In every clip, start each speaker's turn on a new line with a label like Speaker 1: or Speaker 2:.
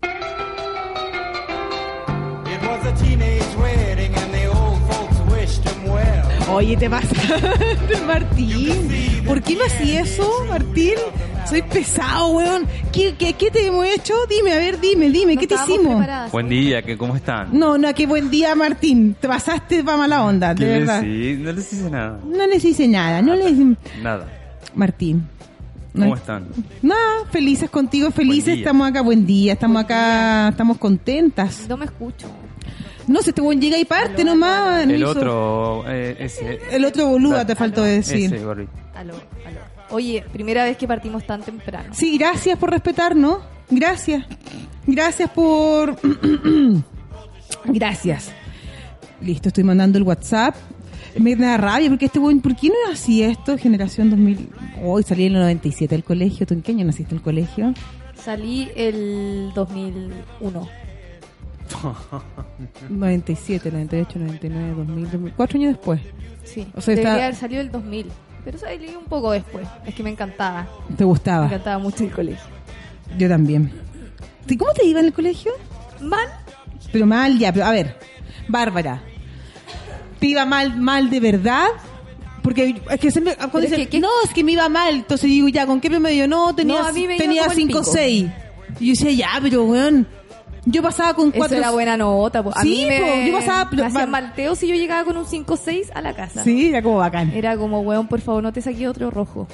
Speaker 1: It was a teenage wedding and the old folks wished him well.
Speaker 2: Oye, te pasaste, Martín. ¿Por qué me hacía eso, Martín? Soy pesado, weón. ¿Qué, qué, qué te hemos hecho? Dime, a ver, dime, dime, ¿qué te hicimos?
Speaker 3: Buen día, ¿qué, ¿cómo están?
Speaker 2: No, no, qué buen día, Martín. Te pasaste para mala onda, de
Speaker 3: ¿Qué
Speaker 2: verdad.
Speaker 3: les hice? No les hice nada.
Speaker 2: No les hice nada, no les...
Speaker 3: Nada.
Speaker 2: Martín. no-
Speaker 3: ¿Cómo están?
Speaker 2: Nada, felices contigo,
Speaker 3: Buen
Speaker 2: felices.
Speaker 3: día.
Speaker 2: Estamos acá, buen día, estamos acá, estamos contentas.
Speaker 4: No me escucho.
Speaker 2: No, se te buen llega y parte nomás. no
Speaker 3: El
Speaker 2: hizo-
Speaker 3: otro, eh, ese.
Speaker 2: El otro boluda, te faltó decir.
Speaker 3: Ese, Gorri.
Speaker 4: Aló, aló. Oye, primera vez que partimos tan temprano.
Speaker 2: Sí, gracias por respetarnos. Gracias. Gracias por. gracias. Listo, estoy mandando el WhatsApp. Me da rabia porque este buen, ¿por qué no nací esto? Generación 2000. Hoy salí en el 97 del colegio. ¿Tú en qué año naciste del colegio?
Speaker 4: Salí el 2001.
Speaker 2: 97, 98, 99, 2000, 2000. Cuatro años después.
Speaker 4: Sí.
Speaker 2: O sea,
Speaker 4: Debería
Speaker 2: está-
Speaker 4: haber salido el 2000. Pero salí un poco después. Es que me encantaba.
Speaker 2: ¿Te
Speaker 4: Me
Speaker 2: gustaba?
Speaker 4: encantaba mucho el colegio.
Speaker 2: Yo también. ¿Y ¿Cómo te iba en el colegio?
Speaker 4: Mal.
Speaker 2: Pero mal ya, pero a ver, Bárbara, ¿te iba mal, mal de verdad? Porque es que siempre cuando
Speaker 4: Pero es
Speaker 2: dicen,
Speaker 4: que, ¿qué?
Speaker 2: no, es que me iba mal, entonces digo, ya, ¿con qué promedio? No, tenía,
Speaker 4: No, a mí me iba
Speaker 2: tenía
Speaker 4: como el
Speaker 2: 5 o
Speaker 4: pico.
Speaker 2: 6. Y yo decía, ya, pero weón, yo pasaba con
Speaker 4: Eso
Speaker 2: 4
Speaker 4: era buena nota. po. A
Speaker 2: Sí,
Speaker 4: mí me,
Speaker 2: po, yo pasaba-
Speaker 4: me hacían
Speaker 2: va-
Speaker 4: malteo si yo llegaba con un 5-6 a la casa.
Speaker 2: Sí, era como bacán.
Speaker 4: Era como, weón, por favor, no te saqué otro rojo.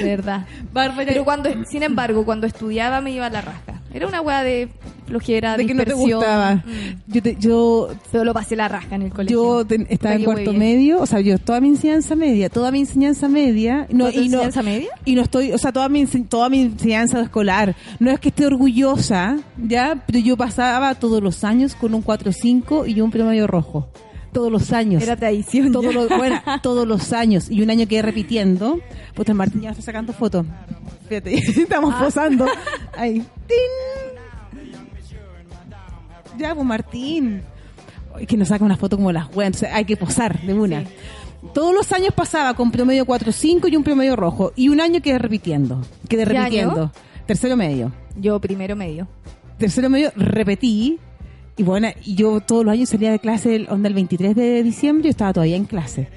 Speaker 4: De verdad.
Speaker 2: Bárbara,
Speaker 4: Pero cuando, sin embargo, cuando estudiaba me iba a la rasca. Era una weá de flojera,
Speaker 2: de que no te
Speaker 4: dispersión.
Speaker 2: gustaba.
Speaker 4: Mm.
Speaker 2: Yo, te- yo
Speaker 4: Pero lo pasé la rasca en el colegio.
Speaker 2: Yo ten- estaba
Speaker 4: Hasta
Speaker 2: en
Speaker 4: que
Speaker 2: cuarto
Speaker 4: huevié.
Speaker 2: medio, o sea, yo toda mi enseñanza media, toda mi enseñanza media, no,
Speaker 4: ¿Toda tu
Speaker 2: y no,
Speaker 4: enseñanza media?
Speaker 2: y no estoy, o sea, toda mi ense- toda mi enseñanza escolar, no es que esté orgullosa, ya, pero yo pasaba todos los años con un 4-5 y un promedio rojo, todos los años.
Speaker 4: Era tradición.
Speaker 2: todos
Speaker 4: ya.
Speaker 2: los, bueno, todos los años y un año quedé repitiendo pues el Martín ya está sacando fotos fíjate estamos posando ahí ¡Tin! ya pues Martín Ay, que nos saca una foto como las weas entonces hay que posar de una
Speaker 4: Sí.
Speaker 2: todos los años pasaba con promedio 4-5 y un promedio rojo y un año quedé repitiendo quedé
Speaker 4: ¿Qué año?
Speaker 2: repitiendo tercero medio
Speaker 4: Yo primero medio.
Speaker 2: tercero medio repetí y bueno, y yo todos los años salía de clase el, onda el 23 de diciembre, yo estaba todavía en clase.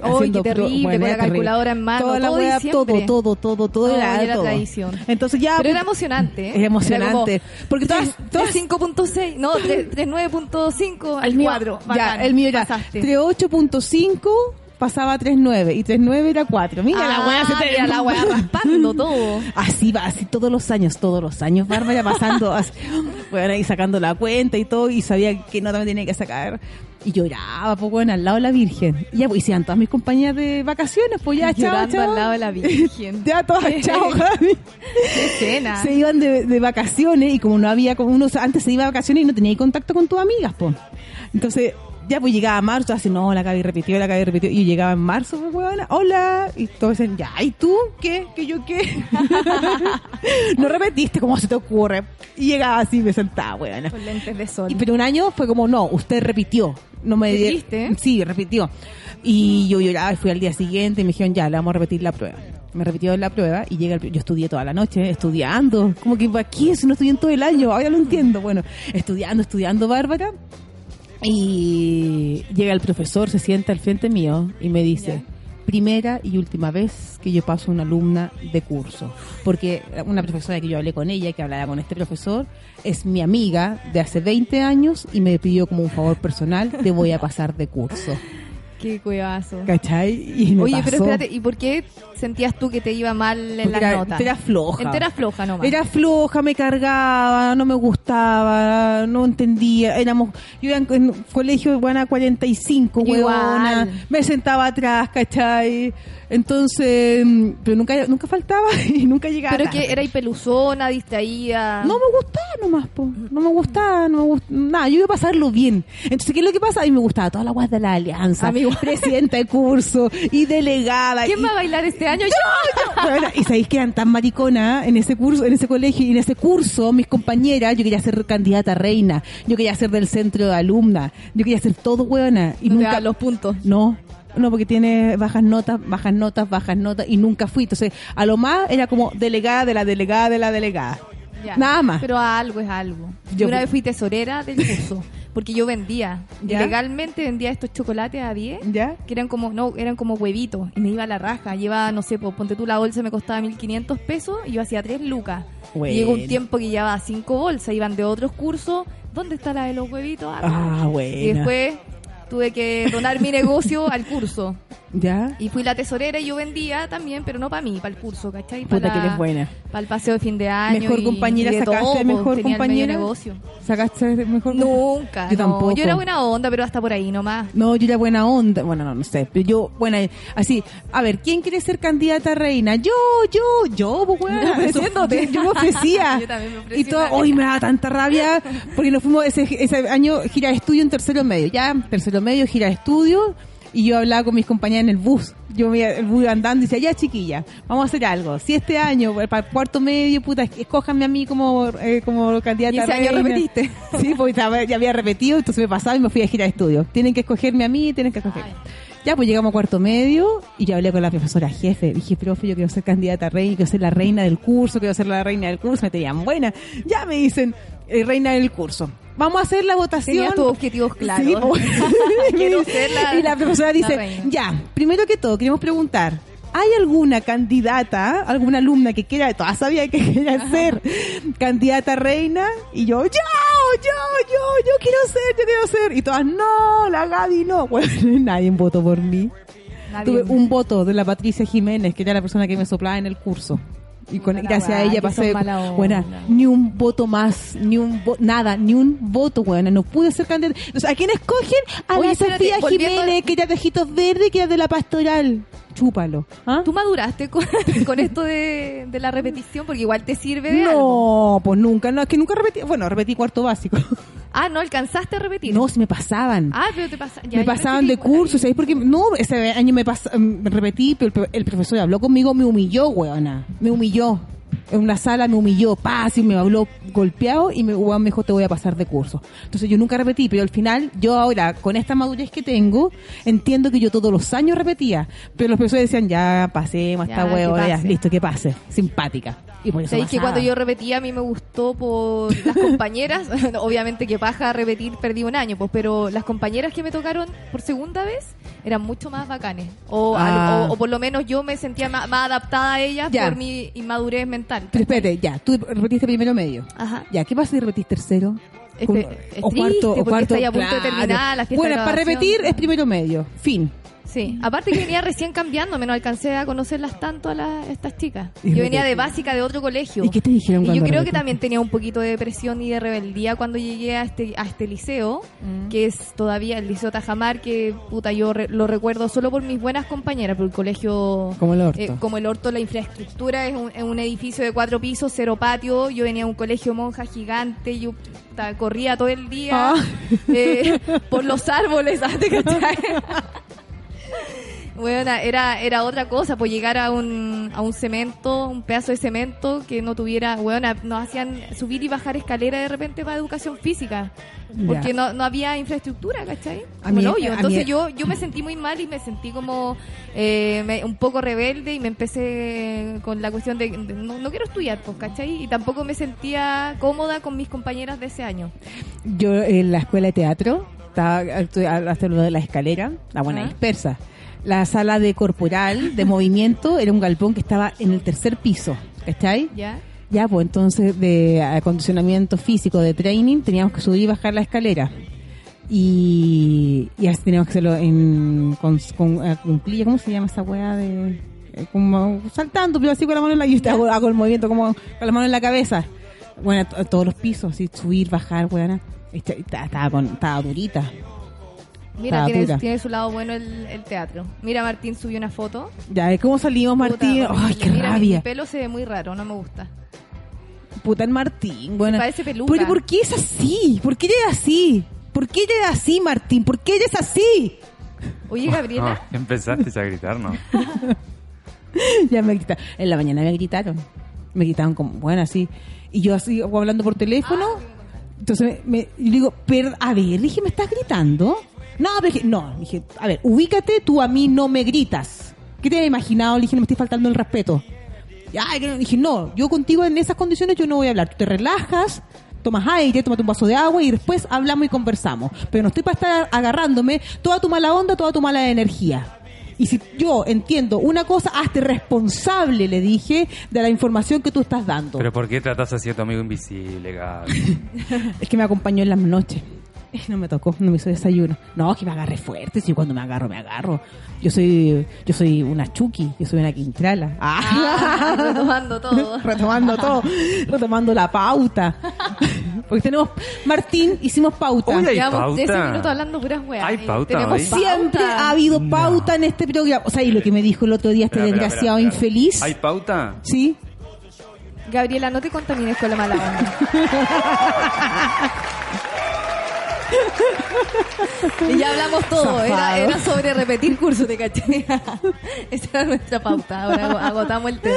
Speaker 4: Ay,
Speaker 2: Haciendo
Speaker 4: qué
Speaker 2: pro-
Speaker 4: terrible, con
Speaker 2: era
Speaker 4: la calculadora en mano,
Speaker 2: Toda la
Speaker 4: todo
Speaker 2: wea, todo,
Speaker 4: diciembre.
Speaker 2: todo, todo, todo
Speaker 4: Ay,
Speaker 2: era,
Speaker 4: era
Speaker 2: todo.
Speaker 4: tradición.
Speaker 2: Entonces ya
Speaker 4: Pero
Speaker 2: pues,
Speaker 4: era emocionante. ¿eh?
Speaker 2: era emocionante,
Speaker 4: Era como,
Speaker 2: porque todas,
Speaker 4: tres-
Speaker 2: todas
Speaker 4: tres 5.6, no, tres- tres 9.5 al
Speaker 2: mío-
Speaker 4: cuadro.
Speaker 2: ya,
Speaker 4: Bacán.
Speaker 2: el mío era
Speaker 4: Pasaste.
Speaker 2: 38.5 pasaba a 3.9 y 3.9 era 4. Mira la
Speaker 4: Ah,
Speaker 2: wea se te
Speaker 4: mira la wea raspando todo.
Speaker 2: Así va, así todos los años, todos los años, Bárbara pasando, así, bueno, ahí sacando la cuenta y todo, y sabía que no me tenía que sacar. Y lloraba, pues bueno, al lado de la Virgen. Y ya, pues, y se iban todas mis compañeras de vacaciones, pues ya, chao,
Speaker 4: Llorando
Speaker 2: chao.
Speaker 4: al lado de la Virgen.
Speaker 2: Ya todas, chao, Javi.
Speaker 4: Qué escena.
Speaker 2: Se iban de, de vacaciones y como no había, como uno antes se iba de vacaciones y no tenía contacto con tus amigas, pues. Entonces, ya pues llegaba marzo, así, no, la Gaby repitió, la Gaby repitió. Y yo llegaba en marzo, pues, huevona, hola. Y todos decían, ya, ¿y tú qué? ¿Que yo qué? no repetiste, ¿cómo se te ocurre? Y llegaba así, me sentaba, huevona.
Speaker 4: Con lentes de sol.
Speaker 2: Y, pero un año fue como, no, usted repitió. No me di-
Speaker 4: ¿Repitiste?
Speaker 2: Sí, repitió. Y yo lloraba y fui al día siguiente y me dijeron, ya, le vamos a repetir la prueba. Me repitió la prueba y llega el- yo estudié toda la noche, estudiando. Como que, ¿para qué? Si no estudié en todo el año, ahora lo entiendo. Bueno, estudiando, estudiando, Bárbara. Y llega el profesor, se sienta al frente mío y me dice, primera y última vez que yo paso una alumna de curso. Porque una profesora que yo hablé con ella, que hablaba con este profesor, es mi amiga de hace 20 años y me pidió como un favor personal, te voy a pasar de curso.
Speaker 4: Qué cuevazo.
Speaker 2: ¿Cachai? Y me
Speaker 4: Oye, pero
Speaker 2: pasó.
Speaker 4: espérate, ¿y por qué sentías tú que te iba mal en
Speaker 2: Porque
Speaker 4: las
Speaker 2: era,
Speaker 4: notas?
Speaker 2: era floja.
Speaker 4: Entera floja nomás.
Speaker 2: Era floja, me cargaba, no me gustaba, no entendía. Éramos, yo era en, en colegio, buena 45,
Speaker 4: Igual.
Speaker 2: huevona. Me sentaba atrás, ¿cachai? Entonces, mm, pero nunca, nunca faltaba y nunca llegaba.
Speaker 4: Pero
Speaker 2: tarde.
Speaker 4: que era peluzona, distraída.
Speaker 2: No me gustaba nomás, po. No me gustaba, no me gust- Nada, yo iba a pasarlo bien. Entonces, ¿qué es lo que pasa? A mí me gustaba todas las guas de la alianza.
Speaker 4: A mí igual.
Speaker 2: Presidenta de curso y delegada.
Speaker 4: ¿Quién
Speaker 2: y-
Speaker 4: va a bailar este año? ¡Yo!
Speaker 2: Bueno, y sabéis que eran tan mariconas en ese curso, en ese colegio y en ese curso, mis compañeras, yo quería ser candidata a reina, yo quería ser del centro de alumna, yo quería ser todo hueona y
Speaker 4: No te
Speaker 2: nunca
Speaker 4: dan los puntos.
Speaker 2: No. No, porque tiene bajas notas, bajas notas, bajas notas y nunca fui. Entonces, a lo más era como delegada de la delegada de la delegada.
Speaker 4: Ya.
Speaker 2: Nada más.
Speaker 4: Pero algo es algo. Yo,
Speaker 2: Yo-
Speaker 4: una vez fui tesorera del curso, porque yo vendía,
Speaker 2: ¿Ya?
Speaker 4: legalmente vendía estos chocolates a 10,
Speaker 2: ¿Ya?
Speaker 4: que eran como no eran como huevitos, y me iba a la raja, llevaba, no sé, pues, ponte tú la bolsa, me costaba 1500 pesos, y yo hacía 3 lucas.
Speaker 2: Bueno.
Speaker 4: Y Llegó un tiempo que llevaba 5 bolsas, iban de otros cursos, ¿dónde está la de los huevitos?
Speaker 2: Ah, bueno.
Speaker 4: Y después tuve que donar mi negocio al curso.
Speaker 2: ¿Ya?
Speaker 4: Y fui la tesorera y yo vendía también, pero no para mí, para el curso, ¿cachai?
Speaker 2: Puta
Speaker 4: Para
Speaker 2: que eres buena.
Speaker 4: Para el paseo de fin de año.
Speaker 2: Mejor
Speaker 4: y-
Speaker 2: compañera,
Speaker 4: y de
Speaker 2: sacaste
Speaker 4: todo, pues,
Speaker 2: mejor
Speaker 4: tenía el medio
Speaker 2: compañera.
Speaker 4: negocio.
Speaker 2: ¿Sacaste mejor?
Speaker 4: Nunca.
Speaker 2: Yo
Speaker 4: no.
Speaker 2: tampoco.
Speaker 4: Yo era buena onda, pero hasta por ahí nomás.
Speaker 2: No, yo era buena onda. Bueno, no, no sé. Pero yo, buena, así. A ver, ¿quién quiere ser candidata a reina? Yo, yo, yo, pues, weón,
Speaker 4: Ofreciéndote.
Speaker 2: Yo, yo me ofrecía.
Speaker 4: Yo también me ofrecí
Speaker 2: Y todo,
Speaker 4: una vez.
Speaker 2: hoy me da tanta rabia porque nos fuimos ese, ese año gira de estudio en tercero medio. Ya, tercero medio, gira de estudio. Y yo hablaba con mis compañeras en el bus. Yo me iba- el bus iba andando y decía, ya chiquilla, vamos a hacer algo. Si este año, para el cuarto medio, puta, escójanme a mí como, eh, como candidata
Speaker 4: Y ese
Speaker 2: a
Speaker 4: año
Speaker 2: reina.
Speaker 4: repetiste.
Speaker 2: Sí, porque estaba- ya había repetido, entonces me pasaba y me fui a gira de estudio. Tienen que escogerme a mí, tienen que escoger. Ya, pues llegamos a cuarto medio y yo hablé con la profesora jefe. Dije, profe, yo quiero ser candidata a reina, quiero ser la reina del curso, quiero ser la reina del curso. Me tenían buena. Ya me dicen, eh, reina del curso. Vamos a hacer la votación.
Speaker 4: Tenías tus objetivos claros.
Speaker 2: Sí, pues.
Speaker 4: Quiero ser la-
Speaker 2: y la profesora dice,
Speaker 4: la reina.
Speaker 2: ya, primero que todo, queremos preguntar, ¿hay alguna candidata, alguna alumna que quiera, todas sabía que quería ser candidata reina? Y yo, yo, yo, yo, yo quiero ser, yo quiero ser. Y todas, no, la Gaby no. Bueno, nadie votó por mí.
Speaker 4: Nadie-
Speaker 2: Tuve un voto de la Patricia Jiménez, que era la persona que me soplaba en el curso. Y con,
Speaker 4: Mala
Speaker 2: gracias a
Speaker 4: onda,
Speaker 2: ella
Speaker 4: que son
Speaker 2: pasé.
Speaker 4: mala onda.
Speaker 2: Buena, ni un voto más, ni un vo- nada, ni un voto, buena. No pude ser candidata. O sea, ¿a quién escogen? A
Speaker 4: Oye,
Speaker 2: la
Speaker 4: espérate,
Speaker 2: Sofía
Speaker 4: volviendo-
Speaker 2: Jiménez, que era de Ojitos Verdes, que era de la Pastoral. Chúpalo. ¿Ah?
Speaker 4: ¿Tú maduraste con, con esto de, de la repetición? Porque igual te sirve de algo.
Speaker 2: No, pues nunca, no, es que nunca repetí. Bueno, repetí cuarto básico.
Speaker 4: Ah, no alcanzaste a repetir.
Speaker 2: No, si me pasaban.
Speaker 4: Ah, pero te pasa, ya,
Speaker 2: me
Speaker 4: yo pensé
Speaker 2: pasaban
Speaker 4: que
Speaker 2: de
Speaker 4: igual.
Speaker 2: curso, ¿sabes por qué? No, ese año me, pas- me repetí, pero el, pro- el profesor habló conmigo, me humilló, weona. Me humilló. En una sala me humilló, paz, y me habló golpeado y me, weón, me dijo, te voy a pasar de curso. Entonces yo nunca repetí, pero al final, yo ahora, con esta madurez que tengo, entiendo que yo todos los años repetía. Pero los profesores decían, ya, pasemos
Speaker 4: Ya,
Speaker 2: esta
Speaker 4: que
Speaker 2: weona, ya,
Speaker 4: pase.
Speaker 2: listo, que pase. Simpática. Y por eso
Speaker 4: Sabéis que
Speaker 2: pasaba.
Speaker 4: cuando yo repetía a mí me gustó por las compañeras, obviamente que paja repetir, perdí un año, pues, pero las compañeras que me tocaron por segunda vez eran mucho más bacanes. O,
Speaker 2: Ah.
Speaker 4: al- o, o por lo menos yo me sentía ma- más, adaptada a ellas
Speaker 2: Ya.
Speaker 4: por mi inmadurez mental.
Speaker 2: Pero espérate, ya, tú repetiste primero medio.
Speaker 4: Ajá.
Speaker 2: Ya, ¿qué pasa si repetís tercero?
Speaker 4: Este Es
Speaker 2: Con-
Speaker 4: que- es triste porque estáis a punto de terminar la fiesta
Speaker 2: bueno,
Speaker 4: de
Speaker 2: para
Speaker 4: graduación.
Speaker 2: repetir es primero medio. Fin.
Speaker 4: Sí, aparte que venía recién cambiándome, no alcancé a conocerlas tanto a las- estas chicas.
Speaker 2: Y
Speaker 4: Yo venía de
Speaker 2: repetí.
Speaker 4: básica de otro colegio.
Speaker 2: ¿Y qué te dijeron
Speaker 4: Y yo
Speaker 2: cuando
Speaker 4: creo que
Speaker 2: repetiste?
Speaker 4: también tenía un poquito de depresión y de rebeldía cuando llegué a este, a este liceo,
Speaker 2: Mm.
Speaker 4: que es todavía el Liceo Tajamar, que puta, yo re- lo recuerdo solo por mis buenas compañeras, por el colegio...
Speaker 2: Como el orto.
Speaker 4: Eh, como el orto, la infraestructura es un, es un edificio de cuatro pisos, cero patio. Yo venía a un colegio monja gigante, yo puta, corría todo el día
Speaker 2: Ah.
Speaker 4: eh, por los árboles, ¿te cachai? Bueno, era, era otra cosa, pues llegar a un, a un cemento, un pedazo de cemento que no tuviera, bueno, nos hacían subir y bajar escalera de repente para educación física, porque
Speaker 2: Ya.
Speaker 4: no, no había infraestructura, ¿cachai?
Speaker 2: A
Speaker 4: Como
Speaker 2: mí-
Speaker 4: el hoyo.
Speaker 2: a mí-
Speaker 4: Entonces yo, yo me sentí muy mal y me sentí como eh, me- un poco rebelde y me empecé con la cuestión de, de no, no quiero estudiar, pues, ¿cachai? Y tampoco me sentía cómoda con mis compañeras de ese año.
Speaker 2: Yo en la escuela de teatro, estaba hasta lo de la escalera, la buena
Speaker 4: Ah.
Speaker 2: dispersa. La sala de corporal, de movimiento, era un galpón que estaba en el tercer piso. ¿Cachai?
Speaker 4: ¿Ya?
Speaker 2: Ya, pues entonces de acondicionamiento físico, de training, teníamos que subir y bajar la escalera. Y, y así teníamos que hacerlo en, con, con, eh, con clilla, ¿cómo se llama esa weá de...? eh, Como saltando, pero así con la mano en la... Yo te hago, hago el movimiento como con la mano en la cabeza. Bueno, a, a todos los pisos, así, subir, bajar, weá. Este, Estaba, con- estaba durita.
Speaker 4: Mira,
Speaker 2: Está
Speaker 4: tiene,
Speaker 2: dura.
Speaker 4: tiene su lado bueno el, el teatro. Mira, Martín subió una foto.
Speaker 2: Ya, ¿eh? ¿cómo salimos, Martín?
Speaker 4: Puta,
Speaker 2: ¡Ay, qué
Speaker 4: mira, mi- Mi
Speaker 2: rabia!
Speaker 4: pelo se ve muy raro, no me gusta.
Speaker 2: Puta el Martín, bueno.
Speaker 4: parece peluca.
Speaker 2: Pero ¿por qué es así? ¿Por qué ella es así? ¿Por qué ella es así, Martín? ¿Por qué ella es así?
Speaker 4: Oye,
Speaker 3: Ah,
Speaker 4: Gabriela,
Speaker 3: No, empezaste a gritar, ¿no?
Speaker 2: ya me gritaron. En la mañana me gritaron. Me gritaron como, bueno, así. Y yo así, o hablando por teléfono. Entonces me, y digo, per, a ver, le dije, ¿me estás gritando? No, pero es que- no, le dije, a ver, ubícate, tú a mí no me gritas. ¿Qué te habías imaginado? Le dije, no me estoy faltando el respeto. Y, "Ay, que no". Le dije, no, yo contigo en esas condiciones yo no voy a hablar. Tú te relajas, tomas aire, tomas un vaso de agua y después hablamos y conversamos. Pero no estoy para estar agarrándome toda tu mala onda, toda tu mala energía. Y si yo entiendo una cosa, hazte responsable, le dije, de la información que tú estás dando.
Speaker 3: Pero ¿por qué tratas así a tu amigo invisible, Gaby?
Speaker 2: Es que me acompañó en las noches. Eh, No me tocó, no me hizo desayuno. No, que me agarré fuerte, si cuando me agarro, me agarro. Yo soy, yo soy una chuki, yo soy una quintrala. Ah.
Speaker 4: retomando todo.
Speaker 2: retomando todo, retomando la pauta. Porque tenemos, Martín, hicimos pauta.
Speaker 3: Oye, hay
Speaker 4: llevamos 10
Speaker 3: pauta.
Speaker 4: minutos hablando puras weas.
Speaker 3: Hay
Speaker 4: y
Speaker 3: pauta
Speaker 4: tenemos
Speaker 3: hoy.
Speaker 2: Siempre
Speaker 4: pauta.
Speaker 2: ha habido pauta en este programa. O sea, y lo que me dijo el otro día este
Speaker 3: Espera, espera,
Speaker 2: desgraciado
Speaker 3: espera, espera.
Speaker 2: infeliz.
Speaker 3: ¿Hay pauta?
Speaker 2: Sí.
Speaker 4: Gabriela, no te contamines con la mala onda. y ya hablamos todo. Era,
Speaker 2: Zafado.
Speaker 4: era sobre repetir curso, te caché. Esa era nuestra pauta. Ahora ag- agotamos el tema.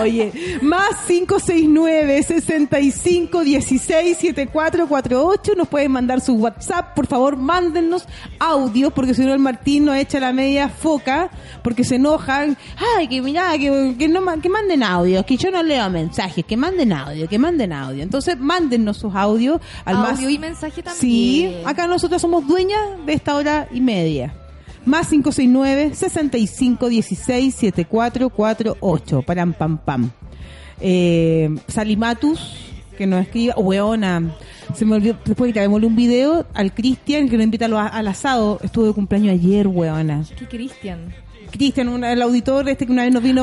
Speaker 2: Oye, más 569-6516-7448. Nos pueden mandar su WhatsApp. Por favor, mándennos audios, porque si no, el Martín nos echa la media foca, porque se enojan. Ay, que mirá, que, que no, ma- que manden audios, que yo no leo mensajes, que manden audio, que manden audio. Entonces, mándennos sus audios al más.
Speaker 4: Audio y mensaje también.
Speaker 2: Sí, acá nosotros somos dueñas de esta hora y media. Más 569-6516-7448. Param, pam, pam. Eh, Salimatus, que nos escriba. Oh, Weona, se me olvidó. Después que grabémosle un video al Cristian, que lo invita al, al asado. Estuvo de cumpleaños ayer, weona.
Speaker 4: Que Cristian.
Speaker 2: Cristian, una- el auditor este que una vez nos vino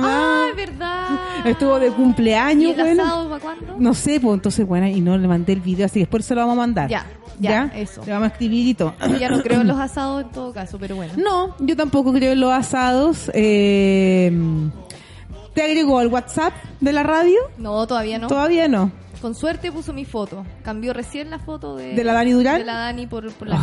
Speaker 2: más.
Speaker 4: Ah, es verdad.
Speaker 2: Estuvo de
Speaker 4: ¿Y
Speaker 2: cumpleaños,
Speaker 4: el
Speaker 2: weona.
Speaker 4: asado para cuándo?
Speaker 2: No sé, pues entonces, bueno, y no le mandé el video, así que después se lo vamos a mandar.
Speaker 4: Ya, ya, eso.
Speaker 2: Le vamos a escribir y todo.
Speaker 4: Yo Ya no creo en los asados en todo caso, pero bueno.
Speaker 2: No, yo tampoco creo en los asados. Eh, ¿Te agregó al WhatsApp de la radio?
Speaker 4: No, todavía no.
Speaker 2: Todavía no.
Speaker 4: Con suerte puso mi foto. Cambió recién la foto de...
Speaker 2: ¿De la Dani Durán? Ah.
Speaker 4: De la Dani por, por la...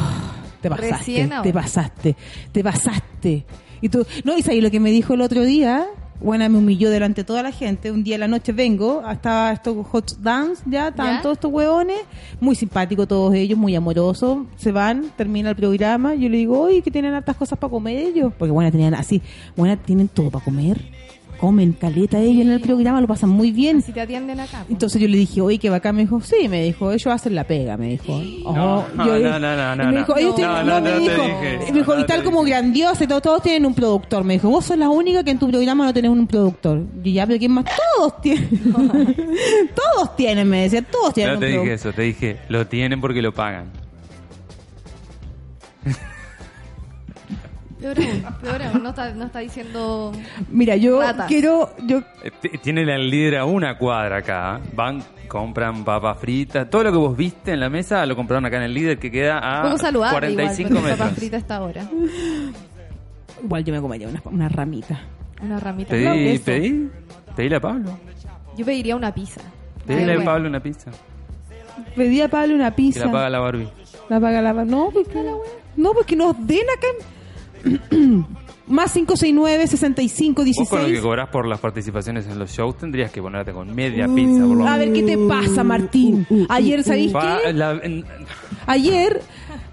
Speaker 2: Te pasaste,
Speaker 4: Recién ahora.
Speaker 2: te pasaste, te pasaste. Y tú, no, y ahí lo que me dijo el otro día, bueno, me humilló delante de toda la gente. Un día en la noche vengo, hasta estos hot dance, ya, estaban
Speaker 4: ¿Ya?
Speaker 2: todos estos hueones, muy simpáticos todos ellos, muy amorosos. Se van, termina el programa, yo le digo, oye, que tienen hartas cosas para comer ellos. Porque bueno, tenían así, bueno, tienen todo para comer. Comen caleta ellos en el programa, lo pasan muy bien.
Speaker 4: Si te atienden acá. po.
Speaker 2: Entonces yo le dije, oye, qué bacán. Me dijo, sí, me dijo, ellos hacen la pega, me dijo.
Speaker 3: No,
Speaker 2: Oh, yo-
Speaker 3: no, no, no,
Speaker 2: y me
Speaker 3: no.
Speaker 2: dijo, ellos
Speaker 4: No,
Speaker 2: tienen-
Speaker 4: no,
Speaker 2: no, me
Speaker 4: no te
Speaker 2: dijo,
Speaker 3: dije.
Speaker 2: me dijo,
Speaker 3: No,
Speaker 2: y
Speaker 3: no
Speaker 2: tal
Speaker 3: te
Speaker 2: como
Speaker 3: dije.
Speaker 2: grandiosa, y todo- todos tienen un productor. Me dijo, vos sos la única que en tu programa no tenés un productor. Y yo, ya, pero ¿quién más? Todos tienen. todos tienen, me decía, todos tienen
Speaker 3: No
Speaker 2: un
Speaker 3: te dije
Speaker 2: productor.
Speaker 3: eso, te dije, lo tienen porque lo pagan.
Speaker 4: Peor aún, peor aún. No está, no está diciendo...
Speaker 2: Mira, yo
Speaker 4: Ratas.
Speaker 2: quiero, yo
Speaker 3: Eh, t- Tiene la líder a una cuadra acá. Van, compran papas fritas. Todo lo que vos viste en la mesa lo compraron acá en el líder que queda a
Speaker 4: Poco saludable igual,
Speaker 3: 45
Speaker 4: porque
Speaker 3: metros.
Speaker 4: papas fritas está ahora.
Speaker 2: igual yo me comería una, una ramita.
Speaker 4: Una ramita.
Speaker 3: Pedí,
Speaker 4: No, queso.
Speaker 3: pedí, pedíle a Pablo.
Speaker 4: Yo pediría una pizza.
Speaker 3: Pedíle
Speaker 4: Ay,
Speaker 3: a Pablo una pizza.
Speaker 2: Pedí a Pablo una
Speaker 3: Que
Speaker 2: pizza.
Speaker 3: la paga la Barbie.
Speaker 2: La paga la No, porque, no, porque nos den acá. en- Más 569 65
Speaker 3: Vos con lo que
Speaker 2: 16
Speaker 3: cobras por las participaciones en los shows tendrías que ponerte con media pizza por lo
Speaker 2: A ver, ¿qué te pasa, Martín? Ayer, ¿sabéis
Speaker 3: Pa-
Speaker 2: qué?
Speaker 3: la- en-
Speaker 2: Ayer,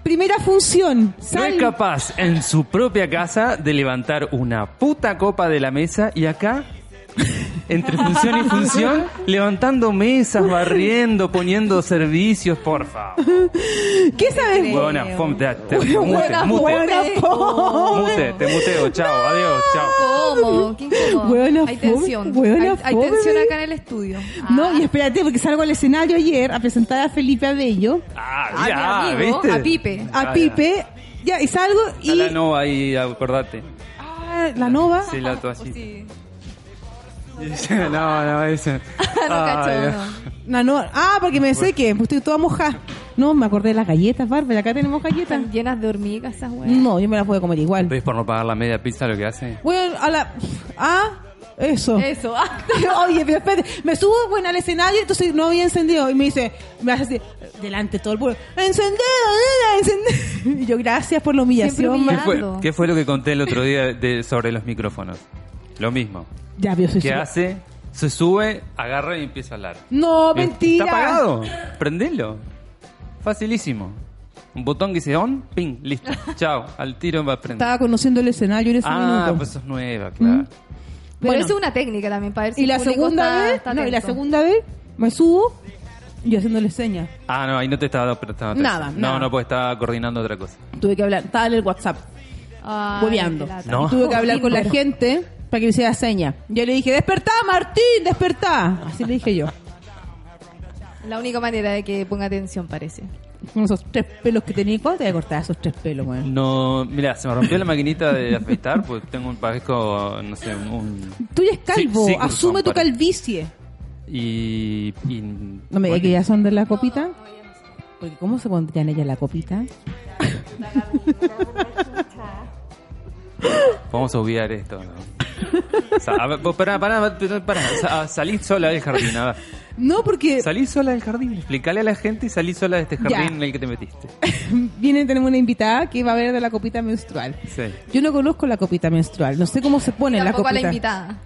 Speaker 2: primera función.
Speaker 3: no es
Speaker 2: Sal.
Speaker 3: capaz en su propia casa de levantar una puta copa de la mesa y acá entre función y función, levantando mesas, barriendo, poniendo servicios, por favor.
Speaker 2: ¿Qué sabes?
Speaker 3: Huevona, fom- te, te- te mute,
Speaker 2: Huevona,
Speaker 3: mute,
Speaker 2: huevona, fome.
Speaker 3: mute, te muteo, chao, adiós, chao.
Speaker 4: ¿Cómo? ¿Quién cómo?
Speaker 2: Buena
Speaker 4: hay
Speaker 2: fome,
Speaker 4: tensión.
Speaker 2: buena
Speaker 4: hay, hay
Speaker 2: fome,
Speaker 4: tensión
Speaker 2: baby.
Speaker 4: acá en el estudio.
Speaker 2: No, y espérate, porque salgo al escenario ayer a presentar a Felipe Abello,
Speaker 3: Ah,
Speaker 4: A mi
Speaker 3: ya,
Speaker 4: amigo,
Speaker 3: ¿viste?
Speaker 4: a Pipe.
Speaker 2: a
Speaker 3: Ah,
Speaker 2: Pipe, ya, y salgo y.
Speaker 3: A la nova ahí, acordate.
Speaker 2: Ah, la nova.
Speaker 3: Sí, la
Speaker 4: Pues
Speaker 3: toallita.
Speaker 4: sí.
Speaker 3: no, no, eso.
Speaker 4: No cacho, no.
Speaker 2: La nova. Ah, porque me seque, pues estoy toda mojada. No, me acordé de las galletas, Bárbara, acá tenemos galletas.
Speaker 4: Están llenas de hormigas esas weas.
Speaker 2: No, yo me las puedo comer igual.
Speaker 3: ¿Ves por no pagar la media pizza lo que hace?
Speaker 2: Bueno, a la. Ah, eso.
Speaker 4: Eso. ah.
Speaker 2: Oye, pero espérate, me subo bueno, al escenario, entonces no había encendido. Y me dice, me hace así, delante de todo el pueblo, encendido, nena, encendido. Y yo, gracias por la humillación.
Speaker 4: Siempre
Speaker 3: ¿Qué
Speaker 2: ma-
Speaker 3: fue,
Speaker 4: Ando.
Speaker 3: qué fue lo que conté el otro día de, sobre los micrófonos? Lo mismo.
Speaker 2: Ya, vio soy
Speaker 3: ¿Qué
Speaker 2: su-
Speaker 3: hace? Se sube, agarra y empieza a hablar.
Speaker 2: No,
Speaker 3: Bien,
Speaker 2: mentira.
Speaker 3: Está apagado. Prendelo. Facilísimo. Un botón que dice on, ping, listo. Chao, al tiro va a prender.
Speaker 2: Estaba conociendo el escenario en ese
Speaker 3: Ah,
Speaker 2: minuto. ¿Mm?
Speaker 3: pues sos nueva, claro.
Speaker 4: Pero
Speaker 2: Bueno.
Speaker 4: eso es una técnica también para ver si
Speaker 2: y la
Speaker 4: el público
Speaker 2: segunda
Speaker 4: está-
Speaker 2: vez,
Speaker 4: está
Speaker 2: no, y la
Speaker 4: atento.
Speaker 2: segunda vez me subo y yo haciéndole señas.
Speaker 3: Ah, no, ahí no te estaba pero estaba
Speaker 2: Nada,
Speaker 3: No,
Speaker 2: nada.
Speaker 3: no, pues estaba coordinando otra cosa.
Speaker 2: Tuve que hablar, estaba en el WhatsApp,
Speaker 4: Ay,
Speaker 2: hueveando.
Speaker 4: qué lata.
Speaker 3: No.
Speaker 2: Y tuve que hablar con la gente para que me hiciera señas. Yo le dije, despertá, Martín, despertá. Así le dije yo.
Speaker 4: La única manera de que ponga atención parece.
Speaker 2: Con esos tres pelos que tenía, ¿cuándo te voy a cortar esos tres pelos, weón?
Speaker 3: No, mira, se me rompió la maquinita de afeitar, pues tengo un parezco, no sé, un...
Speaker 2: Tú ya es calvo,
Speaker 3: Sí, sí,
Speaker 2: asume tu
Speaker 3: Curson, parece.
Speaker 2: calvicie.
Speaker 3: Y... y-
Speaker 2: No me digas
Speaker 3: bueno,
Speaker 2: que ya son de la copita. Porque ¿cómo se pondrían ellas la copita?
Speaker 3: Vamos a obviar esto, ¿no? O sea, a ver, vos, pará, pará, pará, pará. Sa- a- salí sola del jardín, a ver.
Speaker 2: No, porque
Speaker 3: Salí sola del jardín, explícale a la gente y salí sola de este jardín
Speaker 2: Ya.
Speaker 3: en el que te metiste.
Speaker 2: viene, tenemos una invitada que va a ver de la copita menstrual.
Speaker 3: Sí.
Speaker 2: Yo no conozco la copita menstrual, no sé cómo se pone la
Speaker 4: Tampoco a
Speaker 2: copita.
Speaker 4: la invitada.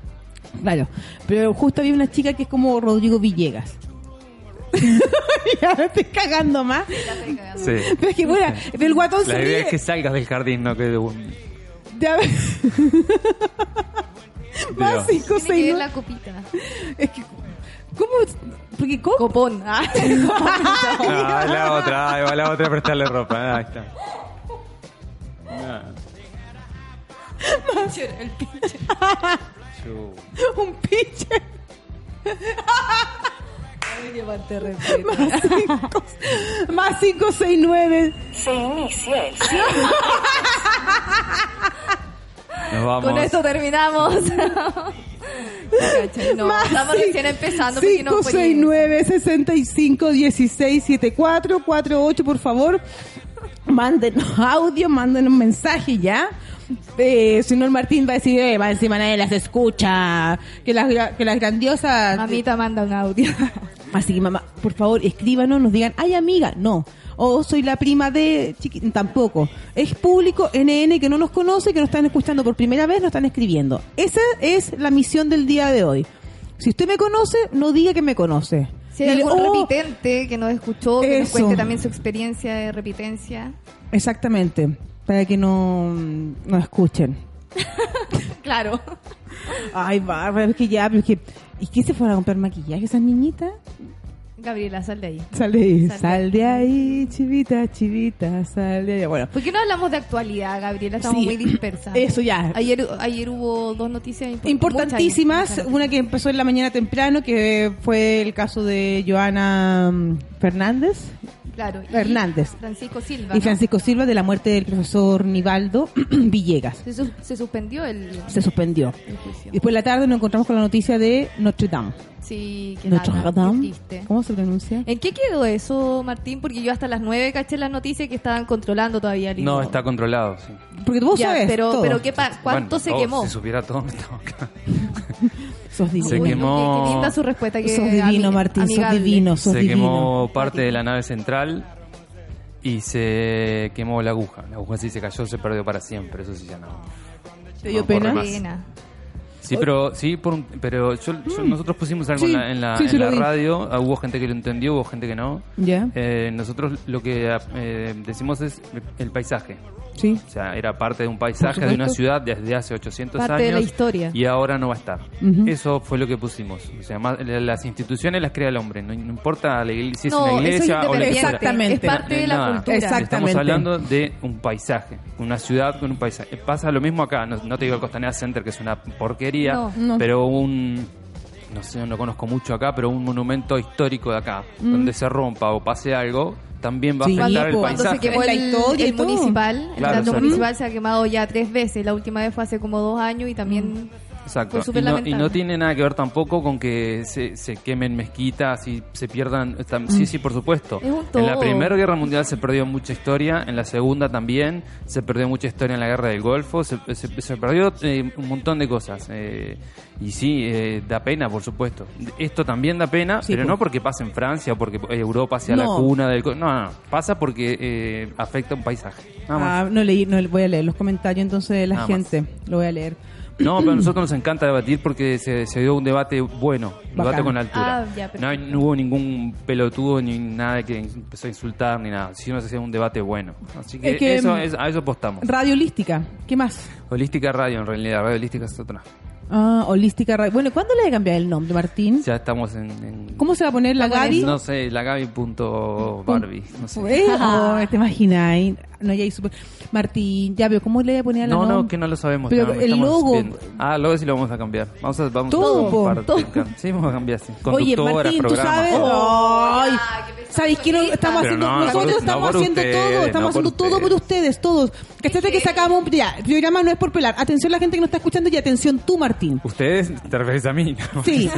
Speaker 2: Claro, pero justo había una chica que es como Rodrigo Villegas. ya me estoy cagando más.
Speaker 3: Sí.
Speaker 2: Pero es que, bueno, el guatón se
Speaker 3: La idea
Speaker 2: ríe.
Speaker 3: es que salgas del jardín, no que... Digo,
Speaker 2: Ya ve- Más cinco,
Speaker 4: Tiene que
Speaker 2: seis,
Speaker 4: ver
Speaker 2: ¿no?
Speaker 4: la copita.
Speaker 2: Es que, ¿cómo? Porque, ¿cómo?
Speaker 4: Copón. Ah,
Speaker 3: Ah, la otra, ahí va la otra a prestarle ropa. Ahí está.
Speaker 4: el pinche.
Speaker 3: Chu.
Speaker 2: Un pinche.
Speaker 4: Qué falta de respeto.
Speaker 2: Más 569.
Speaker 5: Se inicia el
Speaker 3: Nos vamos.
Speaker 4: Con esto terminamos. Cacha, no,
Speaker 2: más
Speaker 4: estamos
Speaker 2: cin-
Speaker 4: recién empezando. porque no fue ni-
Speaker 2: 569 65 16 74 48, por favor. Mándenos audio, mándenos mensaje ya. Eh, si no, el Martín va a decir, eh, va encima nadie las escucha. Que las, gra- que las grandiosas.
Speaker 4: Mamita manda un audio.
Speaker 2: Así que mamá, por favor, escríbanos, nos digan, ay amiga, no. O oh, soy la prima de chiqui- tampoco. Es público NN que no nos conoce, que nos están escuchando por primera vez, nos están escribiendo. Esa es la misión del día de hoy. Si usted me conoce, no diga que me conoce.
Speaker 4: Si hay
Speaker 2: Dile,
Speaker 4: algún
Speaker 2: "Oh,
Speaker 4: repitente que nos escuchó, que nos
Speaker 2: Eso.
Speaker 4: cuente también su experiencia de repitencia.
Speaker 2: Exactamente, para que no, no escuchen.
Speaker 4: Claro.
Speaker 2: Ay, bárbaro, es que ya, pero es que... ¿Y qué se fueron a comprar maquillaje esas niñitas?
Speaker 4: Gabriela, sal de ahí.
Speaker 2: Sal de ahí,
Speaker 4: Sal de-
Speaker 2: sal de ahí, chivita, chivita, sal de ahí. Bueno,
Speaker 4: ¿Por qué no hablamos de actualidad, Gabriela? Estamos
Speaker 2: Sí.
Speaker 4: muy dispersas.
Speaker 2: Eso ya.
Speaker 4: Ayer, ayer hubo dos noticias impor- muchas
Speaker 2: importantísimas.
Speaker 4: noticias.
Speaker 2: Una que empezó en la mañana temprano, que fue el caso de Joana mm, Fernández
Speaker 4: Claro. y
Speaker 2: Hernández.
Speaker 4: Francisco Silva.
Speaker 2: y
Speaker 4: ¿no?
Speaker 2: Francisco Silva de la muerte del profesor Nivaldo Villegas.
Speaker 4: Se, sus- se suspendió el,
Speaker 2: Se suspendió.
Speaker 4: el juicio.
Speaker 2: Después de la tarde nos encontramos con la noticia de Notre Dame.
Speaker 4: Sí, que
Speaker 2: Notre
Speaker 4: lata, qué
Speaker 2: Dame.
Speaker 4: triste. Eh,
Speaker 2: ¿Cómo se pronuncia?
Speaker 4: ¿En qué quedó eso, Martín? Porque yo hasta las 9 caché las noticias que estaban controlando todavía el
Speaker 3: No,
Speaker 4: himno.
Speaker 3: está controlado, sí.
Speaker 2: Porque vos
Speaker 4: Ya,
Speaker 2: sabes
Speaker 4: pero,
Speaker 2: todo.
Speaker 4: pero ¿qué pa- ¿cuánto
Speaker 3: Bueno,
Speaker 4: se
Speaker 3: todo,
Speaker 4: quemó?
Speaker 3: Si supiera todo, me toca.
Speaker 2: Sos divino.
Speaker 3: Se
Speaker 4: Uy,
Speaker 3: quemó-
Speaker 4: qué- qué linda su respuesta. Que
Speaker 2: Sos divino,
Speaker 4: ami-
Speaker 2: Martín,
Speaker 4: amigable.
Speaker 2: sos divino, sos
Speaker 3: se
Speaker 2: divino.
Speaker 3: quemó parte de la nave central y se quemó la aguja. La aguja sí se cayó, se perdió para siempre, eso sí ya no.
Speaker 2: ¿Te dio
Speaker 3: no corre
Speaker 2: pena?
Speaker 3: más.
Speaker 4: Pena.
Speaker 3: Sí, pero sí, por un- pero yo- yo- nosotros pusimos algo
Speaker 2: Mm. Sí,
Speaker 3: en la, en la-
Speaker 2: sí, sí,
Speaker 3: en
Speaker 2: lo
Speaker 3: la
Speaker 2: vi.
Speaker 3: radio, ah, hubo gente que lo entendió, hubo gente que no.
Speaker 2: Ya.
Speaker 3: Eh, nosotros lo que eh, decimos es el paisaje.
Speaker 2: Sí.
Speaker 3: O sea, era parte de un paisaje
Speaker 2: Por
Speaker 3: de una
Speaker 2: supuesto.
Speaker 3: ciudad desde hace 800
Speaker 4: Parte
Speaker 3: años.
Speaker 4: de la historia.
Speaker 3: Y ahora no va a estar.
Speaker 2: Ujú.
Speaker 3: Eso fue lo que pusimos. O sea, más- las instituciones las crea el hombre. No, no importa la iglesia, si es
Speaker 4: No,
Speaker 3: una
Speaker 4: eso es
Speaker 3: iglesia o la
Speaker 4: independiente,
Speaker 3: escuela.
Speaker 2: Exactamente.
Speaker 4: Es parte de la
Speaker 3: Nada.
Speaker 4: cultura.
Speaker 2: Exacto.
Speaker 3: Estamos
Speaker 2: Exactamente.
Speaker 3: hablando de un paisaje, una ciudad con un paisaje. Pasa lo mismo acá, no, no te digo el Costanera Center, que es una porquería,
Speaker 4: No,
Speaker 2: no.
Speaker 3: pero un, no sé, no conozco mucho acá, pero un monumento histórico de acá, donde se rompa o pase algo, también va
Speaker 2: Sí,
Speaker 3: a afectar
Speaker 2: po.
Speaker 3: el
Speaker 2: Cuando
Speaker 4: Cuando
Speaker 3: paisaje.
Speaker 4: se quemó
Speaker 2: La
Speaker 4: el,
Speaker 2: historia y
Speaker 4: el
Speaker 2: todo.
Speaker 4: municipal, el
Speaker 3: Claro,
Speaker 4: teatro
Speaker 3: exacto.
Speaker 4: municipal se ha quemado ya tres veces. La última vez fue hace como dos años y también
Speaker 2: Mm.
Speaker 3: Exacto.
Speaker 4: fue súper
Speaker 3: y, no, y
Speaker 4: lamentable.
Speaker 3: no tiene nada que ver tampoco con que se, se quemen mezquitas y se pierdan. tam- Sí, sí, por supuesto.
Speaker 4: Es un
Speaker 3: En la
Speaker 4: todo.
Speaker 3: Primera Guerra Mundial se perdió mucha historia, en la Segunda también, se perdió mucha historia en la Guerra del Golfo, se, se- se perdió eh, un montón de cosas. eh, y sí, eh, da pena, por supuesto. Esto también da pena,
Speaker 2: Sí,
Speaker 3: pero
Speaker 2: pues.
Speaker 3: no porque pasa en Francia o porque eh, Europa sea la
Speaker 2: No.
Speaker 3: cuna del. co- No, no, no. pasa porque eh, afecta un paisaje. Nada más.
Speaker 2: Ah, no leí, no voy a leer los comentarios entonces de la
Speaker 3: Nada más.
Speaker 2: gente. Lo voy a leer.
Speaker 3: No, pero a nosotros nos encanta debatir porque se, se dio un debate bueno, un debate
Speaker 2: Bacán.
Speaker 3: con altura.
Speaker 4: Ah, ya, perfecto.
Speaker 3: no, hay- no hubo ningún pelotudo ni nada que empezó a insultar ni nada, sino se hacía un debate bueno. Así que,
Speaker 2: Es que,
Speaker 3: eso,
Speaker 2: mm,
Speaker 3: es- a eso apostamos.
Speaker 2: Radio Holística. ¿Qué más?
Speaker 3: Holística Radio, en realidad, Radio Holística es otra.
Speaker 2: Ah, Holística Radio. Bueno, ¿cuándo le voy a cambiar el nombre, Martín?
Speaker 3: Ya estamos en... en-
Speaker 2: ¿Cómo se va a poner la
Speaker 4: Vamos a
Speaker 2: Gaby?
Speaker 3: No sé, la Gaby.Barbie, no sé.
Speaker 2: Eh, oh, ¿Te imaginas? No, ya ahí super... Martín, ya veo, ¿cómo le voy a poner a la
Speaker 3: No,
Speaker 2: nom-
Speaker 3: no, que no lo sabemos.
Speaker 2: Pero
Speaker 3: no,
Speaker 2: el
Speaker 3: estamos
Speaker 2: logo-
Speaker 3: viendo. Ah, el logo sí lo vamos a cambiar. Vamos a... Vamos
Speaker 2: Todo, po,
Speaker 3: a partir-
Speaker 2: todo.
Speaker 3: Sí, vamos a cambiar, sí.
Speaker 2: Oye,
Speaker 3: Conductora,
Speaker 2: Martín, ¿tú
Speaker 3: programa, Oh.
Speaker 2: sabes?
Speaker 3: todo.
Speaker 2: Ay, ¿Sabes qué? No- estamos
Speaker 3: Pero
Speaker 2: haciendo,
Speaker 3: no,
Speaker 2: nosotros
Speaker 3: por- no
Speaker 2: estamos
Speaker 3: por
Speaker 2: haciendo
Speaker 3: ustedes,
Speaker 2: todo,
Speaker 3: no
Speaker 2: estamos haciendo
Speaker 3: por
Speaker 2: todo por
Speaker 3: ustedes.
Speaker 2: ustedes, todos. Cachate que sacamos un ya, el programa no es por pelar. Atención la gente que nos está escuchando y atención tú, Martín.
Speaker 3: Ustedes te refieres a mí. ¿no?
Speaker 2: Sí.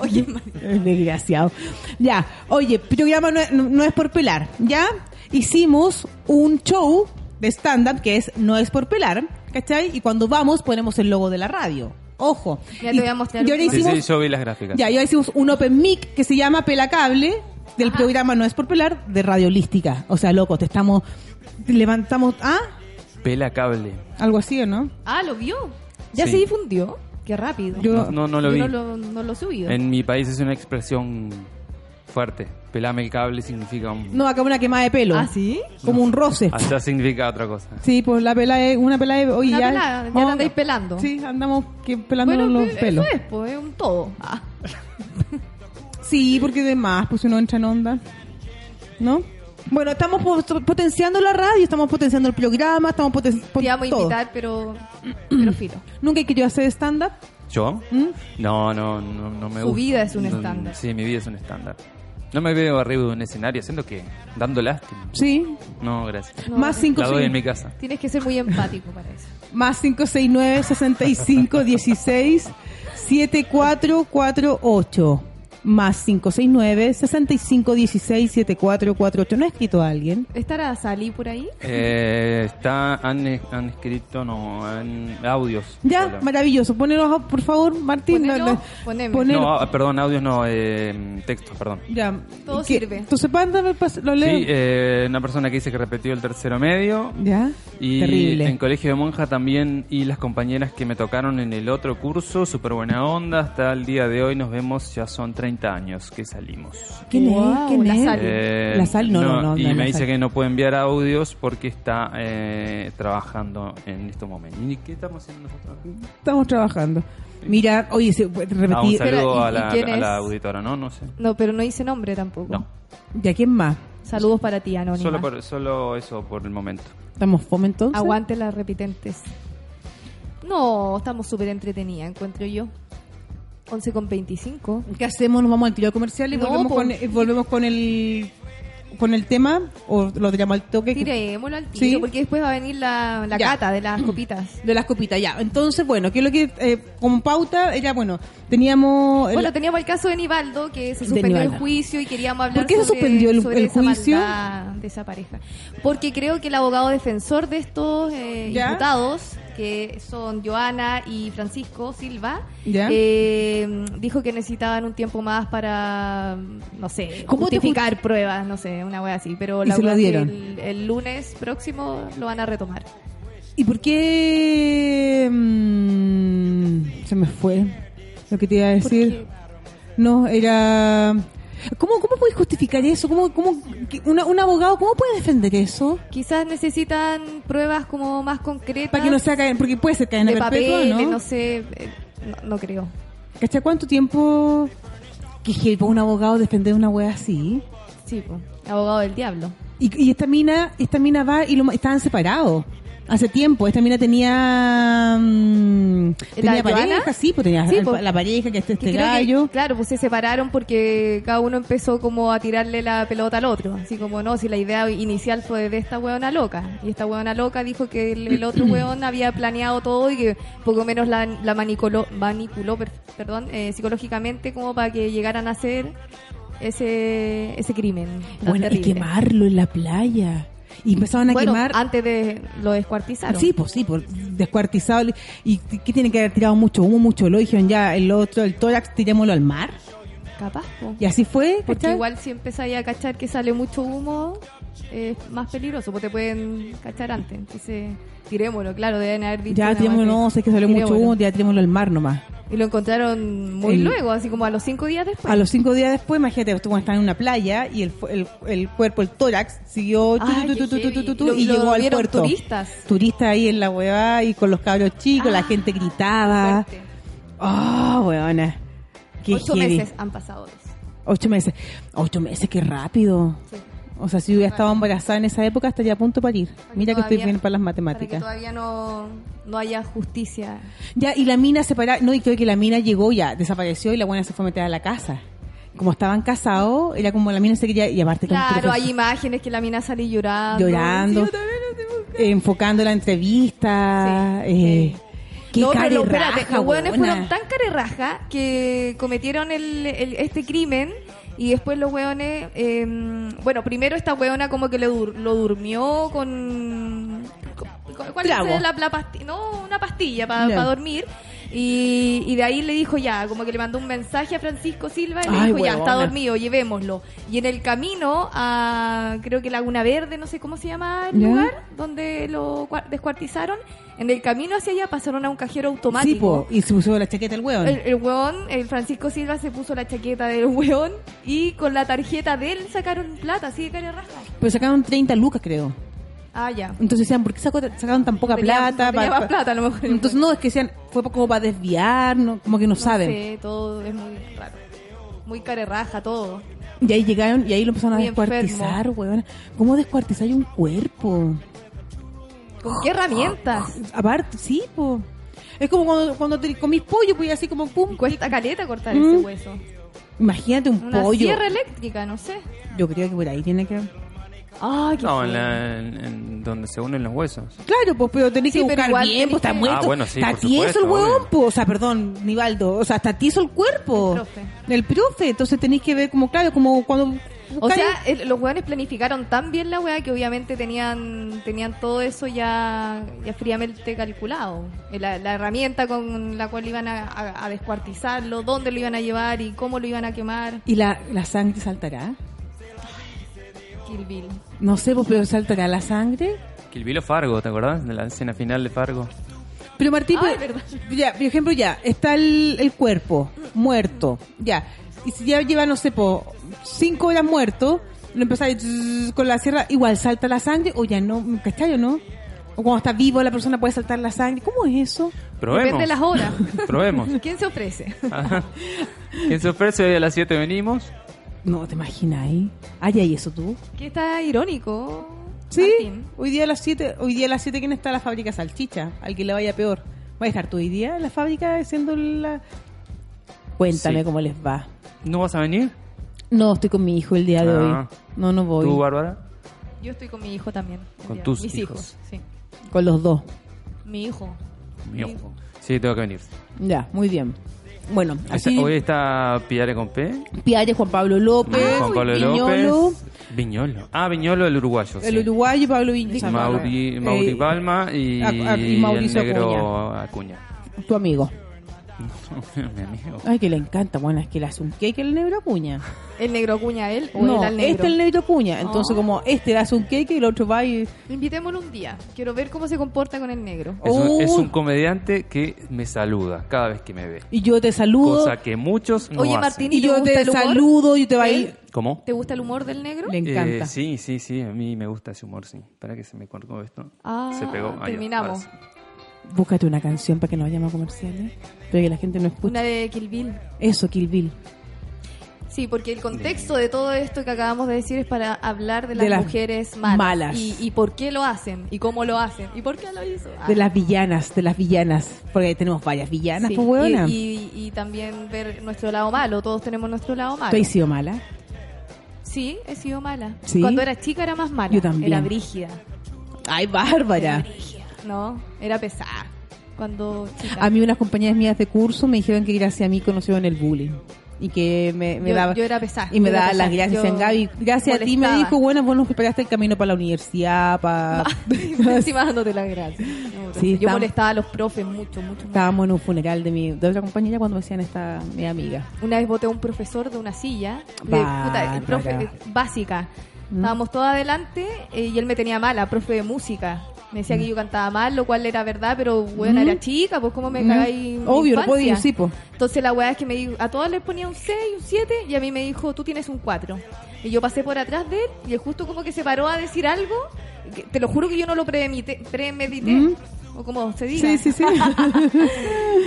Speaker 4: Oye, Martín.
Speaker 2: Es Desgraciado. Ya, oye, programa no, es- no- no es por pelar, ¿ya? Hicimos un show de stand-up que es No es por pelar, ¿cachai? Y cuando vamos ponemos el logo de la radio. Ojo.
Speaker 4: Ya
Speaker 2: Y-
Speaker 4: te voy a mostrar
Speaker 2: y ahora
Speaker 4: un-
Speaker 3: Sí,
Speaker 2: hicimos,
Speaker 3: sí, yo vi las gráficas.
Speaker 2: ya, y ahora hicimos un open mic que se llama Pelacable del programa No es por pelar de Radiolística. O sea, loco, te estamos... te Levantamos... ¿Ah?
Speaker 3: Pela cable.
Speaker 2: Algo así, ¿o no?
Speaker 4: Ah, lo vio. Ya
Speaker 3: Sí.
Speaker 4: se difundió. Qué rápido.
Speaker 2: Yo-
Speaker 3: No, no, no lo
Speaker 4: Yo
Speaker 3: vi.
Speaker 4: No lo, no lo he subido.
Speaker 3: En mi país es una expresión fuerte. Pelame el cable significa un...
Speaker 2: No, acá una quemada de pelo.
Speaker 4: ¿Ah, sí?
Speaker 2: Como un roce.
Speaker 3: Allá significa otra cosa.
Speaker 2: Sí, pues la pela es una pela de... Oye,
Speaker 4: Una
Speaker 2: ya,
Speaker 4: pelada, ya
Speaker 2: vamos-
Speaker 4: la andáis pelando.
Speaker 2: Sí, andamos que pelando
Speaker 4: Bueno,
Speaker 2: los
Speaker 4: eso
Speaker 2: pelos.
Speaker 4: es, pues, es un todo. Ah.
Speaker 2: Sí, porque de más, pues uno entra en onda. ¿No? Bueno, estamos po- potenciando la radio, estamos potenciando el programa, estamos potenciando.
Speaker 4: Te íbamos a invitar, pero, pero filo.
Speaker 2: Nunca he querido hacer stand-up.
Speaker 3: ¿Yo? No, no, no, no me gusta.
Speaker 4: ¿Mm? Su vida es un
Speaker 3: No,
Speaker 4: estándar.
Speaker 3: Sí, mi vida es un estándar. No me veo arriba de un escenario haciendo que dando lástima.
Speaker 2: Sí.
Speaker 3: No, gracias.
Speaker 4: No, eh.
Speaker 2: Más cinco
Speaker 3: La doy en mi
Speaker 2: seis-
Speaker 3: casa.
Speaker 4: Tienes que ser muy empático para eso.
Speaker 2: más 569 65 16 7448 más 569 65 16 7448. ¿No ha escrito a alguien?
Speaker 4: ¿Estará Sally por ahí?
Speaker 3: Eh, está, han, han escrito, no, han- audios.
Speaker 2: Ya,
Speaker 3: Solo.
Speaker 2: maravilloso. Ponelos, por favor, Martín.
Speaker 4: Ponelo,
Speaker 2: la- la-
Speaker 4: poneme.
Speaker 2: ponelo.
Speaker 3: No, ah, perdón, audios no, eh, textos, perdón.
Speaker 2: Ya.
Speaker 4: Todo
Speaker 2: ¿Qué?
Speaker 4: sirve.
Speaker 2: ¿Tú sepas? Dame el pas- Lo leo.
Speaker 3: Sí, eh, una persona que dice que repetió el tercero medio.
Speaker 2: ya.
Speaker 3: Y
Speaker 2: Terrible.
Speaker 3: en Colegio de Monja también, y las compañeras que me tocaron en el otro curso, súper buena onda, hasta el día de hoy nos vemos, ya son 30 años que salimos.
Speaker 2: ¿Quién
Speaker 4: Wow,
Speaker 2: es? ¿Quién
Speaker 4: la
Speaker 2: es?
Speaker 4: sal.
Speaker 3: Eh,
Speaker 2: La sal, no, no, no,
Speaker 3: Y
Speaker 2: no,
Speaker 3: me
Speaker 2: la
Speaker 3: dice
Speaker 2: sal.
Speaker 3: que no puede enviar audios porque está eh, trabajando en estos momentos. ¿Y qué estamos haciendo nosotros?
Speaker 2: Estamos trabajando. Mira, oye, se,
Speaker 3: Ah, un
Speaker 2: repetí.
Speaker 4: Pero,
Speaker 3: saludo
Speaker 4: ¿y-
Speaker 3: a, la,
Speaker 4: y quién
Speaker 3: a la
Speaker 4: es?
Speaker 3: auditora, ¿no? No sé.
Speaker 4: No, pero no dice nombre tampoco.
Speaker 3: No.
Speaker 2: ¿Y a quién más?
Speaker 4: Saludos para ti, Anónima.
Speaker 3: Solo, por- solo eso por el momento.
Speaker 2: ¿Estamos fome entonces?
Speaker 4: Aguante las repitentes. No, estamos súper entretenidas, encuentro yo. 11 con 25.
Speaker 2: ¿Qué hacemos? ¿Nos vamos al tiro comercial y
Speaker 4: No,
Speaker 2: volvemos,
Speaker 4: po.
Speaker 2: con, eh, volvemos con el con el tema? ¿O lo tiramos al toque?
Speaker 4: Tirémoslo al tiro,
Speaker 2: Sí.
Speaker 4: porque después va a venir la, la
Speaker 2: Ya.
Speaker 4: cata de las copitas.
Speaker 2: De las copitas, ya. Entonces, bueno, ¿qué es lo que eh, como pauta era, bueno, teníamos... el-
Speaker 4: Bueno, teníamos el caso de Nivaldo, que se
Speaker 2: De
Speaker 4: suspendió el
Speaker 2: Nivaldo.
Speaker 4: juicio y queríamos hablar
Speaker 2: ¿Por qué se
Speaker 4: sobre-
Speaker 2: suspendió el-
Speaker 4: sobre
Speaker 2: el
Speaker 4: esa
Speaker 2: juicio?
Speaker 4: maldad de esa pareja. Porque creo que el abogado defensor de estos eh,
Speaker 2: ¿Ya?
Speaker 4: imputados, que son Joana y Francisco Silva,
Speaker 2: ¿Ya?
Speaker 4: eh, dijo que necesitaban un tiempo más para, no sé,
Speaker 2: ¿Cómo te
Speaker 4: justificar pruebas, no sé, una wea así. Pero
Speaker 2: Y
Speaker 4: la
Speaker 2: se lo
Speaker 4: wea es que
Speaker 2: dieron.
Speaker 4: el, el lunes próximo lo van a retomar.
Speaker 2: ¿Y por qué... mm, se me fue lo que te iba a
Speaker 4: ¿Por
Speaker 2: decir.
Speaker 4: qué?
Speaker 2: No, era... ¿Cómo, cómo puedes justificar eso? ¿Cómo, cómo, que una- un abogado, ¿cómo puede defender eso?
Speaker 4: Quizás necesitan pruebas como más concretas.
Speaker 2: Para que no sea cadena, porque puede ser cadena
Speaker 4: de
Speaker 2: perpetua,
Speaker 4: papeles,
Speaker 2: ¿no?
Speaker 4: ¿no? sé. eh, No, no creo.
Speaker 2: ¿Cachai cuánto tiempo que heavy para un abogado defender una wea así?
Speaker 4: Sí, po. abogado del diablo.
Speaker 2: Y, y esta mina, esta mina va y lo, ma- estaban separados. Hace tiempo, esta mina tenía mm, tenía
Speaker 4: Joana?
Speaker 2: pareja, sí, pues tenía
Speaker 4: Sí,
Speaker 2: el-
Speaker 4: pues.
Speaker 2: la pareja que este, este
Speaker 4: Que creo que,
Speaker 2: gallo.
Speaker 4: claro, pues se separaron porque cada uno empezó como a tirarle la pelota al otro. Así como, no, si la idea inicial fue de esta hueona loca. Y esta hueona loca dijo que el, el otro hueón había planeado todo y que poco menos la, la manicoló- manipuló per- perdón, eh, psicológicamente como para que llegaran a hacer ese, ese crimen. tan
Speaker 2: bueno, y
Speaker 4: terrible.
Speaker 2: quemarlo en la playa. Y empezaban a
Speaker 4: Bueno, ah,
Speaker 2: quemar.
Speaker 4: antes de lo descuartizaron.
Speaker 2: Sí, pues sí, por descuartizado. ¿Y qué tiene que haber tirado mucho humo, mucho lo Dijeron ya el otro, el tórax, tirémoslo al mar.
Speaker 4: Capaz, po.
Speaker 2: Y así fue.
Speaker 4: Porque
Speaker 2: ¿cachai?
Speaker 4: igual si empezáis a cachar que sale mucho humo, es más peligroso, porque te pueden cachar antes. Entonces, tirémoslo, claro, deben haber dicho.
Speaker 2: ya
Speaker 4: nada
Speaker 2: tenemos,
Speaker 4: más
Speaker 2: no sé, que salió mucho
Speaker 4: tirémoslo.
Speaker 2: humo, ya tirémoslo al mar nomás.
Speaker 4: Y lo encontraron muy
Speaker 2: El-
Speaker 4: luego, así como a los cinco días después.
Speaker 2: A los cinco días después, imagínate, tú cuando estás en una playa y el, fu- el, el cuerpo, el tórax, siguió tu,
Speaker 4: Ay,
Speaker 2: tu,
Speaker 4: qué
Speaker 2: tu, tu, tu, tu, tu, tu,
Speaker 4: heavy.
Speaker 2: y
Speaker 4: Lo- lo
Speaker 2: llegó al
Speaker 4: vieron
Speaker 2: puerto.
Speaker 4: turistas.
Speaker 2: Turistas ahí en la huevada y con los cabros chicos, la
Speaker 4: Ah,
Speaker 2: gente gritaba.
Speaker 4: Fuerte.
Speaker 2: Oh, huevona. Ah, Qué
Speaker 4: Ocho
Speaker 2: heavy.
Speaker 4: meses han pasado. de eso.
Speaker 2: Ocho meses. Ocho meses, qué rápido.
Speaker 4: Sí.
Speaker 2: O sea, si hubiera estado embarazada en esa época, estaría a punto de parir.
Speaker 4: Para
Speaker 2: Mira que estoy
Speaker 4: todavía-
Speaker 2: bien para las
Speaker 4: Para que
Speaker 2: matemáticas.
Speaker 4: todavía no, no haya justicia.
Speaker 2: Ya, y la mina se para, no, y creo que la mina llegó ya, desapareció y la buena se fue a meter a la casa. Como estaban casados, era como la mina se quería, y aparte como que
Speaker 4: Claro,
Speaker 2: fue
Speaker 4: hay imágenes que la mina sale llorando.
Speaker 2: Llorando.
Speaker 4: Sí, yo también lo estoy buscando.
Speaker 2: eh, enfocando la entrevista.
Speaker 4: Sí,
Speaker 2: eh,
Speaker 4: sí.
Speaker 2: Qué
Speaker 4: no, pero
Speaker 2: carerraja,
Speaker 4: espérate, los hueones
Speaker 2: huevona.
Speaker 4: fueron tan carerraja que cometieron el, el- este crimen y después los hueones, eh, bueno, primero esta hueona como que le dur- lo durmió con... con- ¿Cuál
Speaker 2: Trago.
Speaker 4: es la, la pastilla? No, una pastilla para
Speaker 2: Ya.
Speaker 4: dormir. Y, y de ahí le dijo ya, como que le mandó un mensaje a Francisco Silva y le
Speaker 2: Ay,
Speaker 4: dijo ya,
Speaker 2: huevona.
Speaker 4: está dormido, llevémoslo. Y en el camino a, creo que Laguna Verde, no sé cómo se llama el
Speaker 2: Ya.
Speaker 4: lugar, donde lo cua- descuartizaron, en el camino hacia allá pasaron a un cajero
Speaker 2: Sí, po,
Speaker 4: automático.
Speaker 2: y se puso la chaqueta el hueón.
Speaker 4: el, el weón, el Francisco Silva se puso la chaqueta del weón y con la tarjeta de él sacaron plata, así de cara raja.
Speaker 2: Pero sacaron 30 lucas, creo.
Speaker 4: Ah, ya.
Speaker 2: Entonces decían, ¿por qué sacó- sacaron tan poca
Speaker 4: Tenía-
Speaker 2: plata?
Speaker 4: tenía
Speaker 2: Pa-
Speaker 4: más plata, a lo mejor.
Speaker 2: Entonces no, es que decían, fue como para desviar, no, como que no,
Speaker 4: No
Speaker 2: saben.
Speaker 4: sé, todo es muy raro. Muy carerraja, todo.
Speaker 2: Y ahí llegaron y ahí lo empezaron a
Speaker 4: Muy
Speaker 2: descuartizar, huevona. ¿Cómo descuartizar un cuerpo?
Speaker 4: ¿Con qué herramientas?
Speaker 2: Ah. Aparte, sí, po. Es como cuando, cuando te comís pollo, pues y así como pum.
Speaker 4: Cuesta caleta cortar
Speaker 2: Mm.
Speaker 4: ese hueso.
Speaker 2: Imagínate un
Speaker 4: Una
Speaker 2: pollo.
Speaker 4: sierra eléctrica, no sé.
Speaker 2: Yo creo que por ahí tiene que.
Speaker 4: Ay, qué
Speaker 3: No, en,
Speaker 4: feo.
Speaker 3: la- en- en donde se unen los huesos.
Speaker 2: Claro, pues, pero tenés
Speaker 4: Sí,
Speaker 2: que
Speaker 4: pero
Speaker 2: buscar
Speaker 4: igual
Speaker 2: bien, pues
Speaker 4: tenés
Speaker 2: está
Speaker 4: que-
Speaker 2: muerto.
Speaker 3: Ah, bueno, sí,
Speaker 2: está
Speaker 3: por
Speaker 2: tieso
Speaker 3: supuesto,
Speaker 2: el huevón,
Speaker 3: obvio.
Speaker 2: pues. O sea, perdón, Nivaldo. O sea, está tieso el cuerpo.
Speaker 4: El profe.
Speaker 2: El profe. Entonces tenés que ver como, claro, como cuando.
Speaker 4: O
Speaker 2: buscar-
Speaker 4: sea, el- los hueones planificaron tan bien la hueá que obviamente tenían tenían todo eso ya, ya fríamente calculado. Eh, La, la herramienta con la cual iban a, a- a descuartizarlo, dónde lo iban a llevar y cómo lo iban a quemar.
Speaker 2: ¿Y la, la sangre saltará?
Speaker 4: Kill Bill.
Speaker 2: No sé, pues, pero saltará la sangre.
Speaker 3: Kill Bill o Fargo, ¿te acordás? De la escena final de Fargo.
Speaker 2: Pero Martín,
Speaker 4: Ah,
Speaker 2: pues,
Speaker 4: verdad.
Speaker 2: ya, por ejemplo, ya, está el, el cuerpo muerto, ya. Y si ya lleva, no sé, po, cinco horas muerto, lo empezáis zzz, con la sierra, igual salta la sangre, o ya no, ¿cachai o no? O cuando está vivo la persona puede saltar la sangre. ¿Cómo es eso?
Speaker 4: Depende
Speaker 3: Probemos.
Speaker 4: de las horas.
Speaker 3: Probemos.
Speaker 4: ¿Quién se ofrece?
Speaker 3: Ajá. En su precio hoy a las 7 venimos.
Speaker 2: No, ¿te imaginas ¿eh? ahí? Ay, ay, eso tú.
Speaker 4: Que está irónico.
Speaker 2: Sí,
Speaker 4: Martín.
Speaker 2: hoy día a las siete, hoy día a las siete, ¿quién está en la fábrica salchicha? Al que le vaya peor. ¿Va a dejar tu hoy día en la fábrica siendo la...? Cuéntame
Speaker 3: Sí.
Speaker 2: cómo les va.
Speaker 3: ¿No vas a venir?
Speaker 2: No, estoy con mi hijo el día de
Speaker 3: Ah.
Speaker 2: hoy. No, no voy.
Speaker 3: ¿Tú, Bárbara?
Speaker 4: Yo estoy con mi hijo también.
Speaker 3: Con tus
Speaker 4: Mis
Speaker 3: hijos.
Speaker 4: Sí.
Speaker 2: Con los dos.
Speaker 4: Mi hijo.
Speaker 3: Mi ojo. Sí, tengo que venir.
Speaker 2: Ya, muy bien. Bueno,
Speaker 3: Esa-
Speaker 2: así
Speaker 3: hoy está Piare con P.
Speaker 2: Piare, Juan Pablo López,
Speaker 3: Juan Pablo
Speaker 2: Viñolo,
Speaker 3: López. Viñolo. Ah, Viñolo, el uruguayo.
Speaker 2: el
Speaker 3: sí.
Speaker 2: uruguayo Pablo Eh, Viñolo,
Speaker 3: Mauri, Mauri Palma y,
Speaker 2: a- a- y Mauricio
Speaker 3: el negro Acuña.
Speaker 2: tu amigo.
Speaker 3: Mi amigo.
Speaker 2: Ay, que le encanta, bueno, es que le hace un cake el negro Acuña.
Speaker 4: ¿El negro cuña él o
Speaker 2: no,
Speaker 4: él al negro?
Speaker 2: este el negro cuña. Entonces,
Speaker 4: Ah.
Speaker 2: como este le hace un cake y el otro va y.
Speaker 4: Invitémoslo un día. Quiero ver cómo se comporta con el negro.
Speaker 3: Es un, es
Speaker 2: Uy.
Speaker 3: un comediante que me saluda cada vez que me ve.
Speaker 2: Y yo te saludo.
Speaker 3: Cosa que muchos no
Speaker 4: Oye,
Speaker 3: hacen.
Speaker 4: Martín,
Speaker 2: Y
Speaker 4: ¿Te
Speaker 2: yo
Speaker 4: gusta
Speaker 2: te
Speaker 4: el humor?
Speaker 2: saludo, yo te
Speaker 4: ¿Él?
Speaker 2: bailo.
Speaker 3: ¿Cómo?
Speaker 4: ¿Te gusta el humor del negro?
Speaker 2: Le
Speaker 3: Eh,
Speaker 2: encanta.
Speaker 3: sí, sí, sí, a mí me gusta ese humor, sí. Para que se me cortó esto.
Speaker 4: Ah,
Speaker 3: se pegó. Ahí va,
Speaker 4: terminamos.
Speaker 3: ahora sí.
Speaker 2: Búscate una canción para que no vayamos a comerciales. Pero que la gente no escuche.
Speaker 4: Una de Kill Bill.
Speaker 2: Eso, Kill Bill.
Speaker 4: Sí, porque el contexto de todo esto que acabamos de decir es para hablar de las,
Speaker 2: De las
Speaker 4: mujeres malas.
Speaker 2: malas.
Speaker 4: Y, y por qué lo hacen, y cómo lo hacen, y por qué lo hizo. Ah.
Speaker 2: De las villanas, de las villanas. Porque ahí tenemos varias villanas,
Speaker 4: Sí,
Speaker 2: pues, weona.
Speaker 4: y, y- y también ver nuestro lado malo. Todos tenemos nuestro lado malo.
Speaker 2: ¿Tú has sido mala?
Speaker 4: Sí, he sido mala.
Speaker 2: Sí.
Speaker 4: Cuando era chica era más mala.
Speaker 2: Yo también.
Speaker 4: Era brígida.
Speaker 2: Ay, bárbara.
Speaker 4: No, era pesada. Cuando chica.
Speaker 2: A mí unas compañeras mías de curso me dijeron que gracias a mí conocieron el bullying. Y que me, me
Speaker 4: yo,
Speaker 2: daba...
Speaker 4: yo era pesada.
Speaker 2: y me
Speaker 4: yo era
Speaker 2: daba las
Speaker 4: pesada.
Speaker 2: gracias, decían,
Speaker 4: Yo
Speaker 2: Gaby, gracias a ti me
Speaker 4: molestaba.
Speaker 2: dijo, bueno, vos nos preparaste el camino para la universidad, para...
Speaker 4: Encima dándote las gracias. No,
Speaker 2: Sí,
Speaker 4: yo
Speaker 2: estábamos-
Speaker 4: molestaba a los profes mucho, mucho, mucho.
Speaker 2: Estábamos en un funeral de mi de otra compañera cuando me decían esta mi amiga.
Speaker 4: Una vez boté a un profesor de una silla, de,
Speaker 2: Bárbara.
Speaker 4: puta, el profe, eh, básica.
Speaker 2: ¿Mm?
Speaker 4: Estábamos todos adelante eh, y él me tenía mala, profe de música. Me decía que yo cantaba mal, lo cual era verdad, pero bueno,
Speaker 2: Mm.
Speaker 4: era chica, pues cómo me cagáis. mi
Speaker 2: Obvio, lo puedo
Speaker 4: infancia?
Speaker 2: decir, sí, po.
Speaker 4: Entonces la weá es que me dijo, a todos les ponía un 6, un 7 y a mí me dijo, tú tienes un 4. Y yo pasé por atrás de él y él justo como que se paró a decir algo, que- te lo juro que yo no lo premedité, premedité,
Speaker 2: Mm.
Speaker 4: o como se diga.
Speaker 2: Sí, sí, sí.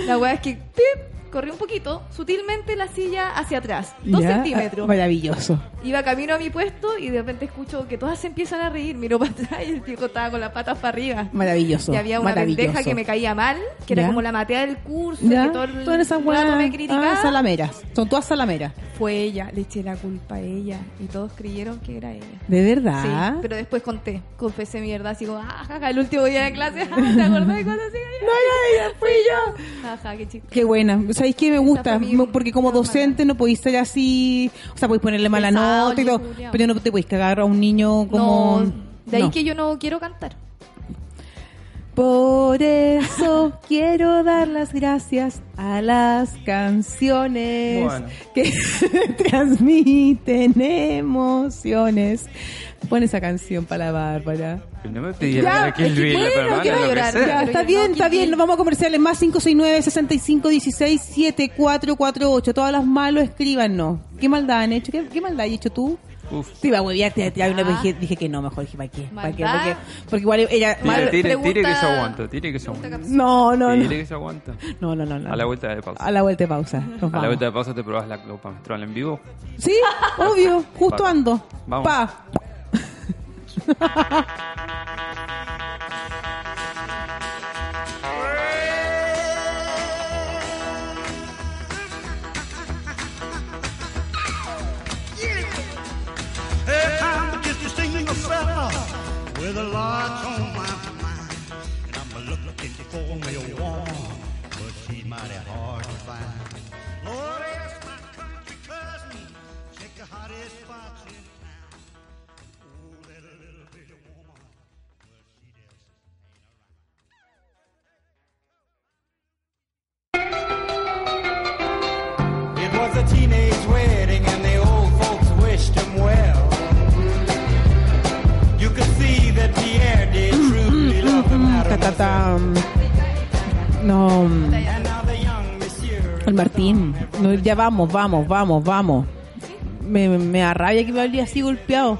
Speaker 4: La weá es que ¡pip! corrí un poquito, sutilmente la silla hacia atrás, dos
Speaker 2: Ya,
Speaker 4: centímetros.
Speaker 2: Maravilloso.
Speaker 4: Iba camino a mi puesto y de repente escucho que todas se empiezan a reír. Miro para atrás y el viejo estaba con las patas para arriba.
Speaker 2: Maravilloso.
Speaker 4: Y había una
Speaker 2: maravilloso.
Speaker 4: pendeja que me caía mal, que era
Speaker 2: Ya.
Speaker 4: como la matea del curso,
Speaker 2: Ya,
Speaker 4: que todo el
Speaker 2: todas esas
Speaker 4: rato
Speaker 2: weas-
Speaker 4: me criticaba.
Speaker 2: ah, salameras. Son todas salameras.
Speaker 4: Fue ella, le eché la culpa a ella y todos creyeron que era ella.
Speaker 2: De
Speaker 4: Sí,
Speaker 2: verdad.
Speaker 4: pero después conté, confesé mi verdad, así como, ah, jaja, el último día de clase, ah, ¿te acordás de cuando hacía yo?
Speaker 2: fui yo.
Speaker 4: Jaja, qué chiste.
Speaker 2: Qué buena. ¿Sabéis qué me gusta?
Speaker 4: fue mi-
Speaker 2: Me- Porque como
Speaker 4: mi mala.
Speaker 2: docente no podéis ser así. O sea, podéis ponerle mala
Speaker 4: Pesado,
Speaker 2: nota y todo.
Speaker 4: Julio.
Speaker 2: Pero no te podéis cagar a un niño como.
Speaker 4: No, de ahí
Speaker 2: No.
Speaker 4: que yo no quiero cantar.
Speaker 2: Por eso quiero dar las gracias a las canciones
Speaker 3: Bueno.
Speaker 2: que transmiten emociones. Pon esa canción para la Bárbara.
Speaker 3: No me pidieron
Speaker 2: Ya,
Speaker 3: que el
Speaker 2: es que
Speaker 3: Bill,
Speaker 2: bueno,
Speaker 3: pero
Speaker 4: que
Speaker 3: hermana, lo que
Speaker 4: va a llorar,
Speaker 3: sea.
Speaker 2: Ya,
Speaker 4: Pero
Speaker 2: está
Speaker 4: ya
Speaker 2: bien,
Speaker 4: no,
Speaker 2: está
Speaker 4: Kiki.
Speaker 2: bien. Nos vamos a comerciales más 569-6516-7448. Todas las malos escríbanos. ¿Qué maldad han hecho? ¿Qué, qué maldad has hecho tú?
Speaker 3: Uf.
Speaker 2: Te iba a huevear, te, te-
Speaker 4: Ah.
Speaker 2: dije, dije que no, mejor dije, ¿para qué? ¿Para qué?
Speaker 4: Maldad.
Speaker 2: Porque, porque igual ella...
Speaker 3: Tire,
Speaker 4: Mal-
Speaker 3: tire, tire que
Speaker 4: pregunta-
Speaker 3: se aguanta, tire que se
Speaker 4: pregunta
Speaker 3: aguanta.
Speaker 2: No, no, no.
Speaker 3: Tire que se aguanta.
Speaker 2: No, no, no, no.
Speaker 3: A la vuelta de pausa.
Speaker 2: A la vuelta de pausa. Nos
Speaker 3: A
Speaker 2: vamos.
Speaker 3: la vuelta de pausa te probás la copa menstrual en vivo.
Speaker 2: Sí, obvio, justo
Speaker 3: Pa.
Speaker 2: ando.
Speaker 3: Vamos.
Speaker 2: Pa.
Speaker 5: Hey, I'm just distinguishing myself with a lot on my mind. And I'm looking for me a woman, but she mighty hard to find. Lord, ask my country cousin, check the hottest spots in town. Ooh, that little bitty woman, but she just ain't around.
Speaker 1: It was a teenage wedding and the old folks wished him well. You could see that Pierre did truly love the
Speaker 2: Ta, Mm-hmm. ta,
Speaker 1: mademoiselle.
Speaker 2: ta. No,
Speaker 1: And now the young monsieur
Speaker 2: el Martín. No, ya vamos, vamos, vamos, vamos. Me, me, me da rabia que me hable así golpeado.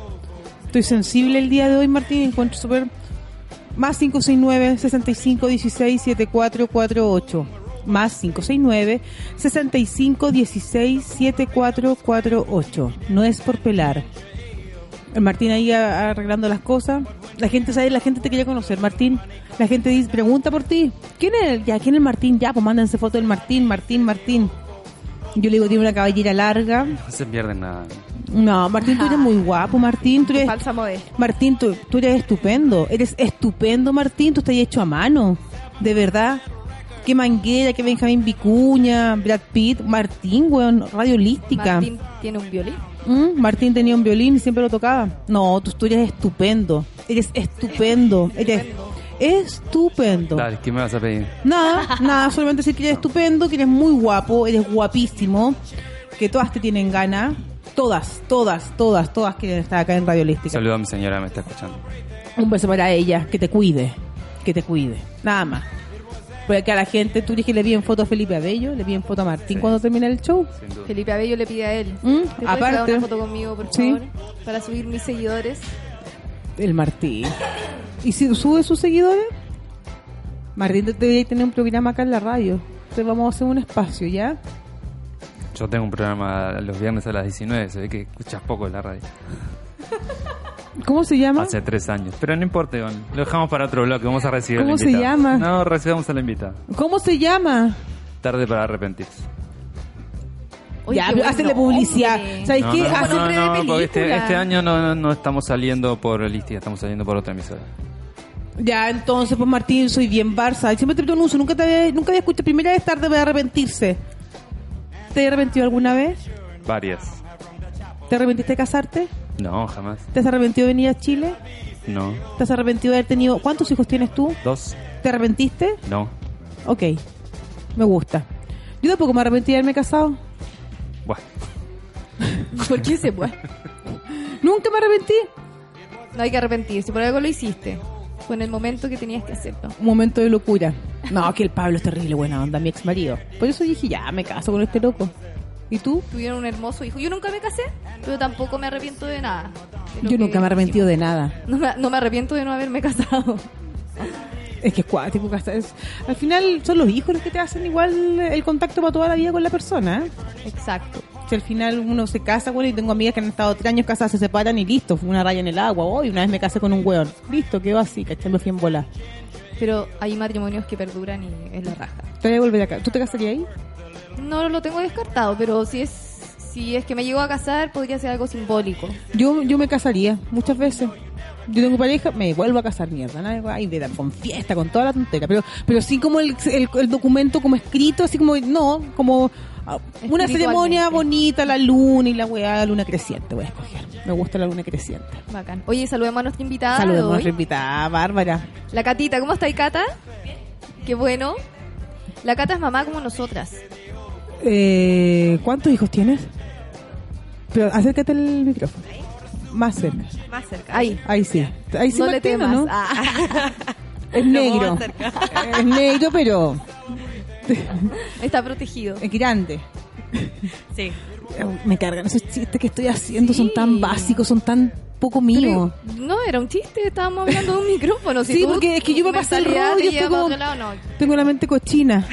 Speaker 2: Estoy sensible el día de hoy, Martín. Encuentro súper. Más 569 65 16 7448. Más 569 65 16 7448. No es por pelar. El Martín ahí a- arreglando las cosas. La gente sabe, la gente te quería conocer, Martín. La gente dice, pregunta por ti. ¿Quién es? el- Ya, ¿quién es el Martín? Ya, pues mándense foto del Martín, Martín, Martín. Yo le digo, tiene una cabellera larga.
Speaker 3: No se pierden nada.
Speaker 2: No, Martín, tú eres muy guapo, Martín. Tú eres,
Speaker 4: Falsa modestia.
Speaker 2: Martín, tú, tú eres estupendo. Eres estupendo, Martín. Tú estás hecho a mano. De verdad. Qué manguera, qué Benjamín Vicuña, Brad Pitt, Martín, weón, radiolística.
Speaker 4: Martín tiene un violín.
Speaker 2: Mm, Martín tenía un violín y siempre lo tocaba. No, tú, tú eres estupendo. Eres estupendo. Eres estupendo.
Speaker 3: Dale, ¿qué me vas a pedir?
Speaker 2: Nada, nada, solamente decir que eres estupendo, que eres muy guapo, eres guapísimo, que todas te tienen ganas, todas, todas, todas, todas que están acá en Radio Holística.
Speaker 3: Saludos a mi señora, me está escuchando.
Speaker 2: Un beso para ella, que te cuide, que te cuide, nada más. Porque a la gente, tú dices que le vi en foto a Felipe Abello, le vi en foto a Martín
Speaker 3: Sí.
Speaker 2: cuando termina el show.
Speaker 3: Sin duda.
Speaker 4: Felipe Abello le pide a él.
Speaker 2: Mm,
Speaker 4: ¿Te puedes
Speaker 2: aparte-
Speaker 4: dar una foto conmigo, por
Speaker 2: Sí.
Speaker 4: favor? Para subir mis seguidores.
Speaker 2: El Martín. ¿Y si sube sus seguidores? Martín te- debería tener un programa acá en la radio. Entonces vamos a hacer un espacio, ¿ya?
Speaker 3: Yo tengo un programa los viernes a las 19, se ve que escuchas poco de la radio.
Speaker 2: ¿Cómo se llama?
Speaker 3: Hace tres años. Pero no importa, Iván. Lo dejamos para otro bloque. Vamos a recibir al
Speaker 2: ¿Cómo se
Speaker 3: invitado.
Speaker 2: llama?
Speaker 3: No, recibamos a la invitada.
Speaker 2: ¿Cómo se llama?
Speaker 3: Tarde para arrepentirse.
Speaker 4: Oye,
Speaker 2: ya,
Speaker 4: qué buen
Speaker 2: hacerle publicidad.
Speaker 4: nombre.
Speaker 2: ¿Sabes
Speaker 3: no,
Speaker 2: qué?
Speaker 3: no,
Speaker 4: Como
Speaker 2: Hace-
Speaker 3: no,
Speaker 4: nombre de
Speaker 3: no, porque este,
Speaker 4: película.
Speaker 3: este año no, no- no estamos saliendo por Listia, estamos saliendo por otra emisora.
Speaker 2: Ya, entonces, pues Martín, soy bien Barça. Siempre te pronuncio, nunca te había, nunca había escuchado. Primera vez tarde voy a arrepentirse. ¿Te arrepentido alguna vez?
Speaker 3: Varias.
Speaker 2: ¿Te arrepentiste de casarte?
Speaker 3: No, jamás.
Speaker 2: ¿Te has arrepentido de venir a Chile?
Speaker 3: No.
Speaker 2: ¿Te has arrepentido de haber tenido... ¿Cuántos hijos tienes tú?
Speaker 3: Dos.
Speaker 2: ¿Te arrepentiste?
Speaker 3: No.
Speaker 2: Ok, me gusta. Yo tampoco me arrepentí de haberme casado.
Speaker 3: Bueno.
Speaker 4: ¿Por qué se puede?
Speaker 2: Nunca me arrepentí.
Speaker 4: No hay que arrepentirse, por algo lo hiciste. Fue en el momento que tenías que hacerlo.
Speaker 2: Un momento de locura. No, que el Pablo es terrible, buena onda, mi ex marido. Por eso dije, ya, me caso con este loco. ¿Y tú?
Speaker 4: Tuvieron un hermoso hijo. Yo nunca me casé, pero tampoco me arrepiento de nada. De lo
Speaker 2: Yo nunca
Speaker 4: que
Speaker 2: me he arrepentido de nada.
Speaker 4: hicimos. No me, no me arrepiento de no haberme casado.
Speaker 2: Es que es cuático, casar- es- Al final son los hijos los que te hacen igual el contacto para toda la vida con la persona. ¿eh?
Speaker 4: Exacto.
Speaker 2: Si al final uno se casa, bueno, y tengo amigas que han estado tres años casadas, se separan y listo, fue una raya en el agua. Hoy una vez me casé con un weón. Listo, quedó así, ¿cachai? Me fui en bola.
Speaker 4: Pero hay matrimonios que perduran y es la raja.
Speaker 2: Te voy a volver acá. ¿Tú te casarías ahí?
Speaker 4: No lo tengo descartado, pero si es si es que me llego a casar, podría ser algo simbólico.
Speaker 2: Yo, yo me casaría muchas veces. Yo tengo pareja, me vuelvo a casar, mierda. ¿no? Ay, de- con fiesta, con toda la tontera. Pero, pero sí como el, el- el documento como escrito, así como, no, como ah, una
Speaker 4: Espiritualmente.
Speaker 2: ceremonia bonita, la luna y la weá, la luna creciente voy a escoger. Me gusta la luna creciente.
Speaker 4: Bacán. Oye, saludemos a nuestra invitada. de
Speaker 2: Saludemos a
Speaker 4: Ah, hoy.
Speaker 2: nuestra invitada, Bárbara.
Speaker 4: La Catita, ¿cómo está ahí, Cata? Qué bueno. La Cata es mamá como nosotras.
Speaker 2: Eh, ¿Cuántos hijos tienes? Pero acércate al micrófono. Más cerca.
Speaker 6: Más cerca.
Speaker 4: Ahí.
Speaker 2: Ahí sí. Ahí sí
Speaker 4: no le
Speaker 2: Martina,
Speaker 4: temas.
Speaker 2: ¿no?
Speaker 6: Ah.
Speaker 2: Es
Speaker 6: Lo
Speaker 2: negro.
Speaker 6: más cerca.
Speaker 2: Es negro, pero
Speaker 4: Está protegido.
Speaker 2: es grande.
Speaker 6: Sí.
Speaker 2: Me cargan esos chistes este que estoy haciendo,
Speaker 4: Sí.
Speaker 2: son tan básicos, son tan poco míos.
Speaker 4: Pero- No, era un chiste, estábamos hablando de un micrófono. Si
Speaker 2: Sí,
Speaker 4: tú-
Speaker 2: porque es que yo me pasé el
Speaker 4: mentalidad
Speaker 2: rollo,
Speaker 4: te
Speaker 2: fue
Speaker 4: lleva para
Speaker 2: como-
Speaker 4: otro lado, no.
Speaker 2: Tengo la mente cochina.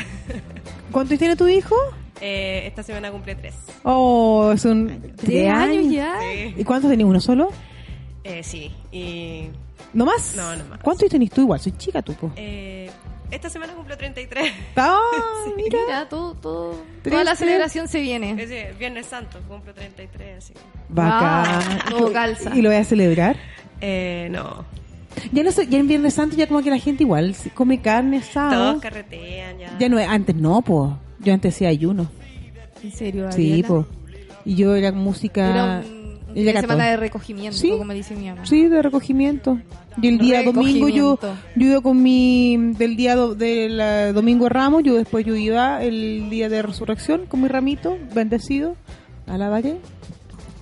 Speaker 2: ¿Cuántos tiene tu hijo?
Speaker 6: Eh, esta semana cumple tres.
Speaker 2: Oh, son
Speaker 4: Tres años ya.
Speaker 6: Sí.
Speaker 2: ¿Y cuántos tenés? ¿Uno solo?
Speaker 6: Eh, sí. Y
Speaker 2: ¿No más?
Speaker 6: No, no más.
Speaker 2: ¿Cuántos tenés tú igual? Soy chica tú, po.
Speaker 6: eh, esta semana cumple 33.
Speaker 2: Ah, mira.
Speaker 4: Mira, todo, todo,
Speaker 2: Tres,
Speaker 4: toda la
Speaker 2: tres.
Speaker 4: celebración se viene.
Speaker 6: Es decir, Viernes Santo cumplo 33, así que...
Speaker 2: Bacán.
Speaker 4: Ah, todo calza.
Speaker 2: ¿Y lo voy a celebrar?
Speaker 6: Eh, no.
Speaker 2: Ya no sé, ya en Viernes Santo ya como que la gente igual se come carne, asado.
Speaker 6: Todos carretean ya.
Speaker 2: Ah. Ya no, es- antes no, po. Yo antes hacía ayuno.
Speaker 4: En serio,
Speaker 2: Sí,
Speaker 4: Gabriela?
Speaker 2: po. Y yo era música...
Speaker 4: Era un-
Speaker 2: y
Speaker 4: una
Speaker 2: era
Speaker 4: semana
Speaker 2: cató-
Speaker 4: de recogimiento,
Speaker 2: Sí.
Speaker 4: como dice mi mamá.
Speaker 2: Sí, de recogimiento. Y el día domingo yo,
Speaker 4: Recogimiento.
Speaker 2: yo iba con mi, del día do- del eh, domingo de Ramos, yo después yo iba el día de resurrección con mi ramito, bendecido, alabaré.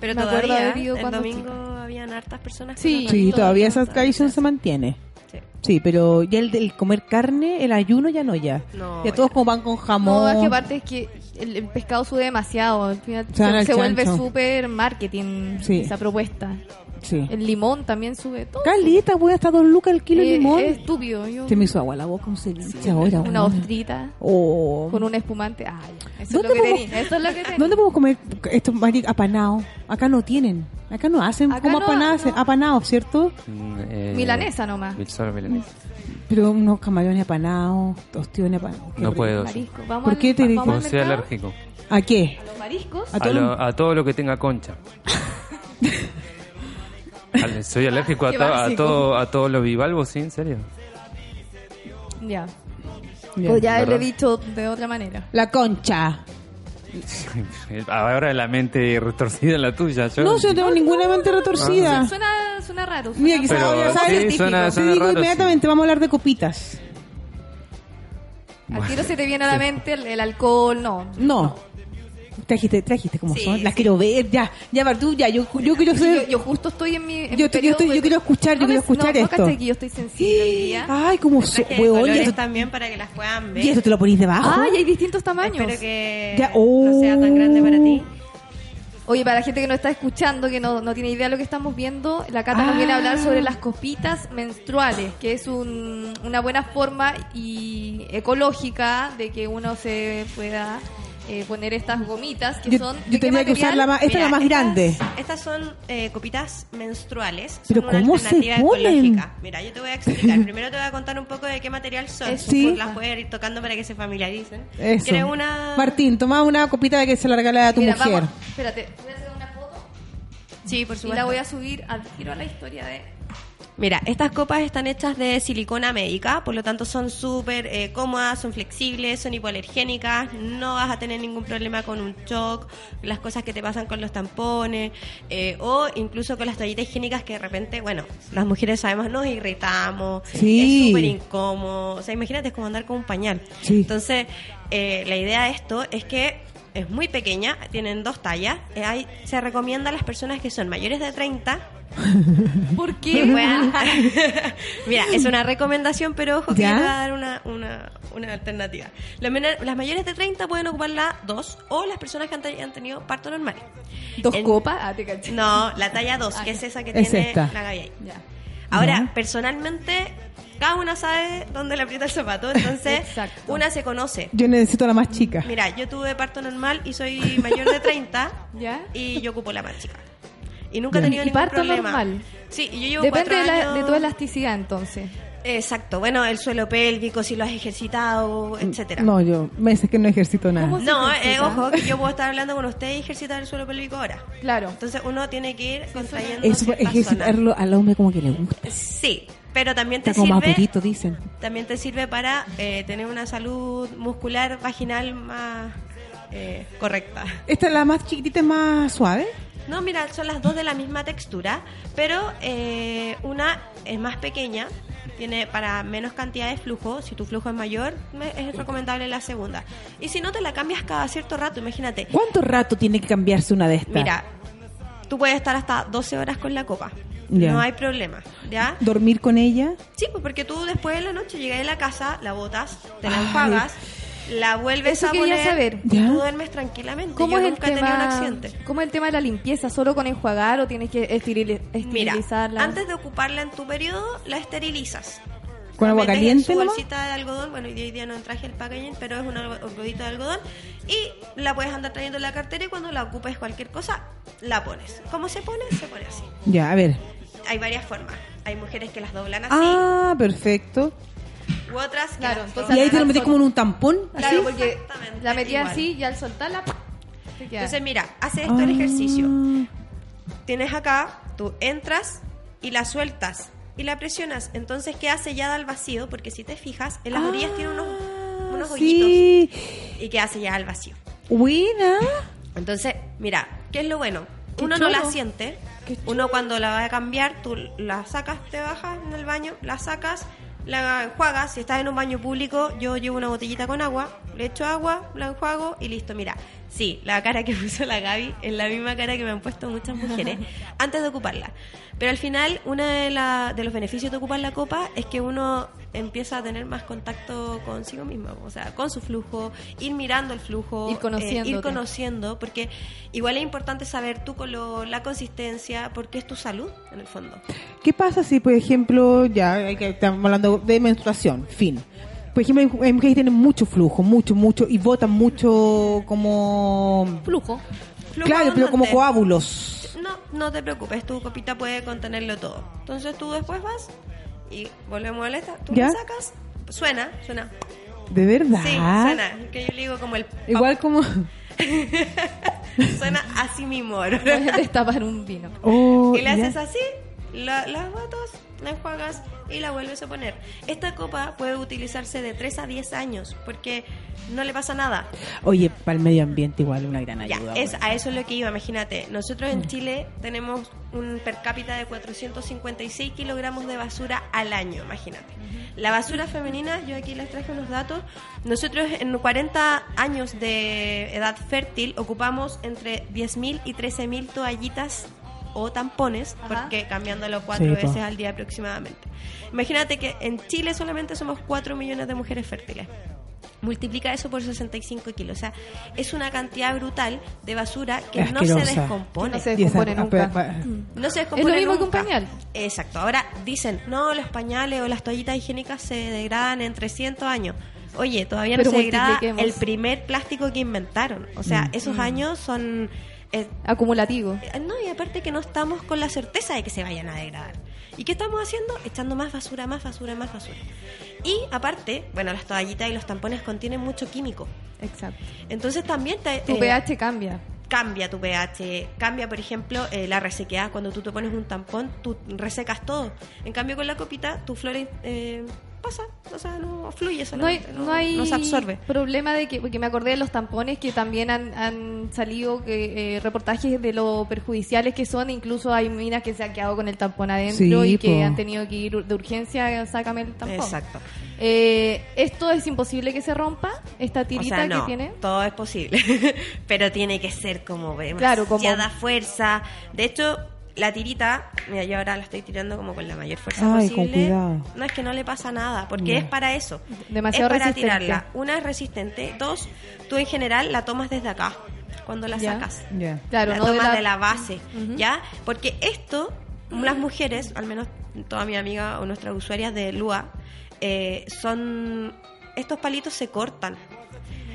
Speaker 6: Pero
Speaker 4: Me acuerdo
Speaker 6: todavía,
Speaker 4: haber ido
Speaker 6: el
Speaker 4: cuando
Speaker 6: domingo
Speaker 4: chica.
Speaker 6: habían hartas personas.
Speaker 4: Sí.
Speaker 6: con los
Speaker 2: Sí,
Speaker 6: ramitos,
Speaker 2: todavía esa
Speaker 6: hartas
Speaker 2: tradición se
Speaker 6: cosas.
Speaker 2: mantiene.
Speaker 6: Sí.
Speaker 2: Sí, pero ya el, el comer carne, el ayuno ya no ya.
Speaker 6: No,
Speaker 2: ya todos como van con jamón.
Speaker 4: No, es que aparte es que el, el pescado sube demasiado. al final
Speaker 2: Se van
Speaker 4: se,
Speaker 2: al
Speaker 4: se vuelve
Speaker 2: chancho.
Speaker 4: súper marketing
Speaker 2: Sí.
Speaker 4: esa propuesta.
Speaker 2: sí.
Speaker 4: El limón también sube todo.
Speaker 2: Calita, voy hasta dos lucas el kilo de
Speaker 4: Eh,
Speaker 2: limón.
Speaker 4: Es estúpido. yo-
Speaker 2: Se me hizo agua la boca un ceviche ahora.
Speaker 4: una
Speaker 2: weona.
Speaker 4: ostrita
Speaker 2: Oh.
Speaker 4: con un espumante. Ay, eso es
Speaker 2: ¿Dónde
Speaker 4: lo que
Speaker 2: podemos-
Speaker 4: tenía. Eso es lo que tenía.
Speaker 2: ¿Dónde podemos comer estos mariscos apanados? Acá no tienen. Acá no hacen
Speaker 4: Acá
Speaker 2: como
Speaker 4: no,
Speaker 2: apanadas,
Speaker 4: no.
Speaker 2: apanados, ¿cierto?
Speaker 3: Mm, eh,
Speaker 4: Milanesa nomás.
Speaker 3: mil- Solo milanesa.
Speaker 2: Pero unos camarones apanados, tostiones apanados. Qué
Speaker 3: No
Speaker 2: rico.
Speaker 3: puedo.
Speaker 4: Marisco. Vamos
Speaker 2: ¿Por
Speaker 4: al-
Speaker 2: qué te
Speaker 4: vamos
Speaker 3: Porque
Speaker 4: al
Speaker 3: soy
Speaker 4: mercado.
Speaker 3: alérgico.
Speaker 2: ¿A qué?
Speaker 4: Los mariscos.
Speaker 2: ¿A
Speaker 3: A,
Speaker 2: todo?
Speaker 3: lo- a todo lo que tenga concha. Al- Soy alérgico a,
Speaker 4: Qué
Speaker 3: to- a
Speaker 4: básico.
Speaker 3: todo a todos los bivalvos, ¿sí? ¿En serio?
Speaker 4: Ya.
Speaker 2: Ya.
Speaker 4: Pues ya le he
Speaker 3: ¿verdad?
Speaker 4: dicho de otra manera.
Speaker 2: La concha.
Speaker 3: Ahora la mente retorcida en la tuya. Yo,
Speaker 2: No, yo no tengo ninguna mente retorcida.
Speaker 4: Suena, suena raro. suena
Speaker 2: Ah. Mira, quizás
Speaker 3: Pero
Speaker 2: ahora
Speaker 3: sí,
Speaker 2: sabes.
Speaker 3: suena-
Speaker 2: Te
Speaker 3: suena
Speaker 2: digo
Speaker 3: raro, sí.
Speaker 2: inmediatamente, vamos a hablar de copitas.
Speaker 4: Al tiro se te viene a la mente el, el alcohol, no.
Speaker 2: No. Trajiste, trajiste como
Speaker 6: Sí,
Speaker 2: son. Las
Speaker 6: sí.
Speaker 2: quiero ver, ya. Ya, Bartu, ya. Yo, yo quiero
Speaker 4: Sí,
Speaker 2: ser.
Speaker 4: yo, yo justo estoy en mi. en mi
Speaker 2: Yo estoy- yo estoy- yo
Speaker 4: de-
Speaker 2: quiero escuchar, yo
Speaker 4: No me-
Speaker 2: quiero escuchar
Speaker 4: no, no,
Speaker 2: esto. Ah,
Speaker 4: cachai que yo estoy sensible hoy día.
Speaker 2: Ay, como
Speaker 6: Traje
Speaker 2: son.
Speaker 6: de
Speaker 2: Weón,
Speaker 6: colores
Speaker 2: y eso,
Speaker 6: también para que las puedan ver.
Speaker 2: y eso te lo ponís debajo.
Speaker 4: Ay, hay distintos tamaños.
Speaker 6: Espero que
Speaker 2: Ya, oh.
Speaker 6: no sea tan grande para ti.
Speaker 4: Oye, para la gente que nos está escuchando, que no, no tiene idea de lo que estamos viendo, la Cata
Speaker 2: Ah.
Speaker 4: nos viene a hablar sobre las copitas menstruales, que es un- una buena forma y ecológica de que uno se pueda eh, poner estas gomitas que
Speaker 2: Yo-
Speaker 4: son.
Speaker 2: yo
Speaker 4: ¿de qué
Speaker 2: tenía que usar
Speaker 4: material?
Speaker 2: la ma- esta es la más
Speaker 6: estas-
Speaker 2: grande.
Speaker 6: Estas son eh, copitas menstruales. Son
Speaker 2: Pero
Speaker 6: una
Speaker 2: ¿cómo se
Speaker 6: alternativa
Speaker 2: ponen?
Speaker 6: ecológica. Mira, yo te voy a explicar. Primero te voy a contar un poco de qué material son.
Speaker 4: Eso.
Speaker 2: Sí.
Speaker 6: Las voy a ir tocando para que se familiaricen.
Speaker 2: Eso.
Speaker 6: ¿Quieres una?
Speaker 2: Martín, toma una copita de que se la regala a tu
Speaker 4: Mira,
Speaker 2: mujer.
Speaker 4: vamos, espérate, voy a hacer una foto
Speaker 6: Sí, por
Speaker 4: y la
Speaker 6: supuesto.
Speaker 4: voy a subir al tiro a la historia de.
Speaker 6: Mira, estas copas están hechas de silicona médica, por lo tanto son súper eh, cómodas, son flexibles, son hipoalergénicas, no vas a tener ningún problema con un shock, las cosas que te pasan con los tampones eh, o incluso con las toallitas higiénicas que de repente, bueno, las mujeres sabemos nos irritamos,
Speaker 2: Sí.
Speaker 6: es súper incómodo, o sea, imagínate es como andar con un pañal.
Speaker 2: Sí.
Speaker 6: Entonces, eh, la idea de esto es que es muy pequeña, tienen dos tallas, eh, hay- se recomienda a las personas que son mayores de 30
Speaker 4: ¿Por
Speaker 6: que
Speaker 4: qué?
Speaker 6: puedan- Mira, es una recomendación, pero ojo que
Speaker 2: ¿Ya?
Speaker 6: yo te voy a dar una, una, una alternativa. Los menor- las mayores de 30 pueden ocupar la 2 o las personas que han, te- han tenido parto normal.
Speaker 4: ¿Dos
Speaker 6: En-
Speaker 4: copas? Ah, te caché.
Speaker 6: No, la talla 2, que es esa que
Speaker 2: Es
Speaker 6: tiene
Speaker 2: esta.
Speaker 6: la Gaby ahí.
Speaker 4: Ya.
Speaker 6: Ahora,
Speaker 2: Ya.
Speaker 6: personalmente, cada una sabe dónde le aprieta el zapato, entonces
Speaker 4: Exacto.
Speaker 6: una se conoce.
Speaker 2: Yo necesito la más chica.
Speaker 6: Mira, yo tuve parto normal y soy mayor de 30
Speaker 4: ¿Ya?
Speaker 6: y yo ocupo la más chica. Y nunca he
Speaker 4: Ya.
Speaker 6: tenido
Speaker 4: ¿Y
Speaker 6: ningún
Speaker 4: parto
Speaker 6: problema.
Speaker 4: normal?
Speaker 6: Sí, y yo llevo
Speaker 4: Depende
Speaker 6: cuatro
Speaker 4: de, la- de
Speaker 6: años-
Speaker 4: tu elasticidad entonces.
Speaker 6: Exacto, bueno, el suelo pélvico, si lo has ejercitado, etcétera.
Speaker 2: Mm, No, yo meses que no ejercito nada.
Speaker 4: ¿Cómo
Speaker 6: No,
Speaker 4: se
Speaker 6: eh,
Speaker 4: ejercita?
Speaker 6: ojo, que yo puedo estar hablando con usted y ejercitar el suelo pélvico ahora.
Speaker 4: Claro.
Speaker 6: Entonces uno tiene que ir contrayendo
Speaker 2: Eso
Speaker 6: ciertas
Speaker 2: ejercitarlo al hombre como que le gusta.
Speaker 6: zonas. Sí, pero también te
Speaker 2: Está como
Speaker 6: sirve,
Speaker 2: apetito, dicen.
Speaker 6: también te sirve para eh, tener una salud muscular vaginal más eh, correcta.
Speaker 2: Esta es la más chiquitita, es más suave.
Speaker 6: No, mira, son las dos de la misma textura, pero eh, una es más pequeña, tiene para menos cantidad de flujo. Si tu flujo es mayor, me- es recomendable la segunda. Y si no, te la cambias cada cierto rato, imagínate.
Speaker 2: ¿Cuánto rato tiene que cambiarse una de estas?
Speaker 6: Mira, tú puedes estar hasta 12 horas con la copa.
Speaker 2: Ya.
Speaker 6: No hay problema, ¿ya?
Speaker 2: dormir con ella.
Speaker 6: Sí, pues porque tú después de la noche llegas a la casa, la botas, te la
Speaker 2: Ay.
Speaker 6: enjuagas, la vuelves
Speaker 4: Eso
Speaker 6: a
Speaker 4: quería
Speaker 6: poner
Speaker 4: saber.
Speaker 6: y
Speaker 2: Ya.
Speaker 6: tú duermes tranquilamente.
Speaker 4: ¿Cómo
Speaker 6: Yo
Speaker 4: es, el
Speaker 6: nunca he tenido un
Speaker 4: tema,
Speaker 6: accidente.
Speaker 4: ¿Cómo es el tema de la limpieza? ¿Solo con enjuagar o tienes que esteril-
Speaker 6: Mira,
Speaker 4: esterilizarla?
Speaker 6: antes de ocuparla en tu periodo, la esterilizas.
Speaker 2: Con agua
Speaker 6: Metes en
Speaker 2: caliente,
Speaker 6: su
Speaker 2: nomás.
Speaker 6: bolsita de algodón, bueno, hoy día no traje el packaging, pero es una bolsita de algodón. Y la puedes andar trayendo en la cartera y cuando la ocupes cualquier cosa, la pones. ¿Cómo se pone? Se pone así.
Speaker 2: Ya, a ver.
Speaker 6: Hay varias formas. Hay mujeres que las doblan así,
Speaker 2: Ah, perfecto.
Speaker 6: u otras que
Speaker 4: Claro,
Speaker 6: las
Speaker 4: entonces-
Speaker 6: doblan.
Speaker 2: Y ahí te lo metí como en un tampón.
Speaker 4: Claro,
Speaker 6: ¿Así?
Speaker 4: porque
Speaker 6: Exactamente,
Speaker 4: la metí
Speaker 6: igual.
Speaker 4: así y al soltarla... te queda.
Speaker 6: Entonces, mira, hace esto
Speaker 2: Ah.
Speaker 6: el ejercicio. Tienes acá, tú entras y la sueltas y la presionas. Entonces queda sellada al vacío, porque si te fijas, en las orillas tiene unos, unos hoyitos
Speaker 2: Ah, sí.
Speaker 6: y queda sellada al vacío.
Speaker 2: Buena.
Speaker 6: Entonces, mira, ¿qué es lo bueno?
Speaker 4: Qué
Speaker 6: Uno no la
Speaker 4: chulo.
Speaker 6: siente.
Speaker 4: Qué chulo.
Speaker 6: Uno cuando la va a cambiar, tú la sacas, te bajas en el baño, la sacas, la enjuagas. Si estás en un baño público, yo llevo una botellita con agua, le echo agua, la enjuago y listo. Mira, sí, la cara que puso la Gaby es la misma cara que me han puesto muchas mujeres antes de ocuparla. Pero al final, uno de, la- de los beneficios de ocupar la copa es que uno empieza a tener más contacto consigo mismo, o sea, con su flujo, ir mirando el flujo,
Speaker 4: Ir
Speaker 6: eh,
Speaker 4: conociéndote.
Speaker 6: ir cono- conociendo, porque igual es importante saber tu color, la consistencia, porque es tu salud en el fondo.
Speaker 2: ¿Qué pasa si, por ejemplo, ya hay que- estamos hablando de menstruación, fin? Por ejemplo, hay- hay mujeres que tienen mucho flujo, mucho, mucho, y botan mucho como...
Speaker 4: Flujo.
Speaker 6: Flujo
Speaker 2: claro, pero como
Speaker 6: abundante.
Speaker 2: coágulos.
Speaker 6: No, no te preocupes, tu copita puede contenerlo todo. Entonces tú después vas y volvemos a la esta, tú
Speaker 2: ¿Ya?
Speaker 6: la sacas, suena, suena.
Speaker 2: ¿De verdad?
Speaker 6: Sí, suena, que yo le digo como el pap,
Speaker 2: Igual como...
Speaker 6: suena así mismo. ¿no?
Speaker 4: Puedes destapar un vino.
Speaker 2: Oh,
Speaker 6: y le
Speaker 2: ya.
Speaker 6: haces así, la- las botas, la enjuagas y la vuelves a poner. Esta copa puede utilizarse de 3 a 10 años porque no le pasa nada.
Speaker 2: Oye, para el medio ambiente igual una gran
Speaker 6: Ya,
Speaker 2: ayuda. pues. Mm.
Speaker 6: es,
Speaker 2: weón.
Speaker 6: a eso es lo que iba, imagínate. Nosotros en Chile tenemos un per cápita de 456 kilogramos de basura al año, imagínate. La basura femenina, yo aquí les traje unos datos. Nosotros en 40 años de edad fértil ocupamos entre 10.000 y 13.000 toallitas o tampones,
Speaker 4: Ajá.
Speaker 6: porque cambiándolo cuatro
Speaker 2: Sí, po.
Speaker 6: veces al día aproximadamente. Imagínate que en Chile solamente somos 4 millones de mujeres fértiles. Multiplica eso por 65 kilos. O sea, es una cantidad brutal de basura que
Speaker 2: Es
Speaker 6: no se
Speaker 2: asquerosa.
Speaker 6: descompone.
Speaker 4: No se
Speaker 2: Y esa-
Speaker 4: descompone
Speaker 2: pe-
Speaker 4: nunca.
Speaker 2: pa-
Speaker 6: No se
Speaker 4: Es lo
Speaker 6: descompone
Speaker 4: mismo que un
Speaker 6: nunca.
Speaker 4: pañal.
Speaker 6: Exacto. Ahora dicen, no, los pañales o las toallitas higiénicas se degradan en 300 años. Oye, todavía no
Speaker 4: Pero
Speaker 6: se degrada
Speaker 4: multipliquemos. Mm.
Speaker 6: el primer plástico que inventaron. O sea, esos años son... eh,
Speaker 4: Acumulativo.
Speaker 6: no, y aparte que no estamos con la certeza de que se vayan a degradar. ¿Y qué estamos haciendo? Echando más basura, más basura, más basura. Y aparte, bueno, las toallitas y los tampones contienen mucho químico.
Speaker 4: Exacto.
Speaker 6: Entonces también te,
Speaker 4: Tu
Speaker 6: eh,
Speaker 4: pH cambia.
Speaker 6: cambia tu pH, cambia, por ejemplo, eh, la resequedad. Cuando tú te pones un tampón, tú resecas todo. En cambio, con la copita, tu flora eh, pasa, o sea, no fluye
Speaker 4: No hay,
Speaker 6: solamente,
Speaker 4: no hay
Speaker 6: no se absorbe.
Speaker 4: problema de que, porque me acordé de los tampones que también han, han salido que, eh, reportajes de lo perjudiciales que son, e incluso hay minas que se han quedado con el tampón adentro
Speaker 2: Sí,
Speaker 4: y que
Speaker 2: po.
Speaker 4: han tenido que ir de urgencia, sácame el tampón.
Speaker 6: Exacto.
Speaker 4: Eh, esto es imposible que se rompa, esta
Speaker 6: O
Speaker 4: tirita
Speaker 6: sea, no,
Speaker 4: que tiene.
Speaker 6: todo es posible, pero tiene que ser como vemos.
Speaker 4: Claro, como-
Speaker 6: fuerza. De hecho, la tirita, mira, yo ahora la estoy tirando como con la mayor fuerza
Speaker 2: Ay, con
Speaker 6: posible.
Speaker 2: cuidado.
Speaker 6: No es que no le pasa nada, porque es para eso.
Speaker 4: Demasiado
Speaker 6: es para
Speaker 4: resistente.
Speaker 6: tirarla. Una es resistente, dos, tú en general la tomas desde acá cuando la
Speaker 4: Ya.
Speaker 6: sacas.
Speaker 2: Ya.
Speaker 4: Claro,
Speaker 6: la
Speaker 4: no
Speaker 6: tomas de la,
Speaker 4: de la,
Speaker 6: base, ¿ya? Porque esto, las mujeres, al menos toda mi amiga o nuestras usuarias de Lua, eh, son estos palitos se cortan.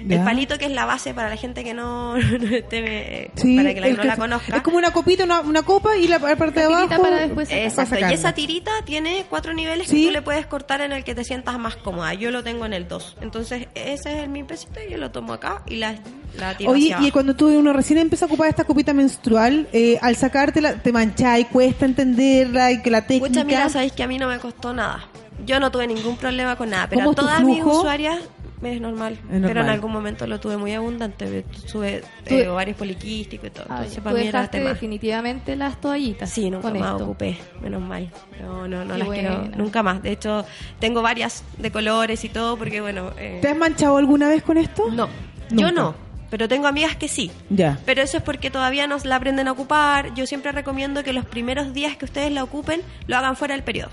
Speaker 2: Ya.
Speaker 6: El palito que es la base para la gente que no, no esté, eh,
Speaker 2: Sí,
Speaker 6: para que la,
Speaker 2: el
Speaker 6: no la
Speaker 2: que-
Speaker 6: conozca.
Speaker 2: Es como una copita, una, una copa y la la parte de
Speaker 4: tirita
Speaker 2: abajo.
Speaker 4: para después sacar.
Speaker 6: Exacto.
Speaker 2: para
Speaker 6: Y esa
Speaker 2: sacarla.
Speaker 6: tirita tiene cuatro niveles
Speaker 2: Sí.
Speaker 6: que tú le puedes cortar en el que te sientas más cómoda. Yo lo tengo en el 2. Entonces, ese es el mi pesito y yo lo tomo acá y la, la tiro
Speaker 2: Oye,
Speaker 6: hacia
Speaker 2: y
Speaker 6: abajo.
Speaker 2: cuando tú uno recién empieza a ocupar esta copita menstrual, eh, al sacártela te mancháis, cuesta entenderla y que la técnica...
Speaker 6: Pucha, mira, sabéis que a mí no me costó nada. Yo no tuve ningún problema con nada, pero
Speaker 2: ¿Cómo
Speaker 6: a
Speaker 2: es tu
Speaker 6: todas mis
Speaker 2: flujo?
Speaker 6: usuarias es normal,
Speaker 2: normal.
Speaker 6: Pero en algún momento lo tuve muy abundante. Tuve
Speaker 4: Tú-
Speaker 6: eh, ovarios poliquísticos y todo.
Speaker 4: Ah,
Speaker 6: Entonces,
Speaker 4: ya.
Speaker 6: para
Speaker 4: Tú
Speaker 6: mí era
Speaker 4: dejaste
Speaker 6: tema.
Speaker 4: definitivamente las toallitas.
Speaker 6: Sí, nunca
Speaker 4: con
Speaker 6: más
Speaker 4: esto.
Speaker 6: ocupé, menos mal. No, no, no
Speaker 4: Qué
Speaker 6: las quiero
Speaker 4: buena.
Speaker 6: nunca más. De hecho, tengo varias de colores y todo, porque bueno. eh,
Speaker 2: ¿Te has manchado alguna vez con esto?
Speaker 6: no,
Speaker 2: Nunca.
Speaker 6: yo no, pero tengo amigas que sí.
Speaker 2: Ya.
Speaker 6: Pero eso es porque todavía no la aprenden a ocupar. Yo siempre recomiendo que los primeros días que ustedes la ocupen lo hagan fuera del periodo.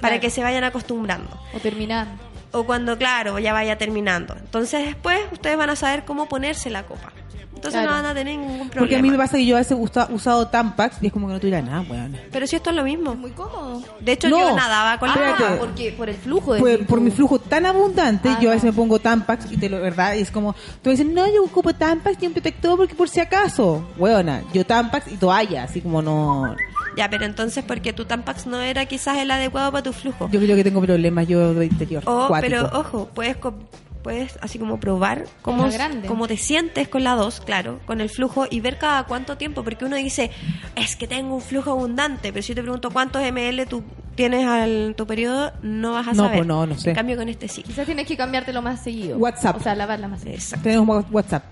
Speaker 6: Para
Speaker 4: Claro.
Speaker 6: que se vayan acostumbrando.
Speaker 4: O terminar.
Speaker 6: O cuando, claro, ya vaya terminando. Entonces después ustedes van a saber cómo ponerse la copa. Entonces
Speaker 4: Claro.
Speaker 6: no van a tener ningún problema.
Speaker 2: Porque a mí me pasa que yo a veces he usa- usado Tampax y es como que no tuviera nada, weón.
Speaker 6: Pero si esto es lo mismo.
Speaker 4: Es muy cómodo.
Speaker 6: De hecho,
Speaker 2: No.
Speaker 6: yo nadaba con la
Speaker 2: Espérate.
Speaker 6: copa.
Speaker 4: porque por el flujo de
Speaker 2: Por, por mi flujo tan abundante,
Speaker 4: Ah,
Speaker 2: yo a veces
Speaker 4: no.
Speaker 2: me pongo Tampax y te lo, ¿verdad? Y es como, tú dices, no, yo ocupo Tampax y un protector porque por si acaso, weona, yo Tampax y toalla, así como no...
Speaker 6: Ya, pero entonces porque tu Tampax no era quizás el adecuado para tu flujo.
Speaker 2: Yo creo que tengo problemas yo de interior.
Speaker 6: Oh,
Speaker 2: cuático.
Speaker 6: pero ojo, puedes co- puedes así como probar cómo,
Speaker 4: la grande.
Speaker 6: cómo te sientes con la 2, claro, con el flujo y ver cada cuánto tiempo, porque uno dice, es que tengo un flujo abundante, pero si yo te pregunto cuántos ml tú tienes al tu periodo, no vas a
Speaker 2: No,
Speaker 6: saber.
Speaker 2: pues no, no sé.
Speaker 6: En cambio con este sí.
Speaker 4: Quizás tienes que cambiártelo más seguido.
Speaker 2: WhatsApp.
Speaker 4: O sea, lavarla más seguido.
Speaker 6: Exacto.
Speaker 2: Tenemos wa- WhatsApp.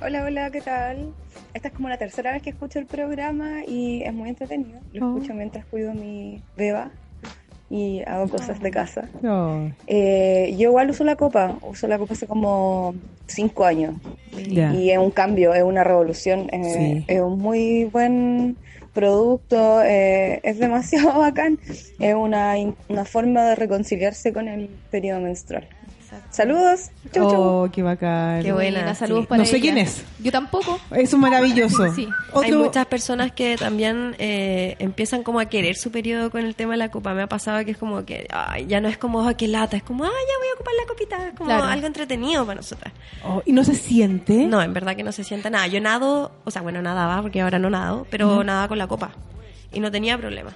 Speaker 7: Hola, hola, ¿qué tal? Esta es como la tercera vez que escucho el programa y es muy entretenido. Lo
Speaker 2: Oh.
Speaker 7: escucho mientras cuido a mi beba y hago cosas
Speaker 2: Ah.
Speaker 7: de casa.
Speaker 2: No.
Speaker 7: Eh, yo igual uso la copa, uso la copa hace como cinco años
Speaker 2: Ya.
Speaker 7: y es un cambio, es una revolución, eh,
Speaker 2: Sí.
Speaker 7: es un muy buen producto, eh, es demasiado bacán, es una, in- una forma de reconciliarse con el periodo menstrual. Saludos, chau, chau.
Speaker 2: Oh, qué bacán.
Speaker 6: Qué buena,
Speaker 4: Buena, saludos
Speaker 6: sí.
Speaker 4: para
Speaker 2: No sé
Speaker 4: ella.
Speaker 2: quién es.
Speaker 4: Yo tampoco.
Speaker 2: Eso es maravilloso.
Speaker 4: Sí.
Speaker 6: Hay muchas personas que también eh, empiezan como a querer su periodo con el tema de la copa. Me ha pasado que es como que ay, ya no es como "Ay, qué lata, es como ah, ya voy a ocupar la copita, es como
Speaker 4: Claro.
Speaker 6: algo entretenido para nosotras.
Speaker 2: Oh, ¿Y no se siente?
Speaker 6: No, en verdad que no se siente nada. Yo nado, o sea, bueno, nadaba porque ahora no nado, pero nadaba con la copa y no tenía problema.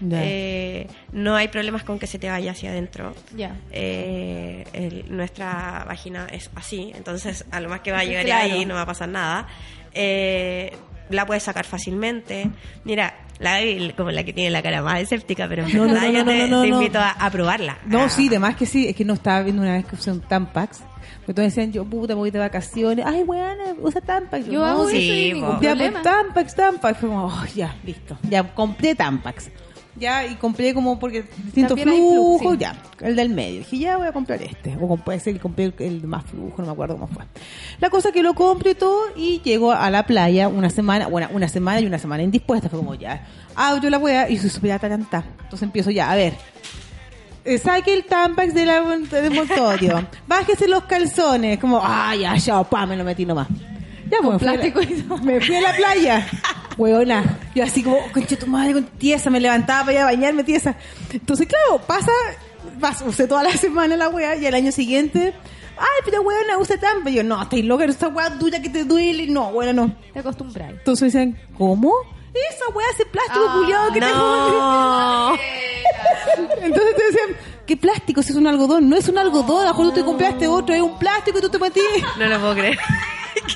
Speaker 2: Ya.
Speaker 6: Eh, no hay problemas con que se te vaya hacia adentro.
Speaker 4: Ya.
Speaker 6: Eh, el- nuestra vagina es así, entonces a lo más que va a llegar
Speaker 4: Claro.
Speaker 6: ahí no va a pasar nada. Eh, la puedes sacar fácilmente. Mira, la Gaby, como la que tiene la cara más escéptica, pero en
Speaker 2: No, no,
Speaker 6: verdad
Speaker 2: no,
Speaker 6: yo
Speaker 2: no,
Speaker 6: te,
Speaker 2: no, no,
Speaker 6: te
Speaker 2: no.
Speaker 6: invito a, a probarla.
Speaker 2: No,
Speaker 6: A-
Speaker 2: sí, además que sí, es que no estaba viendo una vez que usé un Tampax. Pero todos decían, yo puta, me voy de vacaciones. Ay, weana, usa Tampax.
Speaker 4: Yo
Speaker 2: no,
Speaker 4: hago
Speaker 6: sí,
Speaker 4: eso y
Speaker 6: po.
Speaker 4: ningún
Speaker 2: Ya, pues,
Speaker 4: problema.
Speaker 2: Tampax, Tampax. Fue como, oh, ya, listo. Ya, compré Tampax. Ya, y compré como porque distintos
Speaker 4: También hay flu,
Speaker 2: flujos,
Speaker 4: sí.
Speaker 2: ya, el del medio. Dije, ya voy a comprar este. O puede ser que compré el, el más flujo, no me acuerdo cómo fue. La cosa que lo compro y todo, y llego a la playa una semana, bueno, una semana y una semana indispuesta. Fue como, ya, abro la wea y se supiera atacantar. Entonces empiezo ya, a ver, eh, saque el tampax del ab- del montorio, bájese los calzones, como, ay, ya, ya, pa, me lo metí nomás. Ya,
Speaker 4: Con
Speaker 2: bueno, fui a la-
Speaker 4: plástico y todo.
Speaker 2: me fui a la playa, hueona. Yo así como, oh, concha tu madre, con tiesa, me levantaba para ir a bañarme, tiesa. Entonces, claro, pasa, pasa- usé toda la semana la wea y al año siguiente, ay, pero hueona, usa tampax. Y yo, no, estáis loca, esa wea dura que te duele, no, bueno, no.
Speaker 4: Te acostumbras.
Speaker 2: Entonces dicen, ¿cómo? Esa weá hace plástico
Speaker 4: Ah,
Speaker 2: culiado que te
Speaker 6: no.
Speaker 2: Entonces te decían, ¿qué plástico? Si es un algodón, no es un algodón, a lo mejor tú te compraste otro, es un plástico y tú te metí.
Speaker 6: No lo puedo creer.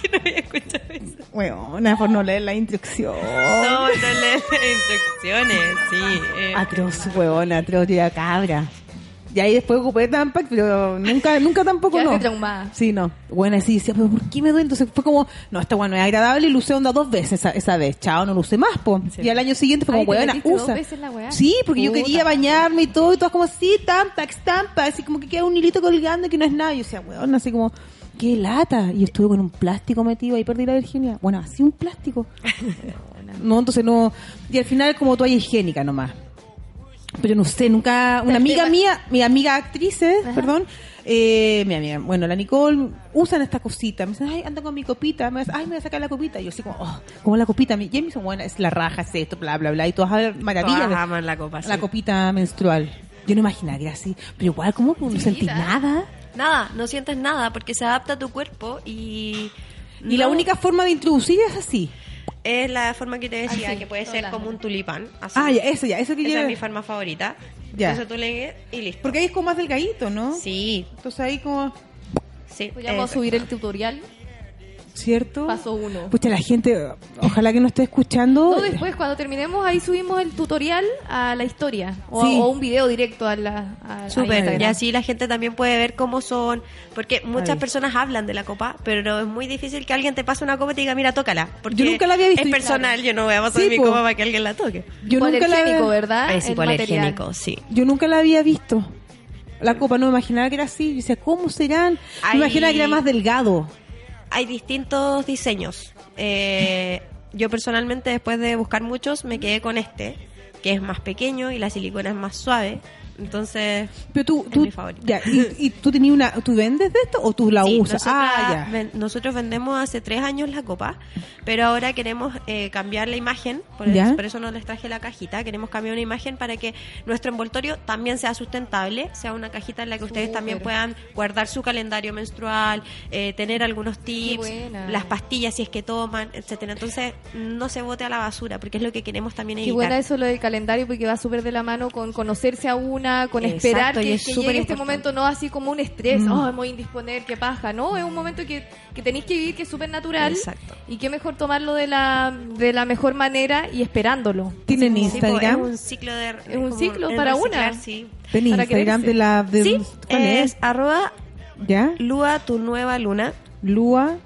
Speaker 6: que no había escuchado eso.
Speaker 2: Bueno, por no leer la instrucción.
Speaker 6: No, no lees instrucciones, sí. eh.
Speaker 2: Atroz, weón, atroz, yo ya cabra. Y ahí después ocupé Tampax, pero nunca, nunca tampoco
Speaker 4: Quedaste
Speaker 2: no.
Speaker 4: traumada.
Speaker 2: Sí, no. Bueno, así decía, pero ¿por qué me duele? Entonces fue como, no, esta weón no es agradable y lo usé onda dos veces esa, esa vez. Chao, no lo usé más, po. Y al año siguiente fue
Speaker 4: Ay,
Speaker 2: como,
Speaker 4: ¿te
Speaker 2: weón,
Speaker 4: metiste dos
Speaker 2: usa.
Speaker 4: veces la weá?
Speaker 2: sí, porque yo
Speaker 4: Puta.
Speaker 2: quería bañarme y todo, y todas como, sí, Tampax, Tampax, así como que queda un hilito colgando que no es nada. Y yo decía, weón, así como, qué lata. Y estuve con un plástico metido, ahí perdí la virginidad. Bueno, así un plástico. No, entonces no. Y al final como toalla higiénica nomás. Pero Pues no sé, nunca. Una amiga mía, mi amiga actrices, perdón, eh, mi amiga, bueno, la Nicole, usan esta cosita. Me dicen, ay, anda con mi copita. Me dicen, ay, me voy a sacar la copita. Y yo así como, oh, como la copita. Y me dicen, bueno, es la raja, es esto, bla, bla, bla. Y todas hablan maravillas.
Speaker 6: Todas
Speaker 2: de-
Speaker 6: aman la copa, sí.
Speaker 2: La copita menstrual. Yo no imaginaría así. Pero igual, ¿cómo no sentí nada?
Speaker 6: Nada, no sientes nada porque se adapta a tu cuerpo y...
Speaker 2: Y la
Speaker 6: no-
Speaker 2: única forma de introducir es así.
Speaker 6: Es la forma que te decía,
Speaker 4: Así,
Speaker 6: que puede ser
Speaker 4: doblando.
Speaker 6: como un tulipán. Así.
Speaker 2: Ah, ya, eso, ya, eso que
Speaker 6: Esa
Speaker 2: yo.
Speaker 6: es mi forma favorita.
Speaker 2: Ya.
Speaker 6: Entonces tú le y listo.
Speaker 2: Porque ahí es como más delgadito, ¿no?
Speaker 6: Sí,
Speaker 2: Entonces ahí como.
Speaker 6: sí.
Speaker 4: Pues ya vamos a subir el tutorial.
Speaker 2: ¿Cierto?
Speaker 4: Paso uno.
Speaker 2: Pucha, la gente, ojalá que no esté escuchando.
Speaker 4: No, después, cuando terminemos, ahí subimos el tutorial a la historia. O,
Speaker 2: Sí.
Speaker 4: o un video directo a la. a- a
Speaker 6: Súper,
Speaker 4: Instagram.
Speaker 6: y así la gente también puede ver cómo son, porque muchas
Speaker 2: Ay.
Speaker 6: personas hablan de la copa, pero es muy difícil que alguien te pase una copa y te diga, mira, tócala, porque
Speaker 2: Yo nunca la había visto.
Speaker 6: es personal, yo no voy a pasar
Speaker 2: Sí,
Speaker 6: mi
Speaker 2: po.
Speaker 6: copa para que alguien la toque.
Speaker 2: Yo nunca,
Speaker 4: Hipoalergénico,
Speaker 2: la,
Speaker 4: ¿verdad?
Speaker 6: es
Speaker 4: Ah, El
Speaker 6: hipoalergénico,
Speaker 4: material.
Speaker 6: sí.
Speaker 2: yo nunca la había visto. La copa no me imaginaba que era así. Yo decía, ¿cómo serán?
Speaker 6: Ay.
Speaker 2: Me imaginaba que era más delgado.
Speaker 6: Hay distintos diseños. Eh, yo personalmente, después de buscar muchos, me quedé con este, que es más pequeño y la silicona es más suave, entonces...
Speaker 2: Pero tú,
Speaker 6: Es
Speaker 2: tú,
Speaker 6: mi favorito.
Speaker 2: ya, y, y tú tenías una, ¿tú vendes de esto o tú la
Speaker 6: Sí,
Speaker 2: usas? Ah,
Speaker 6: nosotras
Speaker 2: ya.
Speaker 6: ven- nosotros vendemos hace tres años la copa, pero ahora queremos eh, cambiar la imagen, por,
Speaker 2: ¿Ya?
Speaker 6: por eso no les traje la cajita, queremos cambiar una imagen para que nuestro envoltorio también sea sustentable, sea una cajita en la que ustedes también puedan guardar su calendario menstrual, eh, tener algunos tips,
Speaker 4: buena.
Speaker 6: las pastillas si es que toman, etcétera. Entonces no se bote a la basura, porque es lo que queremos también
Speaker 4: Qué
Speaker 6: evitar.
Speaker 4: buena eso lo del calendario porque va súper de la mano con conocerse a una, con
Speaker 6: Exacto,
Speaker 4: esperar
Speaker 6: y
Speaker 4: que,
Speaker 6: es
Speaker 4: que
Speaker 6: súper
Speaker 4: llegue este
Speaker 6: importante.
Speaker 4: momento, no así como un estrés,
Speaker 2: Mm.
Speaker 4: oh, me voy a indisponer, qué paja, no, es un momento que, que tenéis que vivir que es súper natural
Speaker 6: Exacto.
Speaker 4: y qué mejor tomarlo de la, de la mejor manera y esperándolo.
Speaker 2: ¿Tienen
Speaker 6: Sí, po,
Speaker 2: Instagram?
Speaker 6: es un ciclo de
Speaker 4: Es un
Speaker 6: como
Speaker 4: ciclo
Speaker 6: el
Speaker 4: para
Speaker 6: reciclar,
Speaker 4: una.
Speaker 6: Sí,
Speaker 2: ¿Tenés
Speaker 4: para
Speaker 2: Instagram
Speaker 4: quererse.
Speaker 2: de la... De,
Speaker 6: Sí,
Speaker 2: ¿Cuál
Speaker 6: es,
Speaker 2: es?
Speaker 6: arroba
Speaker 2: ¿Ya?
Speaker 6: lua tu nueva luna,
Speaker 2: Lua,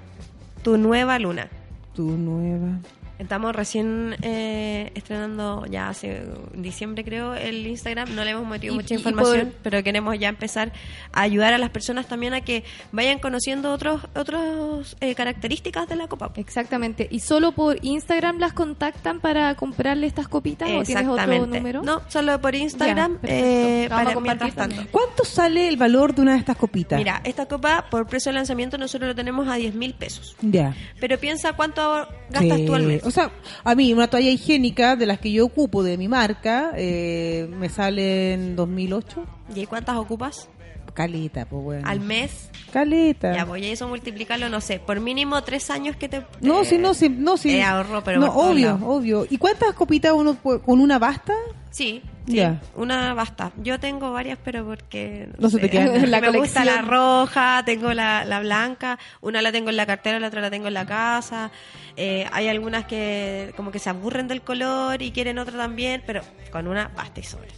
Speaker 6: tu nueva luna.
Speaker 2: tu nueva...
Speaker 6: Estamos recién eh, estrenando, ya hace diciembre creo, el Instagram. No le hemos metido
Speaker 4: Y-
Speaker 6: mucha
Speaker 4: y- y
Speaker 6: información,
Speaker 4: por-
Speaker 6: pero queremos ya empezar a ayudar a las personas también a que vayan conociendo otros otros eh, características de la copa.
Speaker 4: Exactamente. ¿Y solo por Instagram las contactan para comprarle estas copitas o tienes otro número?
Speaker 6: No, solo por Instagram.
Speaker 4: Ya, perfecto.
Speaker 6: eh,
Speaker 4: La vamos a
Speaker 6: para
Speaker 4: compartir
Speaker 6: mientras tanto.
Speaker 4: también.
Speaker 2: ¿Cuánto sale el valor de una de estas copitas?
Speaker 6: Mira, esta copa por precio de lanzamiento nosotros lo tenemos a 10 mil pesos.
Speaker 2: Ya.
Speaker 6: Pero piensa cuánto gastas
Speaker 2: Sí.
Speaker 6: tú al mes.
Speaker 2: O sea, a mí una toalla higiénica de las que yo ocupo de mi marca eh, me sale en 2008.
Speaker 6: ¿Y cuántas ocupas
Speaker 2: Caleta, pues bueno.
Speaker 6: al mes?
Speaker 2: Caleta.
Speaker 6: Ya, voy a eso multiplicarlo, no sé, por mínimo tres años que te...
Speaker 2: no,
Speaker 6: eh,
Speaker 2: sí, no, sí, no, sí.
Speaker 6: eh, ahorro, pero
Speaker 2: no,
Speaker 6: por todos
Speaker 2: obvio,
Speaker 6: lados.
Speaker 2: obvio. ¿Y cuántas copitas uno pu- con una basta?
Speaker 6: Sí, Sí,
Speaker 2: Ya.
Speaker 6: Una basta. Yo tengo varias, pero porque.
Speaker 2: No se te quedan.
Speaker 6: porque
Speaker 4: La
Speaker 6: me gusta la
Speaker 4: colección.
Speaker 6: roja, tengo la, la blanca, una la tengo en la cartera, la otra la tengo en la casa. Eh, hay algunas que como que se aburren del color y quieren otra también, pero con una basta y sobre.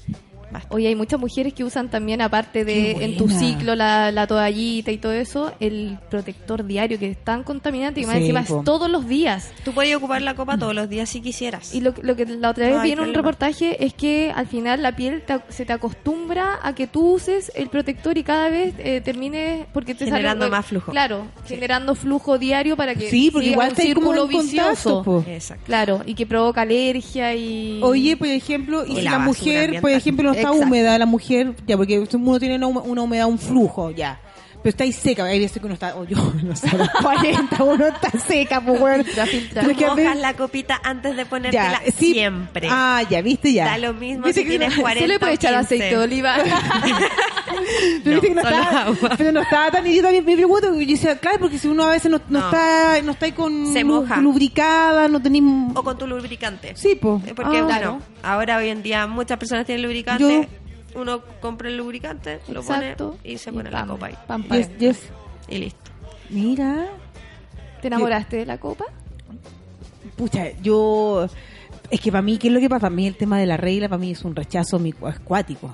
Speaker 6: Basta.
Speaker 4: Oye, hay muchas mujeres que usan también, aparte
Speaker 2: Qué
Speaker 4: de
Speaker 2: buena.
Speaker 4: en tu ciclo, la, la toallita y todo eso, el protector diario, que es tan contaminante y más
Speaker 2: Sí,
Speaker 4: encima es
Speaker 2: po.
Speaker 4: todos los días.
Speaker 6: Tú puedes ocupar la copa todos los días si quisieras.
Speaker 4: Y lo, lo que la otra vez
Speaker 6: No hay
Speaker 4: vi en un
Speaker 6: problema.
Speaker 4: reportaje es que al final la piel te- se te acostumbra a que tú uses el protector y cada vez eh, termines porque te sale
Speaker 6: Generando
Speaker 4: un-
Speaker 6: más flujo.
Speaker 4: Claro, generando flujo diario para que
Speaker 2: Sí, porque
Speaker 4: siga
Speaker 2: igual
Speaker 4: un
Speaker 2: te hay como
Speaker 4: círculo
Speaker 2: un contacto, po.
Speaker 6: Exacto.
Speaker 4: Claro, y que provoca alergia y
Speaker 2: Oye, por ejemplo, y
Speaker 6: Y
Speaker 2: si
Speaker 6: la
Speaker 2: la
Speaker 6: basura
Speaker 2: mujer, por
Speaker 6: ambiental.
Speaker 2: ejemplo, no está
Speaker 4: Exacto.
Speaker 2: húmeda, la mujer, ya, porque uno tiene una, hum- una humedad, un flujo, ya. Pero está ahí seca, hay veces que uno está, o yo, no sé, a los 40, uno está seca, pues bueno.
Speaker 4: Filtra, filtra.
Speaker 2: Pero es que a
Speaker 6: Mojas
Speaker 2: veces-
Speaker 6: la copita antes de
Speaker 2: ya,
Speaker 6: ponértela
Speaker 2: sí.
Speaker 6: siempre.
Speaker 2: Ah, ya, viste, ya.
Speaker 6: Da lo mismo
Speaker 2: Viste
Speaker 6: si
Speaker 2: que
Speaker 6: tienes
Speaker 2: no-
Speaker 6: 40
Speaker 4: se le puede
Speaker 6: o
Speaker 4: echar
Speaker 6: 15.
Speaker 4: aceite de oliva.
Speaker 2: Pero,
Speaker 6: No,
Speaker 2: viste que no
Speaker 6: solo
Speaker 2: estaba,
Speaker 6: agua.
Speaker 2: pero no estaba tan. Y yo también me pregunto, yo decía, claro, porque si uno a veces no, no
Speaker 6: No.
Speaker 2: está no está ahí con
Speaker 6: Se
Speaker 2: lu-
Speaker 6: moja.
Speaker 2: lubricada, no tenéis.
Speaker 6: O con tu lubricante.
Speaker 2: Sí, pues.
Speaker 6: Eh, Porque
Speaker 2: Ah,
Speaker 6: bueno, ahora hoy en día muchas personas tienen lubricante. Uno compra el lubricante, lo
Speaker 4: Exacto.
Speaker 6: pone y se pone la
Speaker 4: pam,
Speaker 6: copa ahí.
Speaker 4: pam, pam.
Speaker 2: Yes, yes.
Speaker 6: Y listo.
Speaker 2: Mira.
Speaker 4: ¿Te enamoraste de la copa?
Speaker 2: Pucha, yo. Es que para mí, ¿qué es lo que pasa? Para mí el tema de la regla, para mí es un rechazo mi- es cuático.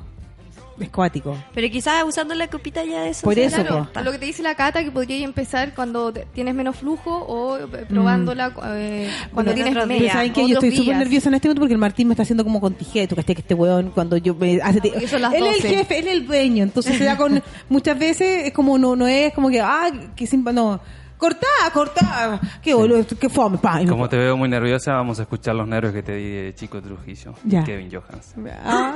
Speaker 2: Es cuático.
Speaker 6: Pero quizás usando la copita ya eso.
Speaker 2: Por
Speaker 6: se
Speaker 2: eso,
Speaker 6: alarga.
Speaker 2: po.
Speaker 4: Lo que te dice la cata que podrías empezar cuando te- tienes menos flujo o eh, probándola eh, cuando
Speaker 6: Bueno,
Speaker 4: tienes
Speaker 6: otros
Speaker 4: menos.
Speaker 6: días,
Speaker 2: ¿Saben que Yo estoy súper nerviosa en este momento porque el Martín me está haciendo como contijeto, ¿tú cachai? Que este weón cuando yo me hace...
Speaker 4: Ah, porque son las
Speaker 2: él es el
Speaker 4: 12.
Speaker 2: jefe, él es el dueño, entonces se da con... Muchas veces es como, no, no es como que, ah, que sin... No, cortá, cortá, qué boludo, qué fome, pa. y me-
Speaker 3: Como te veo muy nerviosa, vamos a escuchar los nervios que te di de Chico Trujillo.
Speaker 2: Ya.
Speaker 3: Kevin Johans.
Speaker 2: Ah.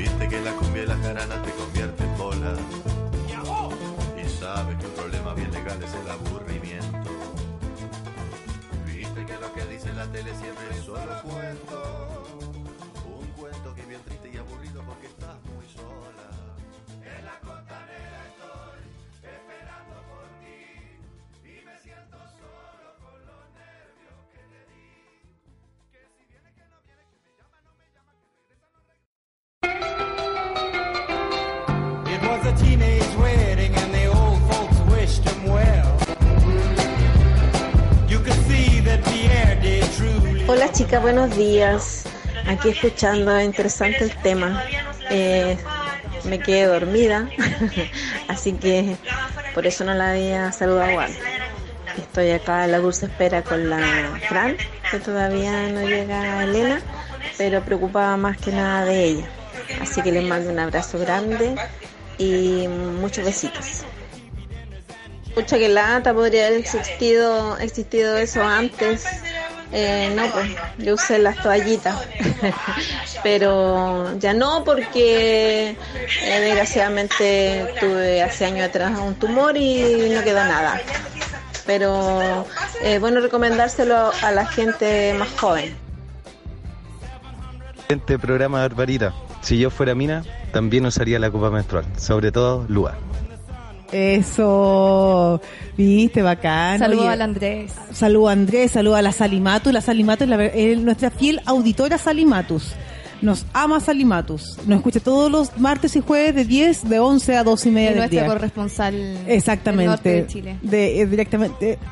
Speaker 8: Viste que la cumbia y las caranas te convierten en bola. Y sabes que un problema bien legal es el aburrimiento. Viste que lo que dice la tele siempre es solo cuento. Un cuento que es bien triste y aburrido porque estás muy sola. En la costanera estoy esperando por ti. Y me siento solo con los nervios que te di. Que si viene que no viene, que me llama, no me llama, que regresa, no regresa.
Speaker 1: It was a teenage wedding and the old folks wished him well. You could see that Pierre did truly.
Speaker 9: Hola chicas, buenos días. Aquí escuchando, interesante el tema. Eh, me quedé dormida, así que por eso no la había saludado antes. Estoy acá en la dulce espera con la Fran, que todavía no llega a Elena, pero preocupada más que nada de ella. Así que les mando un abrazo grande y muchos besitos. Pucha que lata, podría haber existido, existido eso antes. Eh, no, pues yo usé las toallitas, pero ya no porque eh, desgraciadamente tuve hace años atrás un tumor y no quedó nada. Pero eh, bueno recomendárselo a la gente más joven.
Speaker 10: Excelente programa, Barbarita. Si yo fuera mina, también usaría la copa menstrual, sobre todo Lua.
Speaker 2: Eso, viste, bacán.
Speaker 4: Saludos
Speaker 2: oye.
Speaker 4: al Andrés.
Speaker 2: Saludo a Andrés, saludo a la Salimatus. La Salimatus es la ver- eh, nuestra fiel auditora Salimatus. Nos ama Salimatus. Nos escucha todos los martes y jueves de 10, de 11 a 2 y
Speaker 4: Y
Speaker 2: media del
Speaker 4: nuestra
Speaker 2: día.
Speaker 4: corresponsal
Speaker 2: Exactamente.
Speaker 4: del norte de Chile.
Speaker 2: De- eh, directamente.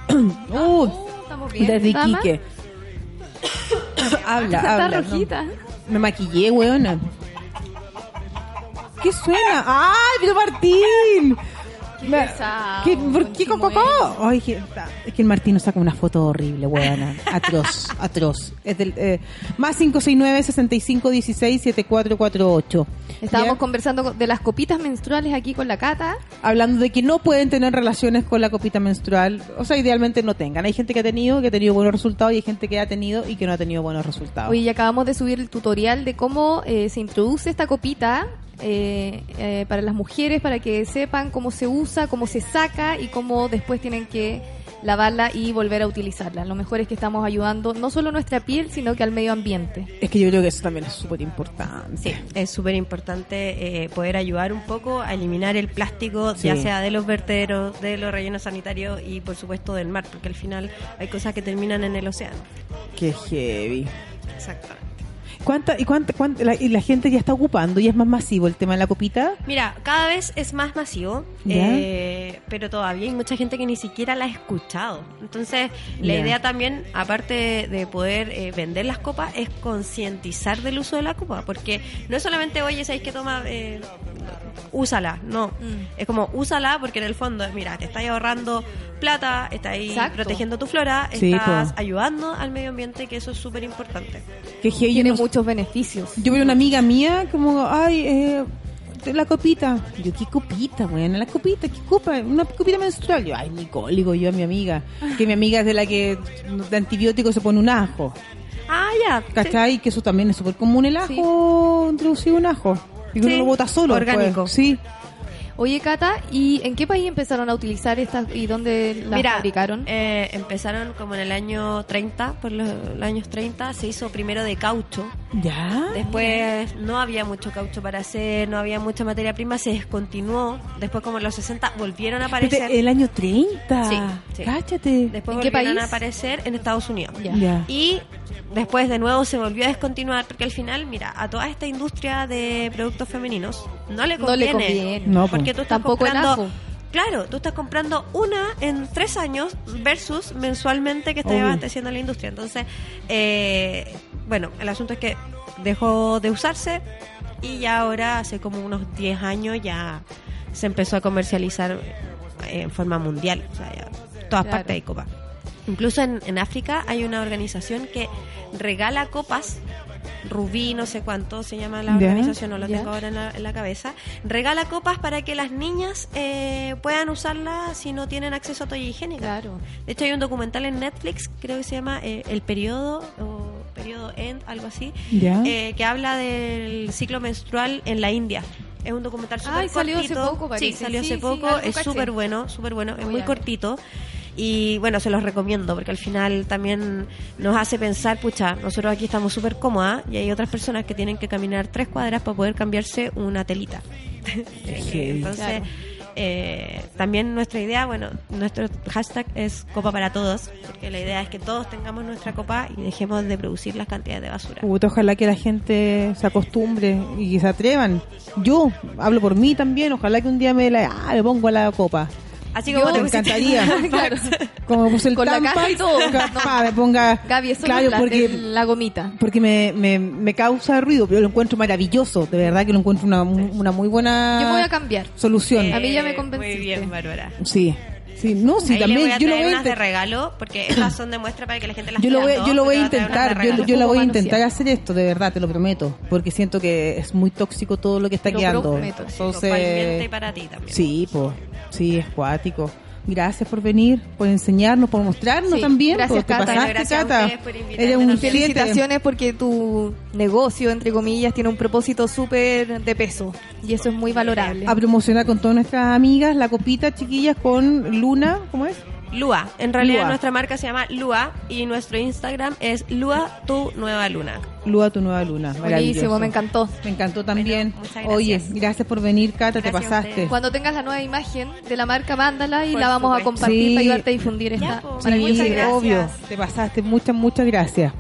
Speaker 4: Uh,
Speaker 2: Uh,
Speaker 4: estamos bien.
Speaker 2: desde
Speaker 4: Dama,
Speaker 2: Iquique. habla,
Speaker 4: Está
Speaker 2: habla.
Speaker 4: rojita.
Speaker 2: Me maquillé, weona. ¿Qué suena? ¡Ay, pero Martín! Me-
Speaker 4: pesado,
Speaker 2: ¿Qué, ¿Por qué
Speaker 4: Chimoel.
Speaker 2: Cococó? Ay, que está- es que el Martino saca una foto horrible, huevona. Atroz, atroz. Es del, eh, más 569-6516-7448.
Speaker 4: Estábamos
Speaker 2: ¿Ya?
Speaker 4: conversando con- de las copitas menstruales aquí con la Cata.
Speaker 2: Hablando de que no pueden tener relaciones con la copita menstrual. O sea, idealmente no tengan. Hay gente que ha tenido, que ha tenido buenos resultados y hay gente que ha tenido y que no ha tenido buenos resultados.
Speaker 4: Hoy acabamos de subir el tutorial de cómo eh, se introduce esta copita eh, eh, para las mujeres, para que sepan cómo se usa, cómo se saca y cómo después tienen que lavarla y volver a utilizarla. Lo mejor es que estamos ayudando no solo a nuestra piel, sino que al medio ambiente.
Speaker 2: Es que yo creo que eso también es súper importante.
Speaker 6: Sí, es súper importante eh, poder ayudar un poco a eliminar el plástico,
Speaker 2: Sí.
Speaker 6: ya sea de los vertederos, de los rellenos sanitarios y por supuesto del mar, porque al final hay cosas que terminan en el océano.
Speaker 2: Qué heavy.
Speaker 6: Exacto.
Speaker 2: ¿Cuánta, y, cuánta, cuánta- la, y la gente ya está ocupando y es más masivo el tema de la copita?
Speaker 6: Mira, cada vez es más masivo,
Speaker 2: Ya.
Speaker 6: eh, pero todavía hay mucha gente que ni siquiera la ha escuchado. Entonces, la
Speaker 2: Ya.
Speaker 6: idea también, aparte de poder eh, vender las copas, es concientizar del uso de la copa, porque no es solamente, oye, ¿sabéis qué toma? Eh, úsala, no.
Speaker 2: Mm.
Speaker 6: Es como, úsala porque en el fondo, mira, te estás ahorrando plata, estás ahí
Speaker 4: Exacto.
Speaker 6: protegiendo tu flora,
Speaker 2: Sí,
Speaker 6: estás
Speaker 2: po.
Speaker 6: ayudando al medio ambiente, que eso es súper importante.
Speaker 2: Qué heavy.
Speaker 4: Tiene
Speaker 2: yo no-
Speaker 4: muchos beneficios.
Speaker 2: Yo veo una amiga mía como, ay, eh, la copita. Yo, ¿qué copita, buena? La copita, ¿qué copa? Una copita menstrual. Yo, ay, Nicole, digo yo a mi amiga. Que mi amiga es de la que de antibiótico se pone un ajo.
Speaker 6: Ah, ya. sí.
Speaker 2: ¿Cachai? Que eso también es súper común, el ajo, introducir un ajo. Y que uno
Speaker 6: Sí,
Speaker 2: lo bota solo. después.
Speaker 6: orgánico.
Speaker 2: Sí.
Speaker 4: Oye, Cata, ¿y en qué país empezaron a utilizar estas y dónde las fabricaron?
Speaker 6: eh, empezaron como en el año 30, por los, los años 30, se hizo primero de caucho.
Speaker 2: ¿Ya?
Speaker 4: Ah,
Speaker 6: Después no había mucho caucho para hacer, no había mucha materia prima, se descontinuó. Después como en los 60 volvieron a aparecer.
Speaker 2: El año 30.
Speaker 6: Sí, sí.
Speaker 2: Cáchate.
Speaker 6: Después
Speaker 4: ¿En qué
Speaker 6: volvieron a
Speaker 4: país?
Speaker 6: aparecer en Estados Unidos.
Speaker 4: Ya.
Speaker 2: Ya.
Speaker 6: Y después de nuevo se volvió a descontinuar porque al final, mira, a toda esta industria de productos femeninos no le
Speaker 4: No le
Speaker 6: conviene.
Speaker 4: conviene.
Speaker 2: No, po.
Speaker 6: porque tú estás
Speaker 4: Tampoco el
Speaker 6: comprando...
Speaker 4: ajo.
Speaker 6: Claro, tú estás comprando una en tres años versus mensualmente que está
Speaker 2: Obvio.
Speaker 6: abasteciendo la industria. Entonces, eh, bueno, el asunto es que dejó de usarse y ya ahora hace como unos 10 años ya se empezó a comercializar eh, en forma mundial. O sea, ya todas
Speaker 4: Claro.
Speaker 6: partes hay copa. Incluso en, en África hay una organización que regala copas, Rubí, no sé cuánto se llama la
Speaker 2: Ya.
Speaker 6: organización, no la
Speaker 4: Ya.
Speaker 6: tengo ahora en la, en la cabeza, regala copas para que las niñas eh, puedan usarlas si no tienen acceso a toalla higiénica.
Speaker 4: Claro.
Speaker 6: De hecho hay un documental en Netflix, creo que se llama eh, El Periodo o Periodo End, algo así,
Speaker 2: Ya.
Speaker 6: eh, que habla del ciclo menstrual en la India. Es un documental súper
Speaker 4: Ay, salió hace
Speaker 6: cortito.
Speaker 4: poco,
Speaker 6: Sí,
Speaker 4: parece.
Speaker 6: salió
Speaker 4: Sí,
Speaker 6: hace
Speaker 4: sí,
Speaker 6: poco.
Speaker 4: algo
Speaker 6: es
Speaker 4: caché.
Speaker 6: súper bueno, súper bueno. Es
Speaker 4: Voy
Speaker 6: muy
Speaker 4: a ver.
Speaker 6: cortito. Y bueno, se los recomiendo porque al final también nos hace pensar, pucha, nosotros aquí estamos súper cómodas y hay otras personas que tienen que caminar tres cuadras para poder cambiarse una telita. Entonces,
Speaker 4: Claro.
Speaker 6: eh, también nuestra idea, bueno, nuestro hashtag es Copa para Todos, porque la idea es que todos tengamos nuestra copa y dejemos de producir las cantidades de basura.
Speaker 2: Puta, ojalá que la gente se acostumbre y que se atrevan. Yo hablo por mí también, ojalá que un día me la ah, le pongo a la copa.
Speaker 6: Así como
Speaker 2: Yo-
Speaker 6: te
Speaker 2: Me
Speaker 6: pusiste-
Speaker 2: encantaría.
Speaker 4: Claro.
Speaker 2: Como me puse el
Speaker 4: Con la
Speaker 2: Tampax,
Speaker 4: caja y todo.
Speaker 2: capaz me ponga
Speaker 4: Gaby, eso
Speaker 2: claro,
Speaker 4: es
Speaker 2: porque
Speaker 4: la gomita.
Speaker 2: porque me, me, me causa ruido, pero lo encuentro maravilloso, de verdad que lo encuentro una, una muy buena
Speaker 4: Yo me voy a cambiar.
Speaker 2: solución.
Speaker 4: A mí ya me
Speaker 6: Eh,
Speaker 4: convenciste.
Speaker 6: Muy bien, Bárbara.
Speaker 2: Sí. Sí, no, sí,
Speaker 6: Ahí
Speaker 2: también
Speaker 6: le voy a
Speaker 2: yo lo
Speaker 6: traer
Speaker 2: voy a
Speaker 6: unas de
Speaker 2: intentar.
Speaker 6: regalo, porque estas son de muestra para que la gente las
Speaker 2: Yo lo voy,
Speaker 6: quiera, ¿no?
Speaker 2: yo lo voy a
Speaker 6: Pero voy a traer
Speaker 2: intentar,
Speaker 6: unas de
Speaker 2: yo,
Speaker 6: regalo.
Speaker 2: yo la voy a
Speaker 4: Poco
Speaker 2: intentar
Speaker 4: manoseado.
Speaker 2: hacer esto, de verdad, te lo prometo, porque siento que es muy tóxico todo lo que está
Speaker 4: Lo
Speaker 2: quedando.
Speaker 4: prometo, sí,
Speaker 6: Totalmente y
Speaker 2: Entonces,
Speaker 6: para ti también.
Speaker 2: sí, po, sí, es cuático. Gracias por venir, por enseñarnos, por mostrarnos
Speaker 4: Sí,
Speaker 2: también.
Speaker 4: gracias,
Speaker 2: po, te
Speaker 4: Cata.
Speaker 2: pasaste,
Speaker 6: Gracias a
Speaker 2: Cata.
Speaker 6: ustedes por invitarme
Speaker 2: Eres un
Speaker 6: también.
Speaker 2: siete.
Speaker 4: Felicitaciones porque tu negocio, entre comillas, tiene un propósito súper de peso y eso es muy valorable.
Speaker 2: A promocionar con todas nuestras amigas la copita, chiquillas, con Luna, ¿cómo es?
Speaker 6: Lua. En realidad
Speaker 2: Lua.
Speaker 6: nuestra marca se llama Lua y nuestro Instagram es Lua tu nueva luna.
Speaker 2: Lua, tu nueva luna.
Speaker 4: Buenísimo,
Speaker 2: Maravilloso.
Speaker 4: me encantó.
Speaker 2: Me encantó también.
Speaker 6: Bueno, muchas
Speaker 2: Oye,
Speaker 6: gracias.
Speaker 2: gracias por venir, Cata, te
Speaker 6: Gracias a ustedes.
Speaker 2: pasaste.
Speaker 4: Cuando tengas la nueva imagen de la marca, mándala y
Speaker 6: Por
Speaker 4: la vamos a
Speaker 6: supuesto.
Speaker 4: compartir
Speaker 2: Sí.
Speaker 4: para ayudarte a difundir
Speaker 6: Ya,
Speaker 4: esta.
Speaker 6: pues.
Speaker 2: Sí,
Speaker 6: Maravilloso. Muchas gracias.
Speaker 2: obvio. Te pasaste. Muchas, muchas gracias.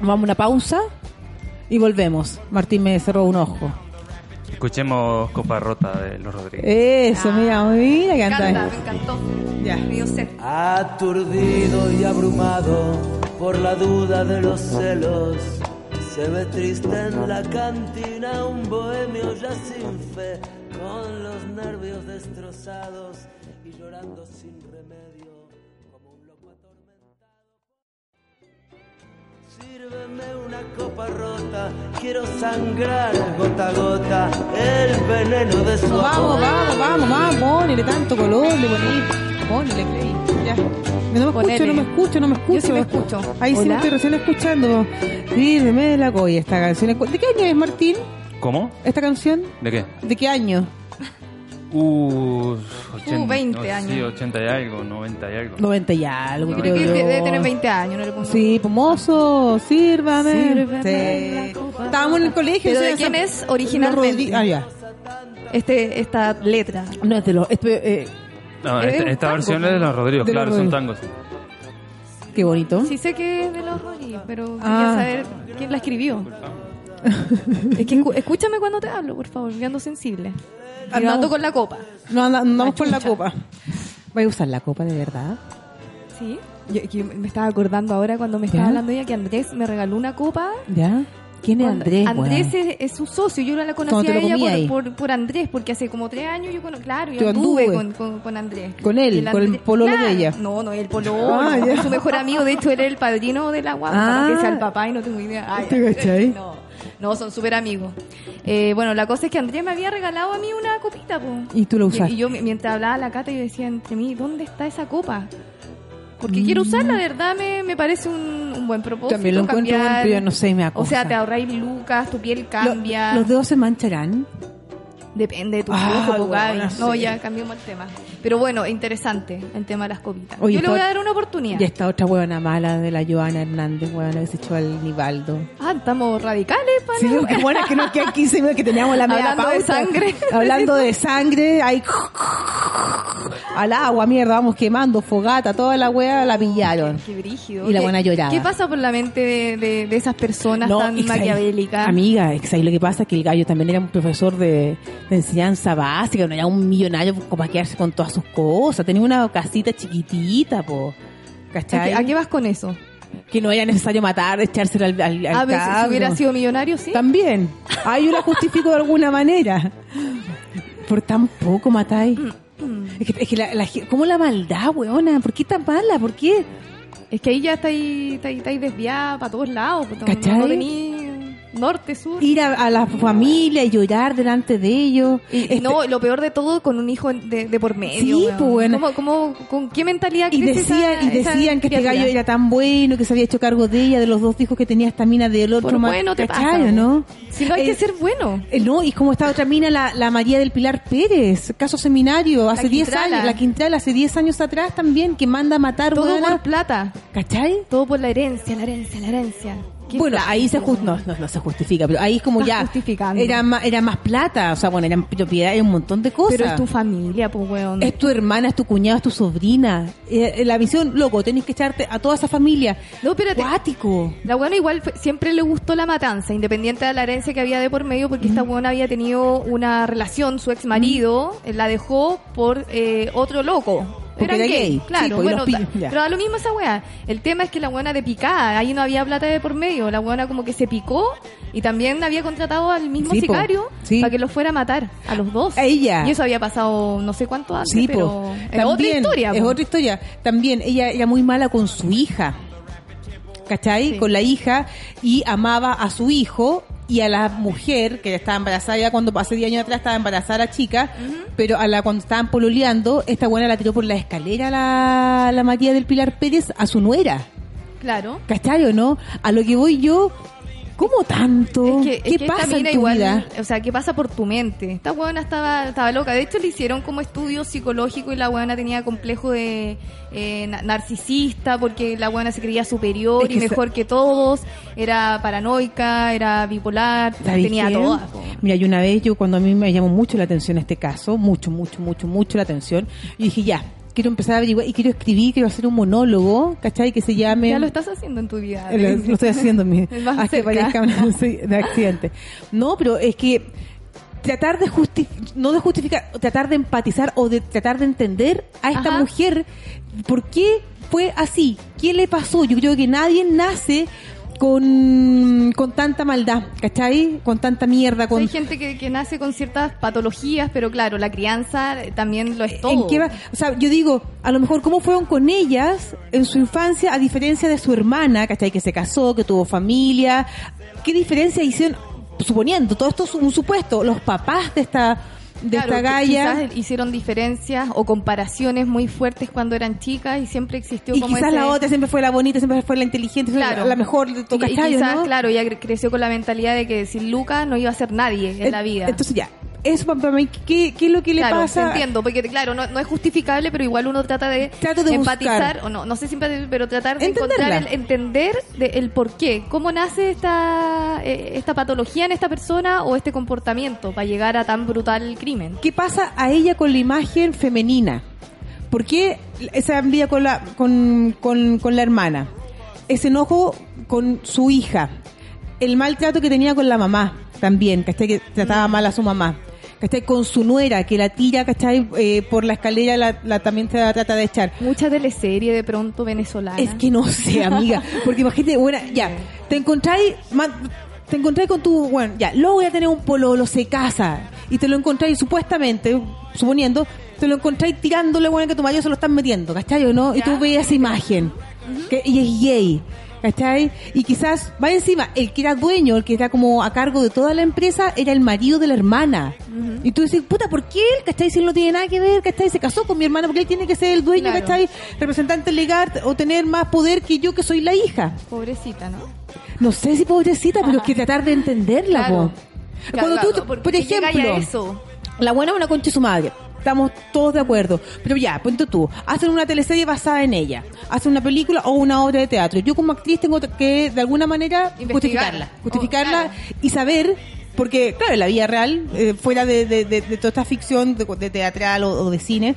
Speaker 2: Vamos a una pausa y volvemos. Martín me cerró un ojo.
Speaker 3: Escuchemos Copa Rota de los Rodríguez.
Speaker 2: Eso, mira, mira que
Speaker 4: Me encanta,
Speaker 2: anda.
Speaker 4: me encantó.
Speaker 2: Ya.
Speaker 4: Me dio sed.
Speaker 11: Aturdido y abrumado por la duda de los celos, se ve triste en la cantina un bohemio ya sin fe, con los nervios destrozados y llorando sin remedio como un loco atormentado. Sírveme una copa rota, quiero sangrar gota a gota el veneno de su
Speaker 2: Vamos,
Speaker 11: amor.
Speaker 2: vamos, vamos, vamos, ponele tanto color, le poní, ponele play. Ya. No me escucho,
Speaker 4: Ponele.
Speaker 2: no me escucho, no me escucho.
Speaker 4: Yo sí me escucho.
Speaker 2: Ahí sí me
Speaker 4: Hola.
Speaker 2: estoy recién escuchando. Dime la coya esta canción. ¿De qué año es, Martín,
Speaker 4: Eh.
Speaker 3: ¿Cómo?
Speaker 2: esta canción?
Speaker 3: ¿De qué?
Speaker 2: ¿De qué año?
Speaker 3: Uh,
Speaker 4: 80, 20
Speaker 3: no, Sí,
Speaker 4: años.
Speaker 3: 80 y algo, 90 y algo.
Speaker 2: 90 y algo,
Speaker 3: Noventa.
Speaker 2: creo
Speaker 4: Que
Speaker 2: yo.
Speaker 4: debe tener 20 años, no le pongo.
Speaker 2: Sí, pomoso, sírvame.
Speaker 4: Sírveme
Speaker 2: Sí.
Speaker 4: la copa.
Speaker 2: Estábamos en el colegio.
Speaker 4: ¿Pero
Speaker 2: o sea,
Speaker 4: de quién
Speaker 2: San-
Speaker 4: es originalmente?
Speaker 2: Los Rodri- Ah, ya.
Speaker 4: Este, esta letra.
Speaker 2: No, es de los... esto, eh,
Speaker 3: No,
Speaker 4: Es
Speaker 3: esta,
Speaker 4: un
Speaker 3: esta
Speaker 4: ¿Eh? tango,
Speaker 3: versión es de los Rodrigo,
Speaker 2: De los
Speaker 3: claro, son tangos.
Speaker 2: qué bonito.
Speaker 4: Sí sé que es de los Rodríguez, pero
Speaker 2: Ah.
Speaker 4: quería saber quién la escribió. es que escu- escúchame cuando te hablo, por favor, que ando sensible. Y Ah, no ando con la copa.
Speaker 2: No, anda- andamos por la
Speaker 4: chucha.
Speaker 2: copa. ¿Vais a usar la copa de verdad?
Speaker 4: Sí. Yo, que me estaba acordando ahora cuando me estaba
Speaker 2: ¿Ya?
Speaker 4: hablando ella que Andrés me regaló una copa.
Speaker 2: ¿Ya? ¿Quién es
Speaker 4: Cuando-
Speaker 2: Andrés?
Speaker 4: Andrés
Speaker 2: weón?
Speaker 4: es, es su socio, yo la
Speaker 2: Cuando te
Speaker 4: conocía a
Speaker 2: lo
Speaker 4: ella
Speaker 2: comí
Speaker 4: por,
Speaker 2: ahí.
Speaker 4: por, por Andrés, porque hace como tres años yo, cono- claro, yo
Speaker 2: Yo
Speaker 4: anduve,
Speaker 2: anduve.
Speaker 4: Con, con, con Andrés.
Speaker 2: Con él,
Speaker 4: Y
Speaker 2: con el
Speaker 4: Andrés-
Speaker 2: pololo de
Speaker 4: claro,
Speaker 2: ella.
Speaker 4: No, no, el pololo,
Speaker 2: Ah, ya.
Speaker 4: su mejor amigo, de hecho él era el padrino de la guapa,
Speaker 2: Ah.
Speaker 4: no que sea el papá y no tengo idea. Ay,
Speaker 2: ¿Te cachai?
Speaker 4: No, no, son súper amigos. Eh, bueno, la cosa es que Andrés me había regalado a mí una copita, po.
Speaker 2: Y tú lo usaste.
Speaker 4: Y, y yo mi- mientras hablaba la cata yo decía entre mí, ¿dónde está esa copa? Porque quiero usarla, la verdad me, me parece un, un buen propósito.
Speaker 2: Mm. También lo encuentro bueno,
Speaker 4: cambiar-
Speaker 2: pero yo no sé, me
Speaker 4: O sea,
Speaker 2: acosa.
Speaker 4: te ahorráis lucas, tu piel
Speaker 2: Lo-
Speaker 4: cambia.
Speaker 2: ¿Los dedos se mancharán?
Speaker 4: Depende de tu
Speaker 2: Ah,
Speaker 4: flujo,
Speaker 2: bueno,
Speaker 4: Gaby.
Speaker 2: sí.
Speaker 4: No, ya cambiamos el tema. Pero bueno, interesante el tema de las copitas.
Speaker 2: Oye,
Speaker 4: Yo le voy
Speaker 2: por-
Speaker 4: a dar una oportunidad.
Speaker 2: Y esta otra huevona mala de la Joana Hernández, huevona que se echó al Nivaldo.
Speaker 4: Ah, estamos radicales, pana.
Speaker 2: Sí, bueno, que no que aquí se ve que teníamos la media
Speaker 4: Hablando de
Speaker 2: pauta.
Speaker 4: sangre.
Speaker 2: Hablando de sangre, ahí al agua, mierda, vamos quemando, fogata, toda la wea la pillaron.
Speaker 4: Qué brígido.
Speaker 2: Y la
Speaker 4: ¿Qué-
Speaker 2: buena lloraba.
Speaker 4: ¿Qué pasa por la mente de, de- de esas personas
Speaker 2: y
Speaker 4: tan
Speaker 2: sabes-
Speaker 4: maquiavélicas?
Speaker 2: Amiga, es que sabes lo que pasa es que el gallo también era un profesor de, de enseñanza básica, no era un millonario como para quedarse con todas sus cosas, tenía una casita chiquitita, po.
Speaker 4: ¿A
Speaker 2: ¿Cachai?
Speaker 4: qué, a qué vas con eso?
Speaker 2: Que no era necesario matar, echárselo al, al, al
Speaker 4: A ver, si- si
Speaker 2: cabro.
Speaker 4: hubiera sido millonario, sí.
Speaker 2: También. Ahí yo la justifico de alguna manera. Por tan poco matáis. Es que, es que la, la gen- ¿cómo la maldad, weona? ¿Por qué tan mala? ¿Por qué?
Speaker 4: Es que ahí ya estáis está está desviada para todos lados. porque no-
Speaker 2: ¿Cachai?
Speaker 4: No venís norte, sur.
Speaker 2: Ir a, a la familia y llorar delante de ellos.
Speaker 4: Y
Speaker 2: Este-
Speaker 4: no, lo peor de todo con un hijo de, de por medio.
Speaker 2: Sí,
Speaker 4: weón.
Speaker 2: pues, bueno.
Speaker 4: ¿Cómo- cómo- con qué mentalidad
Speaker 2: y
Speaker 4: crece
Speaker 2: decían,
Speaker 4: esa-
Speaker 2: y
Speaker 4: esa
Speaker 2: decían que este
Speaker 4: criatura?
Speaker 2: gallo era tan bueno, que se había hecho cargo de ella, de los dos hijos que tenía esta mina del otro
Speaker 4: Por
Speaker 2: más-
Speaker 4: bueno te
Speaker 2: ¿cachai,
Speaker 4: pasa,
Speaker 2: o ¿no?
Speaker 4: Si no hay que
Speaker 2: Eh,
Speaker 4: ser bueno.
Speaker 2: Eh, No, y como estaba otra mina, la, la María del Pilar Pérez, caso seminario, hace 10
Speaker 4: Quintrala.
Speaker 2: años, la Quintral hace 10 años atrás también, que manda a matar
Speaker 4: Todo
Speaker 2: hueonas,
Speaker 4: por plata.
Speaker 2: ¿Cachai?
Speaker 4: Todo por la herencia, la herencia, la herencia. Qué
Speaker 2: Bueno,
Speaker 4: plata,
Speaker 2: ahí se
Speaker 4: weón.
Speaker 2: just, no, no, no se justifica, pero ahí es como
Speaker 4: Estás
Speaker 2: ya
Speaker 4: justificando.
Speaker 2: era más, era más plata, o sea, bueno, eran propiedades, un montón de cosas.
Speaker 4: Pero es tu familia, pues, weón.
Speaker 2: Es tu hermana, es tu cuñado, es tu sobrina. Eh, eh, la visión, loco, tenés que echarte a toda esa familia.
Speaker 4: No, espérate.
Speaker 2: Cuático.
Speaker 4: La buena igual fue- siempre le gustó la matanza, independiente de la herencia que había de por medio, porque esta buena había tenido una relación, su ex marido la dejó por eh, otro loco.
Speaker 2: Porque
Speaker 4: Era
Speaker 2: era
Speaker 4: gay,
Speaker 2: gay,
Speaker 4: claro.
Speaker 2: sí, pues, y
Speaker 4: bueno,
Speaker 2: los pillos,
Speaker 4: ta-
Speaker 2: ya.
Speaker 4: pero da lo mismo esa weá. El tema es que la buena de picada, ahí no había plata de por medio. La buena como que se picó y también había contratado al mismo
Speaker 2: Sí, po.
Speaker 4: sicario
Speaker 2: Sí.
Speaker 4: para que los fuera a matar a los dos.
Speaker 2: A ella.
Speaker 4: Y eso había pasado no sé cuánto antes,
Speaker 2: Sí,
Speaker 4: pero
Speaker 2: po.
Speaker 4: es otra
Speaker 2: También,
Speaker 4: historia.
Speaker 2: Es
Speaker 4: po.
Speaker 2: otra historia. También, ella era muy mala con su hija. ¿Cachai?
Speaker 4: Sí.
Speaker 2: Con la hija. Y amaba a su hijo y a la mujer, que estaba embarazada ya cuando hace 10 años atrás estaba embarazada la chica. Pero a la cuando estaban pololeando, esta buena la tiró por la escalera la, la María del Pilar Pérez a su nuera.
Speaker 4: Claro.
Speaker 2: ¿Cachai o no? A lo que voy yo, ¿cómo tanto?
Speaker 4: Es que,
Speaker 2: ¿Qué
Speaker 4: es que esta
Speaker 2: pasa en
Speaker 4: mina
Speaker 2: tu
Speaker 4: igual,
Speaker 2: vida?
Speaker 4: O sea, ¿qué pasa por tu mente? Esta huevona estaba, estaba loca. De hecho, le hicieron como estudio psicológico y la huevona tenía complejo de eh, na- narcisista porque la huevona se creía superior
Speaker 2: Es que
Speaker 4: y mejor que todos. Era paranoica, era bipolar,
Speaker 2: ¿Sabéis
Speaker 4: tenía
Speaker 2: qué?
Speaker 4: todas.
Speaker 2: Mira, y una vez yo cuando a mí me llamó mucho la atención este caso, mucho, mucho, mucho, mucho la atención, y dije, ya, quiero empezar a averiguar y quiero escribir, quiero hacer un monólogo, ¿cachai? Que se llame...
Speaker 4: Ya lo estás haciendo en tu vida.
Speaker 2: Eh, Lo, lo estoy haciendo, mi,
Speaker 4: Es más
Speaker 2: haz que
Speaker 4: cerca.
Speaker 2: parezca un- sí, de accidente. No, pero es que tratar de justi no de justificar, tratar de empatizar o de tratar de entender a esta
Speaker 4: Ajá.
Speaker 2: mujer por qué fue así, qué le pasó. Yo creo que nadie nace con, con tanta maldad, ¿cachai? Con tanta mierda, con...
Speaker 4: Hay gente que, que nace con ciertas patologías, pero claro, la crianza eh, también lo es todo.
Speaker 2: ¿En qué va- O sea, yo digo, a lo mejor cómo fueron con ellas en su infancia, a diferencia de su hermana, ¿cachai? Que se casó, que tuvo familia. ¿Qué diferencia hicieron? Suponiendo, todo esto es un supuesto, los papás de esta, de
Speaker 4: Claro,
Speaker 2: esta
Speaker 4: que
Speaker 2: galla.
Speaker 4: Quizás hicieron diferencias o comparaciones muy fuertes cuando eran chicas y siempre existió
Speaker 2: Y
Speaker 4: como
Speaker 2: quizás
Speaker 4: ese-
Speaker 2: la otra siempre fue la bonita, siempre fue la inteligente, siempre
Speaker 4: Claro.
Speaker 2: la mejor de todo,
Speaker 4: Y- y
Speaker 2: ¿cachai?
Speaker 4: quizás,
Speaker 2: ¿no?
Speaker 4: claro, ya cre- creció con la mentalidad de que sin Lucas no iba a ser nadie en
Speaker 2: Eh,
Speaker 4: la vida.
Speaker 2: Entonces ya, eso para mí, ¿qué, qué es lo que le
Speaker 4: Claro, te
Speaker 2: pasa?
Speaker 4: entiendo, porque claro, no, no es justificable, pero igual uno trata de,
Speaker 2: Trato de
Speaker 4: empatizar,
Speaker 2: buscar.
Speaker 4: o no, no sé si empatizar, pero tratar de
Speaker 2: Entenderla.
Speaker 4: encontrar, el, entender de- el por qué, cómo nace esta, eh, esta patología en esta persona o este comportamiento para llegar a tan brutal crimen.
Speaker 2: ¿Qué pasa a ella con la imagen femenina? ¿Por qué esa envidia con la, con, con- con la hermana? Ese enojo con su hija. El maltrato que tenía con la mamá también, ¿cachai? Que trataba mal a su mamá. ¿Cachai? Con su nuera, que la tira, ¿cachai? Eh, por la escalera la, la- también se la trata de echar.
Speaker 4: Mucha teleserie de pronto venezolana.
Speaker 2: Es que no sé, amiga. Porque imagínate, bueno, ya, te encontráis, ma- te encontráis con tu, bueno, ya, luego voy a tener un pololo, se casa. Y te lo encontráis supuestamente, suponiendo, te lo encontráis tirándole, bueno, que tu marido se lo están metiendo, ¿cachai o no? Y tú veías esa imagen. que, y es gay. ¿Cachai? Y quizás, va encima, el que era dueño, el que era como a cargo de toda la empresa, era el marido de la hermana. Y tú dices, puta, ¿por qué él? ¿Cachai? Si él no tiene nada que ver, ¿cachai? Se casó con mi hermana porque él tiene que ser el dueño,
Speaker 4: Claro.
Speaker 2: ¿cachai? Representante legal o tener más poder que yo que soy la hija.
Speaker 4: Pobrecita, ¿no?
Speaker 2: No sé si pobrecita, pero es que tratar de entenderla, po.
Speaker 4: Claro.
Speaker 2: Cuando
Speaker 4: Claro,
Speaker 2: tú,
Speaker 4: porque
Speaker 2: por
Speaker 4: llega
Speaker 2: ejemplo,
Speaker 4: ya eso.
Speaker 2: la buena es una concha de su madre. Estamos todos de acuerdo. Pero ya, ponte tú. Hacen una teleserie basada en ella. Hacen una película o una obra de teatro. Yo como actriz tengo que, de alguna manera,
Speaker 4: Investigarla.
Speaker 2: justificarla. Justificarla
Speaker 4: Oh,
Speaker 2: y saber... Porque, claro, en la vida real, eh, fuera de, de- de- de toda esta ficción de, de teatral o, o de cine,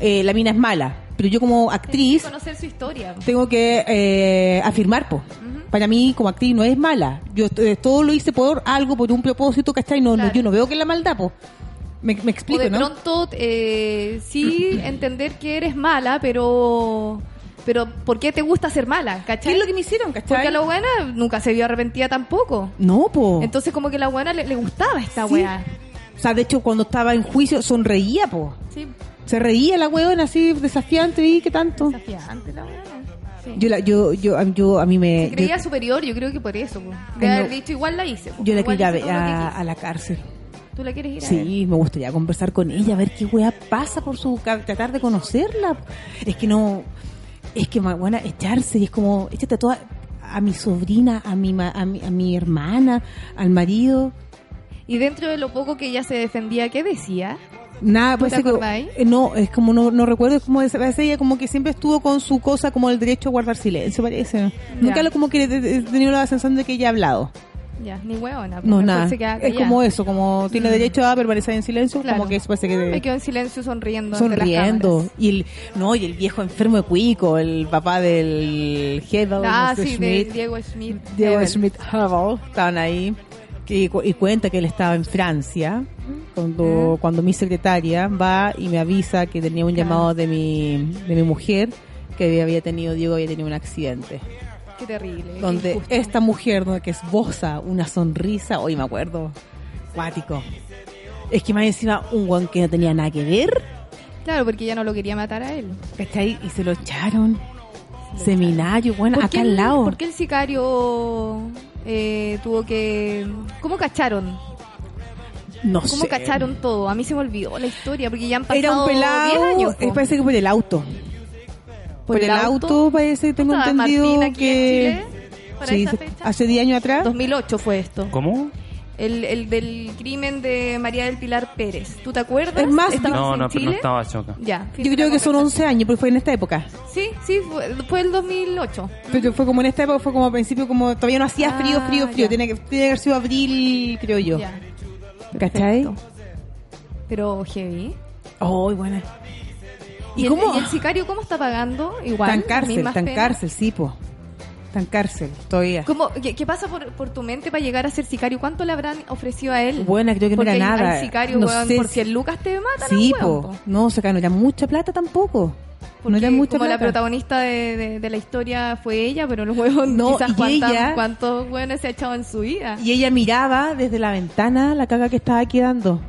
Speaker 2: eh, la mina es mala. Pero yo como actriz
Speaker 4: Conocer su historia.
Speaker 2: tengo que eh, afirmar, po. Para mí, como actriz, no es mala. Yo eh, todo lo hice por algo, por un propósito, ¿cachai? No, no, yo no veo que es la maldad, po. Me, me
Speaker 4: O
Speaker 2: explico,
Speaker 4: de
Speaker 2: ¿no?
Speaker 4: pronto eh, sí entender que eres mala, pero pero ¿por qué te gusta ser mala?
Speaker 2: ¿Qué
Speaker 4: ¿Cachai?
Speaker 2: es lo que me hicieron, cachai?
Speaker 4: Porque a la buena nunca se vio arrepentida tampoco.
Speaker 2: No, po.
Speaker 4: Entonces como que la buena le, le gustaba esta
Speaker 2: Sí.
Speaker 4: weá.
Speaker 2: o sea, de hecho, cuando estaba en juicio, sonreía, po.
Speaker 4: Sí,
Speaker 2: Se reía la weona así, desafiante, y qué tanto.
Speaker 4: desafiante la buena. Sí.
Speaker 2: Yo, la, yo, yo, a- yo, a mí me.
Speaker 4: se creía
Speaker 2: yo,
Speaker 4: superior, yo creo que por eso. po.
Speaker 2: Ay,
Speaker 4: De haber
Speaker 2: no.
Speaker 4: dicho, igual la hice. po.
Speaker 2: yo la
Speaker 4: Igual
Speaker 2: quería
Speaker 4: hice
Speaker 2: ver
Speaker 4: todo lo que
Speaker 2: a,
Speaker 4: quise.
Speaker 2: a la cárcel.
Speaker 4: ¿Tú la quieres ir a ver?
Speaker 2: Sí, me gustaría conversar con ella, a ver qué weá pasa por su ca- tratar de conocerla. Es que no, es que más buena echarse y es como, échate a toda a mi sobrina, a mi, ma- a mi a mi hermana, al marido.
Speaker 4: Y dentro de lo poco que ella se defendía, ¿qué decía?
Speaker 2: Nada,
Speaker 4: ¿Tú te
Speaker 2: parece que-
Speaker 4: acordáis?
Speaker 2: eh, no, es como no, no recuerdo, es como esa- parece ella como que siempre estuvo con su cosa como el derecho a guardar silencio, parece. ¿no? Nunca lo como que he he tenido la sensación de que ella ha hablado.
Speaker 4: Ya, ni hueona. po.
Speaker 2: No,
Speaker 4: Mejor
Speaker 2: nada.
Speaker 4: se queda
Speaker 2: Es
Speaker 4: callada.
Speaker 2: como eso, como tiene derecho a permanecer en silencio,
Speaker 4: Mm. Claro.
Speaker 2: como que eso parece que
Speaker 4: Me quedo en silencio sonriendo. ante las
Speaker 2: sonriendo
Speaker 4: cámaras.
Speaker 2: y el no y el viejo enfermo de cuico el papá del Hebel
Speaker 4: Ah,
Speaker 2: no sé,
Speaker 4: sí, de
Speaker 2: Schmidt,
Speaker 4: Diego Schmidt.
Speaker 2: Diego
Speaker 4: Hebel.
Speaker 2: Schmidt Hebel estaban ahí y, cu- y cuenta que él estaba en Francia cuando cuando mi secretaria va y me avisa que tenía un llamado de mi de mi mujer que había tenido Diego había tenido un accidente
Speaker 4: Qué terrible. qué
Speaker 2: donde
Speaker 4: injusto.
Speaker 2: esta mujer ¿no? que esboza una sonrisa, hoy me acuerdo, cuático. Es que más encima un guan que no tenía nada que ver,
Speaker 4: Claro, porque ella no lo quería matar a él.
Speaker 2: ¿cachai? Y se lo echaron. Seminario, bueno,
Speaker 4: ¿Por
Speaker 2: acá
Speaker 4: qué el-
Speaker 2: al lado.
Speaker 4: ¿Por qué el sicario eh, tuvo que... ¿Cómo cacharon?
Speaker 2: No
Speaker 4: ¿Cómo
Speaker 2: sé.
Speaker 4: cacharon todo? A mí se me olvidó la historia, porque ya han pasado
Speaker 2: Era un
Speaker 4: 10
Speaker 2: pelado,
Speaker 4: años. po.
Speaker 2: eh, parece que por el auto. Por, el auto, parece que tengo
Speaker 4: ¿Estaba
Speaker 2: entendido
Speaker 4: Martín aquí
Speaker 2: que...
Speaker 4: en Chile? ¿Para
Speaker 2: Sí,
Speaker 4: esa
Speaker 2: se-
Speaker 4: fecha?
Speaker 2: hace 10 años atrás.
Speaker 4: 2008 fue esto.
Speaker 3: ¿Cómo?
Speaker 4: El, el del crimen de María del Pilar Pérez. ¿Tú te acuerdas?
Speaker 2: Es más,
Speaker 4: ¿Estabas
Speaker 3: No,
Speaker 4: en
Speaker 3: no, pero no
Speaker 4: Chile?
Speaker 3: estaba choca.
Speaker 4: Ya. fin
Speaker 2: Yo
Speaker 4: de
Speaker 2: creo
Speaker 4: la
Speaker 2: que son 11
Speaker 4: conversación.
Speaker 2: años, porque fue en esta época.
Speaker 4: Sí, sí, fue, fue el 2008.
Speaker 2: Pero fue como en esta época, fue como al principio, como todavía no hacía
Speaker 4: Ah,
Speaker 2: frío, frío, frío.
Speaker 4: ya.
Speaker 2: Tiene que, tiene que haber sido abril, creo yo.
Speaker 4: Ya.
Speaker 2: ¿Cachai?
Speaker 4: Perfecto. Pero heavy.
Speaker 2: Oh, buena.
Speaker 4: ¿Y,
Speaker 2: ¿Y,
Speaker 4: el,
Speaker 2: cómo? Ah,
Speaker 4: y el sicario cómo está pagando? Igual.
Speaker 2: tan
Speaker 4: las
Speaker 2: cárcel,
Speaker 4: mismas
Speaker 2: tan
Speaker 4: penas.
Speaker 2: cárcel, sí, po. Tan cárcel, todavía.
Speaker 4: ¿Cómo- qué, qué pasa por, por tu mente para llegar a ser sicario? ¿Cuánto le habrán ofrecido a él?
Speaker 2: Buena, creo que no
Speaker 4: Porque
Speaker 2: era
Speaker 4: hay-
Speaker 2: nada.
Speaker 4: Hay sicario,
Speaker 2: No
Speaker 4: weón,
Speaker 2: sé
Speaker 4: por
Speaker 2: si-
Speaker 4: si el Lucas te mata,
Speaker 2: Sí, po. No, o sea, que no era mucha plata tampoco.
Speaker 4: porque
Speaker 2: era mucha
Speaker 4: como la
Speaker 2: plata.
Speaker 4: protagonista de, de- de la historia fue ella, pero los huevos
Speaker 2: No,
Speaker 4: no, quizás
Speaker 2: y
Speaker 4: cuántas-
Speaker 2: ella-
Speaker 4: cuántos hueones se ha echado en su vida.
Speaker 2: Y ella miraba desde la ventana la caga que estaba quedando.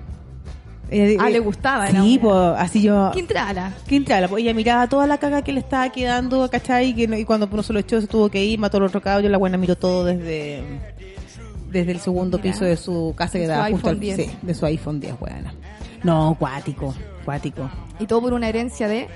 Speaker 2: Eh,
Speaker 4: Ah,
Speaker 2: eh,
Speaker 4: le gustaba, era
Speaker 2: Sí,
Speaker 4: una-
Speaker 2: pues así yo.
Speaker 4: Quintrala.
Speaker 2: Quintrala, pues ella miraba toda la caga que le estaba quedando, ¿cachai? Y, que no- y cuando uno se lo echó, se tuvo que ir, mató al otro caballo. La buena miró todo desde, desde el segundo piso de su casa que
Speaker 4: De su
Speaker 2: daba justo
Speaker 4: iPhone
Speaker 2: al
Speaker 4: 10.
Speaker 2: sí, de su iPhone 10, buena. No, cuático, cuático.
Speaker 4: Y todo por una herencia de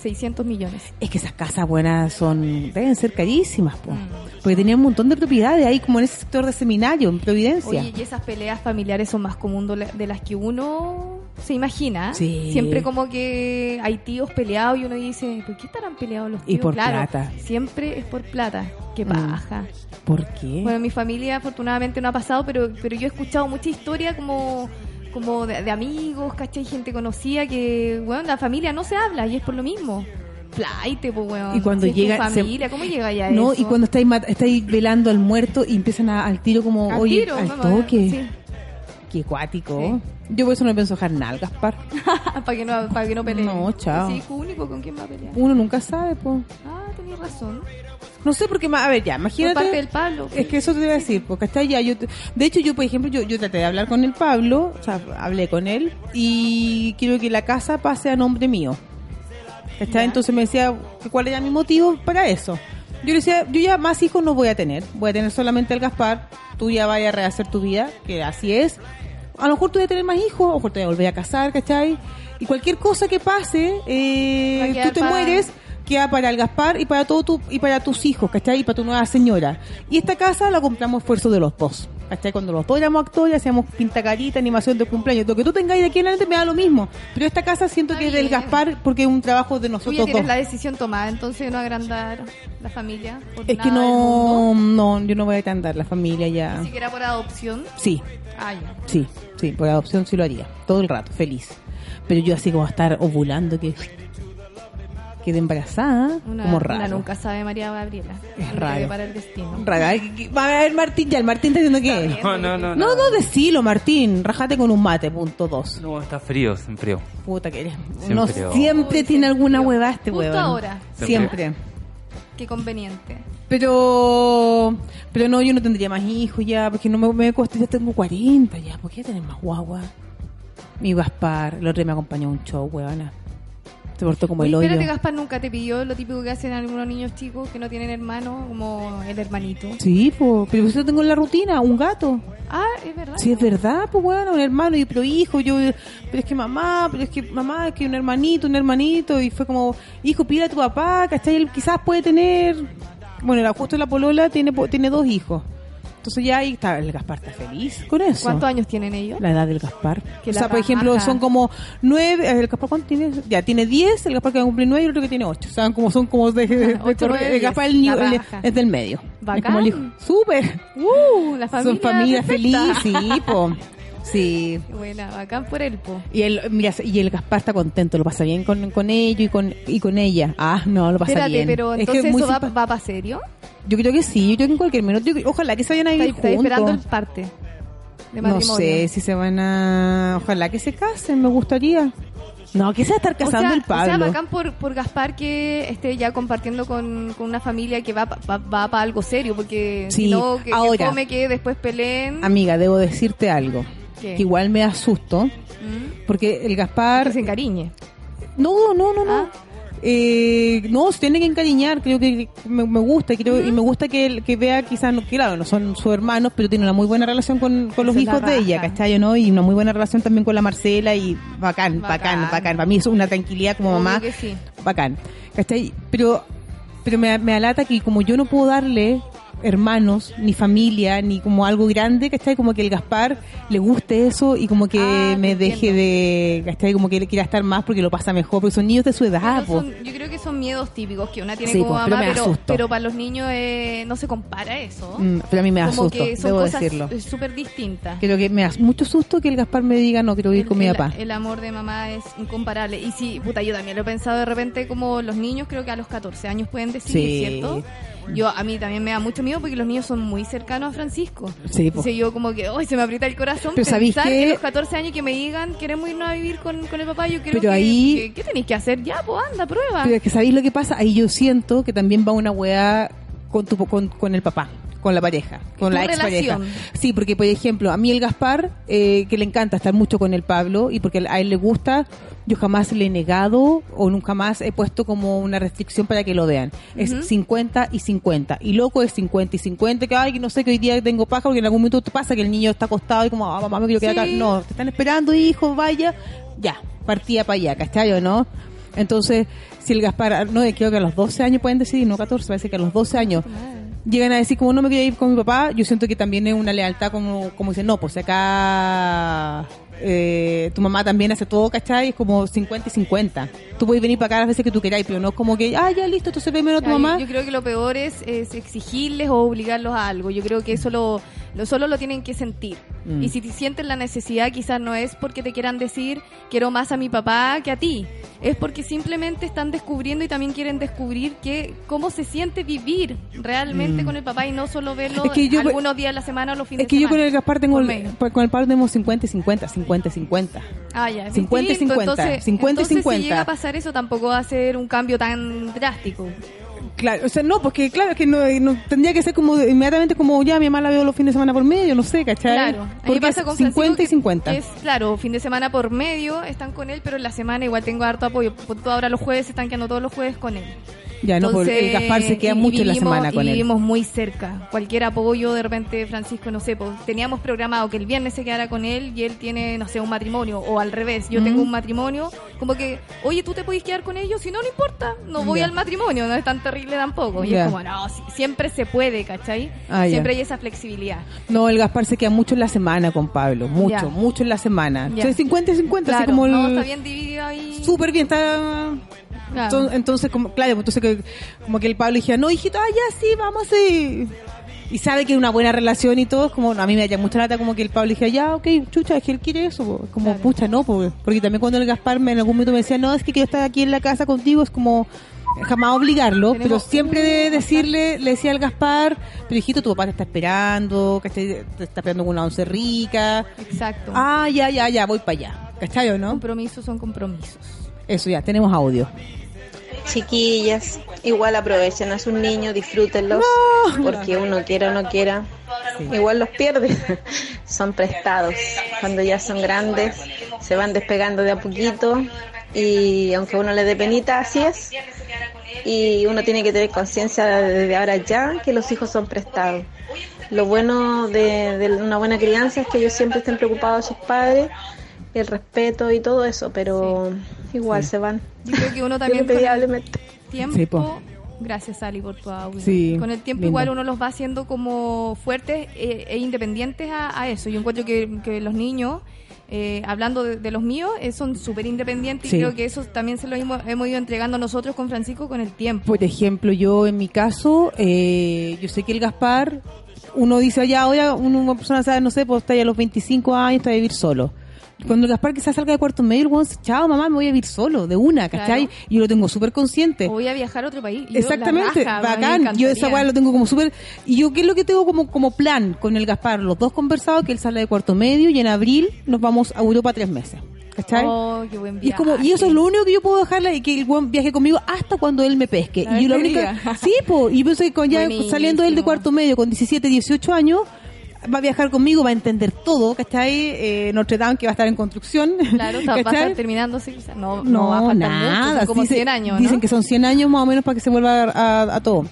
Speaker 4: 600 millones.
Speaker 2: Es que esas casas buenas son, deben ser carísimas, po.
Speaker 4: Mm.
Speaker 2: porque tenían un montón de propiedades ahí, como en ese sector de seminario, en Providencia.
Speaker 4: Oye, y esas peleas familiares son más común dole- de las que uno se imagina.
Speaker 2: Sí.
Speaker 4: Siempre como que hay tíos peleados y uno dice, ¿por qué estarán peleados los
Speaker 2: Y
Speaker 4: tíos?
Speaker 2: por
Speaker 4: Claro,
Speaker 2: plata.
Speaker 4: Siempre es por plata. Qué
Speaker 2: Mm.
Speaker 4: paja.
Speaker 2: ¿Por qué?
Speaker 4: Bueno, en mi familia afortunadamente no ha pasado, pero, pero yo he escuchado mucha historia como como de, de amigos, ¿cachai? Gente conocida que, bueno, la familia no se habla y es por lo mismo. Plaite, pues, weón.
Speaker 2: Y cuando
Speaker 4: Si es tu
Speaker 2: llega- se-
Speaker 4: familia, ¿cómo llega ya
Speaker 2: no,
Speaker 4: eso?
Speaker 2: y cuando estáis, mat- estáis velando al muerto y empiezan a- al tiro como,
Speaker 4: Al
Speaker 2: oye,
Speaker 4: tiro,
Speaker 2: al
Speaker 4: mamá,
Speaker 2: toque.
Speaker 4: sí.
Speaker 2: Qué cuático. Yo por eso no pienso dejar nada, Gaspar.
Speaker 4: para que no, para que no peleen.
Speaker 2: No, chao.
Speaker 4: Es hijo único, ¿con quién va a pelear?
Speaker 2: Uno nunca sabe, po.
Speaker 4: Ah, tenías razón.
Speaker 2: No sé por qué más. A ver, ya, imagínate.
Speaker 4: Por parte del Pablo. pues.
Speaker 2: Es que eso te iba a decir, porque está ya. Yo, te- de hecho, yo, por ejemplo, yo, yo traté de hablar con el Pablo, o sea, hablé con él, y quiero que la casa pase a nombre mío. ¿Cachai? Entonces me decía que cuál era mi motivo para eso. Yo le decía, yo ya más hijos no voy a tener, voy a tener solamente al Gaspar, tú ya vayas a rehacer tu vida, que así es. A lo mejor tú vas a tener más hijos, a lo mejor te vas a volver a casar, ¿cachai? Y cualquier cosa que pase, eh,
Speaker 4: Va a quedar
Speaker 2: tú te
Speaker 4: para-
Speaker 2: mueres, queda para el Gaspar y para todo tu, y para tus hijos, ¿cachai? Y para tu nueva señora. Y esta casa la compramos esfuerzo de los dos. ¿Cachai? Cuando los dos éramos actores, hacíamos pintacarita, animación de cumpleaños. Lo que tú tengáis de aquí en adelante me da lo mismo. Pero esta casa siento
Speaker 4: Está
Speaker 2: que es del
Speaker 4: bien.
Speaker 2: Gaspar porque es un trabajo de
Speaker 4: Tú ya
Speaker 2: nosotros
Speaker 4: tienes
Speaker 2: dos.
Speaker 4: la decisión tomada, entonces de no agrandar la familia. Por
Speaker 2: Es que
Speaker 4: nada del mundo,
Speaker 2: no, no, yo no voy a cantar la familia ya.
Speaker 4: Ni siquiera por adopción.
Speaker 2: Sí,
Speaker 4: Ah, ya.
Speaker 2: sí, sí, por adopción sí lo haría. Todo el rato, feliz. Pero yo así como estar ovulando, que quede embarazada,
Speaker 4: Una,
Speaker 2: como
Speaker 4: una
Speaker 2: raro.
Speaker 4: nunca sabe María Gabriela.
Speaker 2: Es
Speaker 4: Lo
Speaker 2: raro.
Speaker 4: que para el destino.
Speaker 2: Raro. Ay, que- ¿eh? Va a ver Martín, ya el Martín está diciendo que...
Speaker 3: No, no, no.
Speaker 2: No, no, decilo Martín, rájate con un mate, punto dos.
Speaker 3: No, está frío, está frío.
Speaker 2: Puta que eres.
Speaker 3: Siempre
Speaker 2: no,
Speaker 3: creo.
Speaker 2: siempre tiene alguna hueva este
Speaker 4: Justo
Speaker 2: huevón.
Speaker 4: ahora.
Speaker 2: Siempre.
Speaker 4: Qué conveniente.
Speaker 2: Pero pero no, yo no tendría más hijos ya, porque no me, me cuesta, ya tengo 40 ya, ¿por qué tener más guagua? Mi Gaspar, el otro día me acompañó a un show, huevona. Se portó como
Speaker 4: Oye,
Speaker 2: el hoyo.
Speaker 4: espérate, Gaspar nunca te pidió lo típico que hacen algunos niños chicos que no tienen hermano, como el hermanito.
Speaker 2: Sí, po, pero eso tengo en la rutina, un gato.
Speaker 4: Ah, es verdad.
Speaker 2: Sí, es verdad, pues bueno, un hermano, y pero hijo, yo, pero es que mamá, pero es que mamá, es que un hermanito, un hermanito, y fue como, hijo, pide a tu papá, ¿cachai? Él quizás puede tener, bueno, la justo la polola tiene, po- tiene dos hijos. Entonces ya ahí está, el Gaspar está feliz con eso.
Speaker 4: ¿Cuántos años tienen ellos?
Speaker 2: La edad del Gaspar.
Speaker 4: Que
Speaker 2: o
Speaker 4: la
Speaker 2: sea, por ejemplo,
Speaker 4: raja.
Speaker 2: son como nueve, a ver, el Gaspar ¿cuánto tiene, ya tiene diez, el Gaspar que va a cumplir nueve y el otro que tiene ocho. O sea, como son como de, de- de-
Speaker 4: Ocho, nueve,
Speaker 2: el Gaspar
Speaker 4: diez.
Speaker 2: el niño-
Speaker 4: La
Speaker 2: el-
Speaker 4: raja.
Speaker 2: es del medio. Es como
Speaker 4: Bacán.
Speaker 2: el hijo. Súper.
Speaker 4: Uh, la familia.
Speaker 2: Son familias
Speaker 4: perfecta.
Speaker 2: felices, sí, po. Sí.
Speaker 4: Buena, bacán por el po.
Speaker 2: Y el, mira, y el Gaspar está contento, lo pasa bien con, con ello y con, y con ella. Ah, no, lo pasa
Speaker 4: Espérate,
Speaker 2: bien.
Speaker 4: pero
Speaker 2: Es que
Speaker 4: entonces
Speaker 2: es muy
Speaker 4: eso va,
Speaker 2: simpa-
Speaker 4: va para serio.
Speaker 2: Yo creo que sí, yo creo que en cualquier minuto. yo- ojalá que se vayan a
Speaker 4: Está,
Speaker 2: vivir
Speaker 4: está esperando el
Speaker 2: juntos.
Speaker 4: parte de
Speaker 2: No
Speaker 4: matrimonio.
Speaker 2: sé si se van a. Ojalá que se casen, me gustaría. No, que se va a estar casando
Speaker 4: o sea,
Speaker 2: el Pablo.
Speaker 4: O sea, bacán por, por Gaspar que esté ya compartiendo con, con una familia que va pa- va, va para algo serio, porque
Speaker 2: Sí,
Speaker 4: si no, que,
Speaker 2: ahora.
Speaker 4: que come que después peleen.
Speaker 2: Amiga, debo decirte algo.
Speaker 4: ¿Qué?
Speaker 2: Que igual me asusto.
Speaker 4: Mm.
Speaker 2: Porque el Gaspar.
Speaker 4: Que se encariñe.
Speaker 2: No, no, no, no.
Speaker 4: Ah.
Speaker 2: Eh, no, se tienen que encariñar, creo que me, me gusta, creo, y me gusta que, él- que vea quizás, no, que claro, no son sus hermanos, pero tiene una muy buena relación con, con los
Speaker 4: Esa es la
Speaker 2: hijos de ella,
Speaker 4: raja.
Speaker 2: ¿cachai? ¿no? Y una muy buena relación también con la Marcela y bacán, bacán, bacán.
Speaker 4: Bacán.
Speaker 2: Para mí es una tranquilidad como
Speaker 4: Obvio
Speaker 2: mamá,
Speaker 4: que sí.
Speaker 2: bacán, ¿cachai? Pero, pero me, me alata que como yo no puedo darle hermanos, ni familia, ni como algo grande, ¿cachai? Como que el Gaspar le guste eso y como que
Speaker 4: Ah, te
Speaker 2: me deje
Speaker 4: entiendo.
Speaker 2: de, ¿cachai? Como que él quiera estar más porque lo pasa mejor, porque son niños de su edad, po.
Speaker 4: Pero son- yo creo que son miedos típicos que una
Speaker 2: Ah, pues.
Speaker 4: tiene
Speaker 2: Sí,
Speaker 4: como
Speaker 2: pues, pero
Speaker 4: mamá,
Speaker 2: me
Speaker 4: pero,
Speaker 2: asusto.
Speaker 4: pero para los niños eh, no se compara eso.
Speaker 2: Mm, pero a mí me da
Speaker 4: Como
Speaker 2: susto,
Speaker 4: que son
Speaker 2: debo
Speaker 4: cosas
Speaker 2: decirlo.
Speaker 4: eh, súper distintas.
Speaker 2: Creo que me da mucho susto que el Gaspar me diga no quiero ir con mi
Speaker 4: el,
Speaker 2: papá.
Speaker 4: el amor de mamá es incomparable. Y sí, puta, yo también lo he pensado de repente como los niños creo que a los 14 años pueden decidir,
Speaker 2: Sí.
Speaker 4: ¿cierto? Yo a mí también me da mucho miedo porque los niños son muy cercanos a Francisco.
Speaker 2: Sí, po.
Speaker 4: Entonces yo como que, hoy se me aprieta el corazón
Speaker 2: Pero
Speaker 4: pensar
Speaker 2: ¿sabéis qué?
Speaker 4: que los 14 años que me digan queremos irnos a vivir con, con el papá, yo creo
Speaker 2: Pero
Speaker 4: que,
Speaker 2: ahí-
Speaker 4: que- ¿qué tenéis que hacer? Ya, pues anda, prueba.
Speaker 2: Pero es que sabéis lo que pasa, ahí yo siento que también va una weá con tu con, con el papá, con la pareja, con
Speaker 4: Tu
Speaker 2: la ex pareja.
Speaker 4: relación.
Speaker 2: Sí, porque por ejemplo, a mí el Gaspar, eh, que le encanta estar mucho con el Pablo y porque a él le gusta, yo jamás le he negado o nunca más he puesto como una restricción para que lo vean. Es
Speaker 4: Ujú.
Speaker 2: 50 y 50. Y loco es 50 y 50, que ay, que no sé, que hoy día tengo paja, porque en algún momento te pasa que el niño está acostado y como, ah, mamá, me quiero quedar acá.
Speaker 4: Sí.
Speaker 2: No, te están esperando, hijo, vaya. Ya, partía para allá, ¿cachai o no? Entonces, si el Gaspar, no, eh, creo que a los 12 años pueden decidir, no 14, parece que a los 12 años llegan a decir como no me quiero ir con mi papá, yo siento que también es una lealtad como, como dicen, no, pues si acá eh, tu mamá también hace todo, ¿cachai? Es como 50 y 50. Tú puedes venir para acá las veces que tú queráis, pero no es como que, ah, ya listo, entonces primero a tu
Speaker 4: Ay,
Speaker 2: mamá.
Speaker 4: Yo creo que lo peor es, es exigirles o obligarlos a algo. Yo creo que eso lo, lo- solo lo tienen que sentir.
Speaker 2: Mm.
Speaker 4: Y si te sienten la necesidad, quizás no es porque te quieran decir quiero más a mi papá que a ti. Es porque simplemente están descubriendo y también quieren descubrir que cómo se siente vivir realmente
Speaker 2: Mm.
Speaker 4: con el papá y no solo verlo
Speaker 2: Es que yo-
Speaker 4: algunos días a la semana o los fines
Speaker 2: Es que
Speaker 4: de
Speaker 2: yo con
Speaker 4: semana.
Speaker 2: el Gaspar tengo,
Speaker 4: Por
Speaker 2: el-
Speaker 4: medio.
Speaker 2: con el Pablo tenemos 50 y 50, 50 y 50.
Speaker 4: Ah, ya, es
Speaker 2: 50 y
Speaker 4: distinto.
Speaker 2: 50,
Speaker 4: Entonces,
Speaker 2: 50 y
Speaker 4: entonces
Speaker 2: 50.
Speaker 4: si llega a pasar eso, tampoco va a ser un cambio tan drástico.
Speaker 2: Claro, o sea, no, porque claro, es que no, eh, no- tendría que ser como de- inmediatamente como ya mi mamá la veo los fines de semana por medio, no sé, ¿cachai?
Speaker 4: Claro, a mí me
Speaker 2: porque
Speaker 4: pasa
Speaker 2: es
Speaker 4: con
Speaker 2: 50 y
Speaker 4: Francisco
Speaker 2: 50.
Speaker 4: Es claro, fin de semana por medio están con él, pero en la semana igual tengo harto apoyo. Por todo ahora los jueves se están quedando todos los jueves con él.
Speaker 2: ya, no, porque el
Speaker 4: Entonces,
Speaker 2: Gaspar se queda
Speaker 4: y
Speaker 2: mucho en la
Speaker 4: vivimos-
Speaker 2: semana con
Speaker 4: y
Speaker 2: él.
Speaker 4: vivimos muy cerca. Cualquier apoyo, de repente, Francisco, no sé, pues, teníamos programado que el viernes se quedara con él y él tiene, no sé, un matrimonio. O al revés, yo
Speaker 2: Mm.
Speaker 4: tengo un matrimonio, como que, oye, tú te podés quedar con ellos, si no, no importa, no voy
Speaker 2: Ya.
Speaker 4: al matrimonio, no es tan terrible tampoco. Y
Speaker 2: Ya.
Speaker 4: es como, no, si- siempre se puede, ¿cachai?
Speaker 2: Ah, ya.
Speaker 4: siempre hay esa flexibilidad.
Speaker 2: No, el Gaspar se queda mucho en la semana con Pablo, mucho,
Speaker 4: Ya.
Speaker 2: mucho en la semana.
Speaker 4: Ya.
Speaker 2: O sea, 50 y 50, así
Speaker 4: Claro,
Speaker 2: como el...
Speaker 4: no, está bien dividido ahí.
Speaker 2: Súper bien, está...
Speaker 4: Claro.
Speaker 2: Enton- Entonces, como, claro, pues, entonces que, como que el Pablo dijera, no, hijito, ah, ya sí, vamos sí. Y sabe que es una buena relación y todo, como no, a mí me da mucha lata como que el Pablo dijera, ya, ok, chucha, es que él quiere eso, po. como
Speaker 4: Claro.
Speaker 2: pucha, no, po. porque también cuando el Gaspar me, en algún momento me decía, no, es que quiero estar aquí en la casa contigo, es como jamás obligarlo, pero
Speaker 4: Tenemos
Speaker 2: siempre
Speaker 4: un-
Speaker 2: de decirle, le decía al Gaspar, pero hijito, tu papá te está esperando, ¿cachai? te está esperando con una once rica,
Speaker 4: Exacto.
Speaker 2: ah, ya, ya, ya, voy para allá, ¿cachai o no?
Speaker 4: Compromisos son compromisos.
Speaker 2: Eso ya, tenemos audio.
Speaker 9: Chiquillas, igual aprovechen a sus niños, disfrútenlos, porque uno quiera o no quiera, igual los pierde. Son prestados. Cuando ya son grandes, se van despegando de a poquito y aunque uno le dé penita, así es. Y uno tiene que tener conciencia desde ahora ya que los hijos son prestados. Lo bueno de, de una buena crianza es que ellos siempre estén preocupados de sus padres, el respeto y todo eso, pero igual se van.
Speaker 4: Yo creo que uno también con el
Speaker 9: Irremediablemente.
Speaker 4: tiempo.
Speaker 2: Sí, po.
Speaker 4: Gracias, Ali, por tu audio.
Speaker 2: Sí,
Speaker 4: con el tiempo,
Speaker 2: lindo.
Speaker 4: igual uno los va haciendo como fuertes eh, e independientes a, a eso. Yo encuentro que, que los niños. eh, hablando de, de los míos, eh, son súper independientes
Speaker 2: Sí.
Speaker 4: y creo que eso también se lo hemos, hemos ido entregando nosotros con Francisco con el tiempo.
Speaker 2: Por ejemplo, yo en mi caso, eh, yo sé que el Gaspar, uno dice, ya, ahora uno- una persona sabe, no sé, pues está ya a los 25 años, está a vivir solo. Cuando el Gaspar quizás salga de cuarto medio, el weón dice, chao mamá, me voy a vivir solo, de una, ¿cachai?
Speaker 4: Claro.
Speaker 2: Y yo lo tengo súper consciente.
Speaker 4: O voy a viajar a otro país. Y yo, la
Speaker 2: Exactamente,
Speaker 4: raja, a mí me
Speaker 2: bacán. Yo esa
Speaker 4: encantaría.
Speaker 2: weá lo tengo como súper. Y yo, ¿qué es lo que tengo como, como plan con el Gaspar? Los dos conversados, que él sale de cuarto medio y en abril nos vamos a Europa tres meses. ¿Cachai?
Speaker 4: Oh, qué buen
Speaker 2: Y es como, y
Speaker 4: viaje.
Speaker 2: eso es lo único que yo puedo dejarle y que el buen viaje conmigo hasta cuando él me pesque.
Speaker 4: La
Speaker 2: y yo la
Speaker 4: despedida.
Speaker 2: única, sí, po, y yo pensé que con ya
Speaker 4: Buenísimo.
Speaker 2: saliendo él de cuarto medio con 17, 18 años, va a viajar conmigo, va a entender todo, ¿cachai? Eh, Notre Dame que va a estar en construcción.
Speaker 4: Claro, o sea, va a
Speaker 2: ¿cachai?
Speaker 4: estar terminándose quizás. No, no,
Speaker 2: No,
Speaker 4: va a faltar mucho,
Speaker 2: nada.
Speaker 4: son como
Speaker 2: Dicen-
Speaker 4: 100 años,
Speaker 2: Dicen
Speaker 4: ¿no?
Speaker 2: que son 100 años más o menos para que se vuelva a, a- a todo.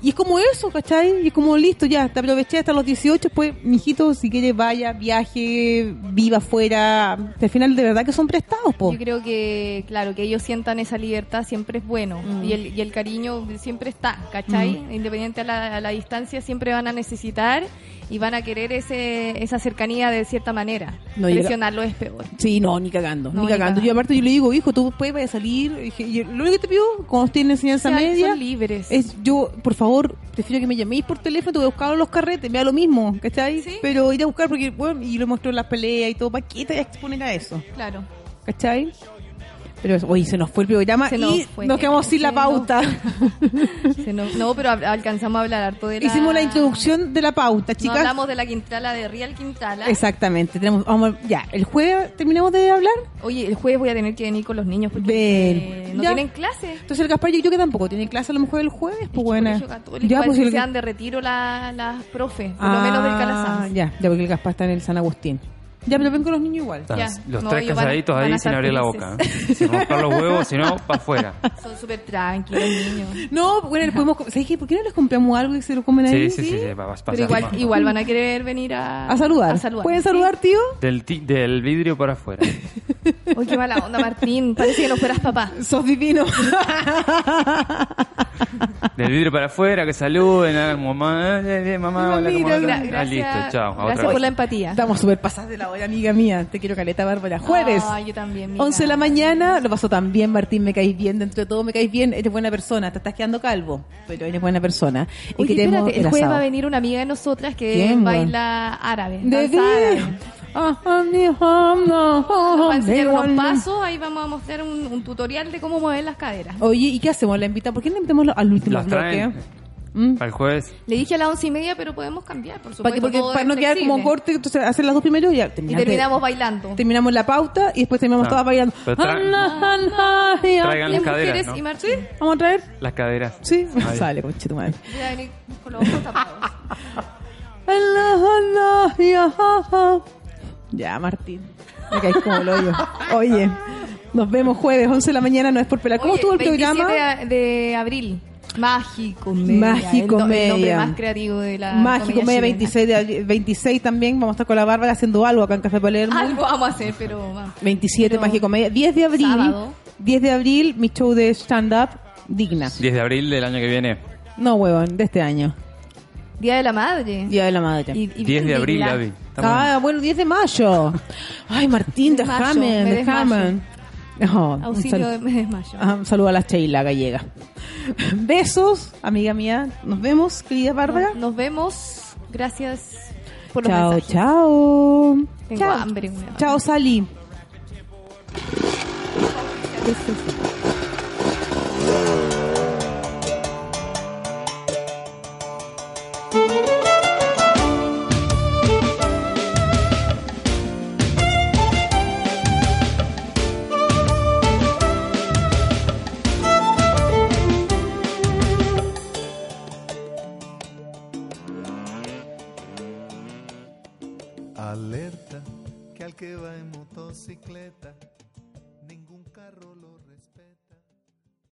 Speaker 2: Y es como eso, ¿cachai? Y es como listo, ya, te aproveché hasta los 18, pues, mijito, si quieres, vaya, viaje, viva afuera. Al final, de verdad que son prestados, po.
Speaker 4: Yo creo que, claro, que ellos sientan esa libertad siempre es bueno.
Speaker 2: Mm.
Speaker 4: Y, el, y el cariño siempre está, ¿cachai? Independiente a la, a la distancia, siempre van a necesitar y van a querer ese, esa cercanía de cierta manera.
Speaker 2: No, y la-
Speaker 4: Presionarlo es peor.
Speaker 2: Sí, no, ni cagando,
Speaker 4: No,
Speaker 2: ni
Speaker 4: ni
Speaker 2: cagando.
Speaker 4: cagando.
Speaker 2: Yo aparte yo le digo, hijo, tú puedes vaya a salir. Y dije, y lo único que te pido cuando estés en enseñanza
Speaker 4: Sean-
Speaker 2: media
Speaker 4: son libres.
Speaker 2: es yo, por favor, prefiero que me llaméis por teléfono, te voy a buscar a los carretes, me da lo mismo, ¿cachai?
Speaker 4: Sí.
Speaker 2: Pero ir a buscar porque, bueno, y lo mostró en las peleas y todo, ¿para qué te voy a exponer a eso?
Speaker 4: Claro.
Speaker 2: ¿Cachai? Pero hoy se nos fue el programa
Speaker 4: Se nos
Speaker 2: y
Speaker 4: fue.
Speaker 2: nos quedamos sin la
Speaker 4: Se nos
Speaker 2: pauta.
Speaker 4: Se nos- no, pero hab- alcanzamos a hablar harto de la...
Speaker 2: Hicimos la introducción de la pauta,
Speaker 4: No
Speaker 2: chicas.
Speaker 4: hablamos de la Quintala, de Real Quintala.
Speaker 2: Exactamente. Tenemos, vamos, ya, el jueves terminamos de hablar.
Speaker 4: Oye, el jueves voy a tener que venir con los niños porque eh, no
Speaker 2: Ya.
Speaker 4: tienen clase.
Speaker 2: Entonces el Gaspar yo creo que tampoco tiene clase a lo mejor el jueves, pues buena.
Speaker 4: Colegio Católico,
Speaker 2: Ya,
Speaker 4: parece
Speaker 2: pues
Speaker 4: que
Speaker 2: el-
Speaker 4: sean de retiro la- las profes, por lo
Speaker 2: Ah,
Speaker 4: menos del Calasanz.
Speaker 2: Ya, ya porque el Gaspar está en el San Agustín. Ya, pero ven con los niños igual.
Speaker 3: Están
Speaker 4: Ya,
Speaker 3: los
Speaker 4: no,
Speaker 3: tres
Speaker 4: ellos van-
Speaker 3: casaditos
Speaker 4: van a
Speaker 3: ahí
Speaker 4: estar
Speaker 3: sin abrir la
Speaker 4: felices.
Speaker 3: boca. ¿eh? Sin romper los huevos, si no, para afuera.
Speaker 4: Son súper tranquilos niños.
Speaker 2: No, bueno, podemos, ¿sabes qué? ¿Por qué no les compramos algo y se lo comen ahí?
Speaker 3: Sí, sí, sí, sí, va- va-
Speaker 4: Pero
Speaker 3: va-
Speaker 4: igual, igual van a querer venir a,
Speaker 2: A saludar. ¿Pueden saludar, tío?
Speaker 3: Del, ti- del vidrio para afuera.
Speaker 4: Oye, qué mala onda, Martín. Parece que no fueras papá.
Speaker 2: Sos divino.
Speaker 3: Del vidrio para afuera, que saluden, hagan como mamá, eh, eh, mamá, hola, ¿cómo
Speaker 4: Mira,
Speaker 3: andan?
Speaker 4: gra-
Speaker 3: Ah, listo,
Speaker 4: gracias-
Speaker 3: chao. a
Speaker 4: Gracias
Speaker 3: otra
Speaker 4: por
Speaker 3: vez.
Speaker 4: la empatía.
Speaker 2: Estamos súper pasadas de la hora, amiga mía. Te quiero caleta, Bárbara. Jueves.
Speaker 4: Ah, yo también. mira.
Speaker 2: 11 de la mañana, lo pasó tan bien, Martín, me caís bien, dentro de todo me caís bien, eres buena persona, te estás quedando calvo, pero eres buena persona. Y
Speaker 4: Oye,
Speaker 2: queremos
Speaker 4: espérate, el
Speaker 2: el
Speaker 4: jueves va a
Speaker 2: asado.
Speaker 4: venir una amiga de nosotras que
Speaker 2: ¿Quién, güey?
Speaker 4: baila árabe.
Speaker 2: De
Speaker 4: danza árabe.
Speaker 2: vida. Ah, ah, mi home, no,
Speaker 4: Nos va a
Speaker 2: home,
Speaker 4: enseñar
Speaker 2: they
Speaker 4: unos
Speaker 2: want-
Speaker 4: pasos, ahí vamos a mostrar un, un tutorial de cómo mover las caderas.
Speaker 2: Oye, ¿y qué hacemos? ¿La invitamos? ¿Por qué no invitamos al último
Speaker 3: Las
Speaker 2: bloque?
Speaker 3: traen para el jueves.
Speaker 4: Le dije a las once y media, pero podemos cambiar, por supuesto.
Speaker 2: Para, que, porque,
Speaker 4: todo
Speaker 2: para
Speaker 4: es
Speaker 2: no quedar como
Speaker 4: flexible.
Speaker 2: corte, entonces hacer las dos primero y ya
Speaker 4: Y
Speaker 2: terminamos.
Speaker 4: terminamos bailando. Ah,
Speaker 2: Terminamos la pauta y después terminamos
Speaker 3: Ah,
Speaker 2: todas bailando.
Speaker 3: pero tra-
Speaker 2: Ana, Ana, y a-
Speaker 3: Traigan las
Speaker 4: Las
Speaker 3: caderas,
Speaker 4: mujeres
Speaker 3: ¿no?
Speaker 4: y Martín
Speaker 2: ¿Vamos a traer?
Speaker 3: Las caderas.
Speaker 2: Sí,
Speaker 3: Ahí.
Speaker 2: sale, coche tu madre.
Speaker 4: voy a venir con los ojos tapados.
Speaker 2: Ana, Ana, y a- a- a. Ya, Martín. Me caes como el hoyo. Oye, nos vemos jueves, 11 de la mañana, no es por pelar. ¿Cómo
Speaker 4: Oye,
Speaker 2: estuvo el programa?
Speaker 4: 27 de, de abril. Mágico Media.
Speaker 2: Mágico
Speaker 4: el, no- el nombre
Speaker 2: Media.
Speaker 4: más creativo de la
Speaker 2: Mágico, media
Speaker 4: comedia chilena.
Speaker 2: 26, de abri- 26 también. Vamos a estar con la Bárbara haciendo algo acá en Café Palermo.
Speaker 4: Algo vamos a hacer, pero vamos.
Speaker 2: 27 Mágico Media. 10 de abril.
Speaker 4: Sábado.
Speaker 2: 10 de abril, mi show de stand-up digna.
Speaker 3: 10 de abril del año que viene.
Speaker 2: No, huevón, de este año.
Speaker 4: Día de la Madre.
Speaker 2: Día de la Madre.
Speaker 4: Y- y-
Speaker 3: 10 de
Speaker 4: y-
Speaker 3: abril,
Speaker 4: la-
Speaker 3: David.
Speaker 2: ah, bueno, 10 de mayo. Ay, Martín,
Speaker 4: De mayo,
Speaker 2: déjame,
Speaker 4: me
Speaker 2: déjame. No, un
Speaker 4: Auxilio
Speaker 2: sal-
Speaker 4: de me desmayo.
Speaker 2: ah, un saludo a la Sheila Gallega. Besos, amiga mía. Nos vemos, querida Bárbara.
Speaker 4: Nos vemos. Gracias por los
Speaker 2: Chao,
Speaker 4: mensajes.
Speaker 2: chao.
Speaker 4: Tengo
Speaker 2: Chao.
Speaker 4: hambre, weón.
Speaker 2: Chao, Sally.
Speaker 8: Alerta que al que va en motocicleta, ningún carro lo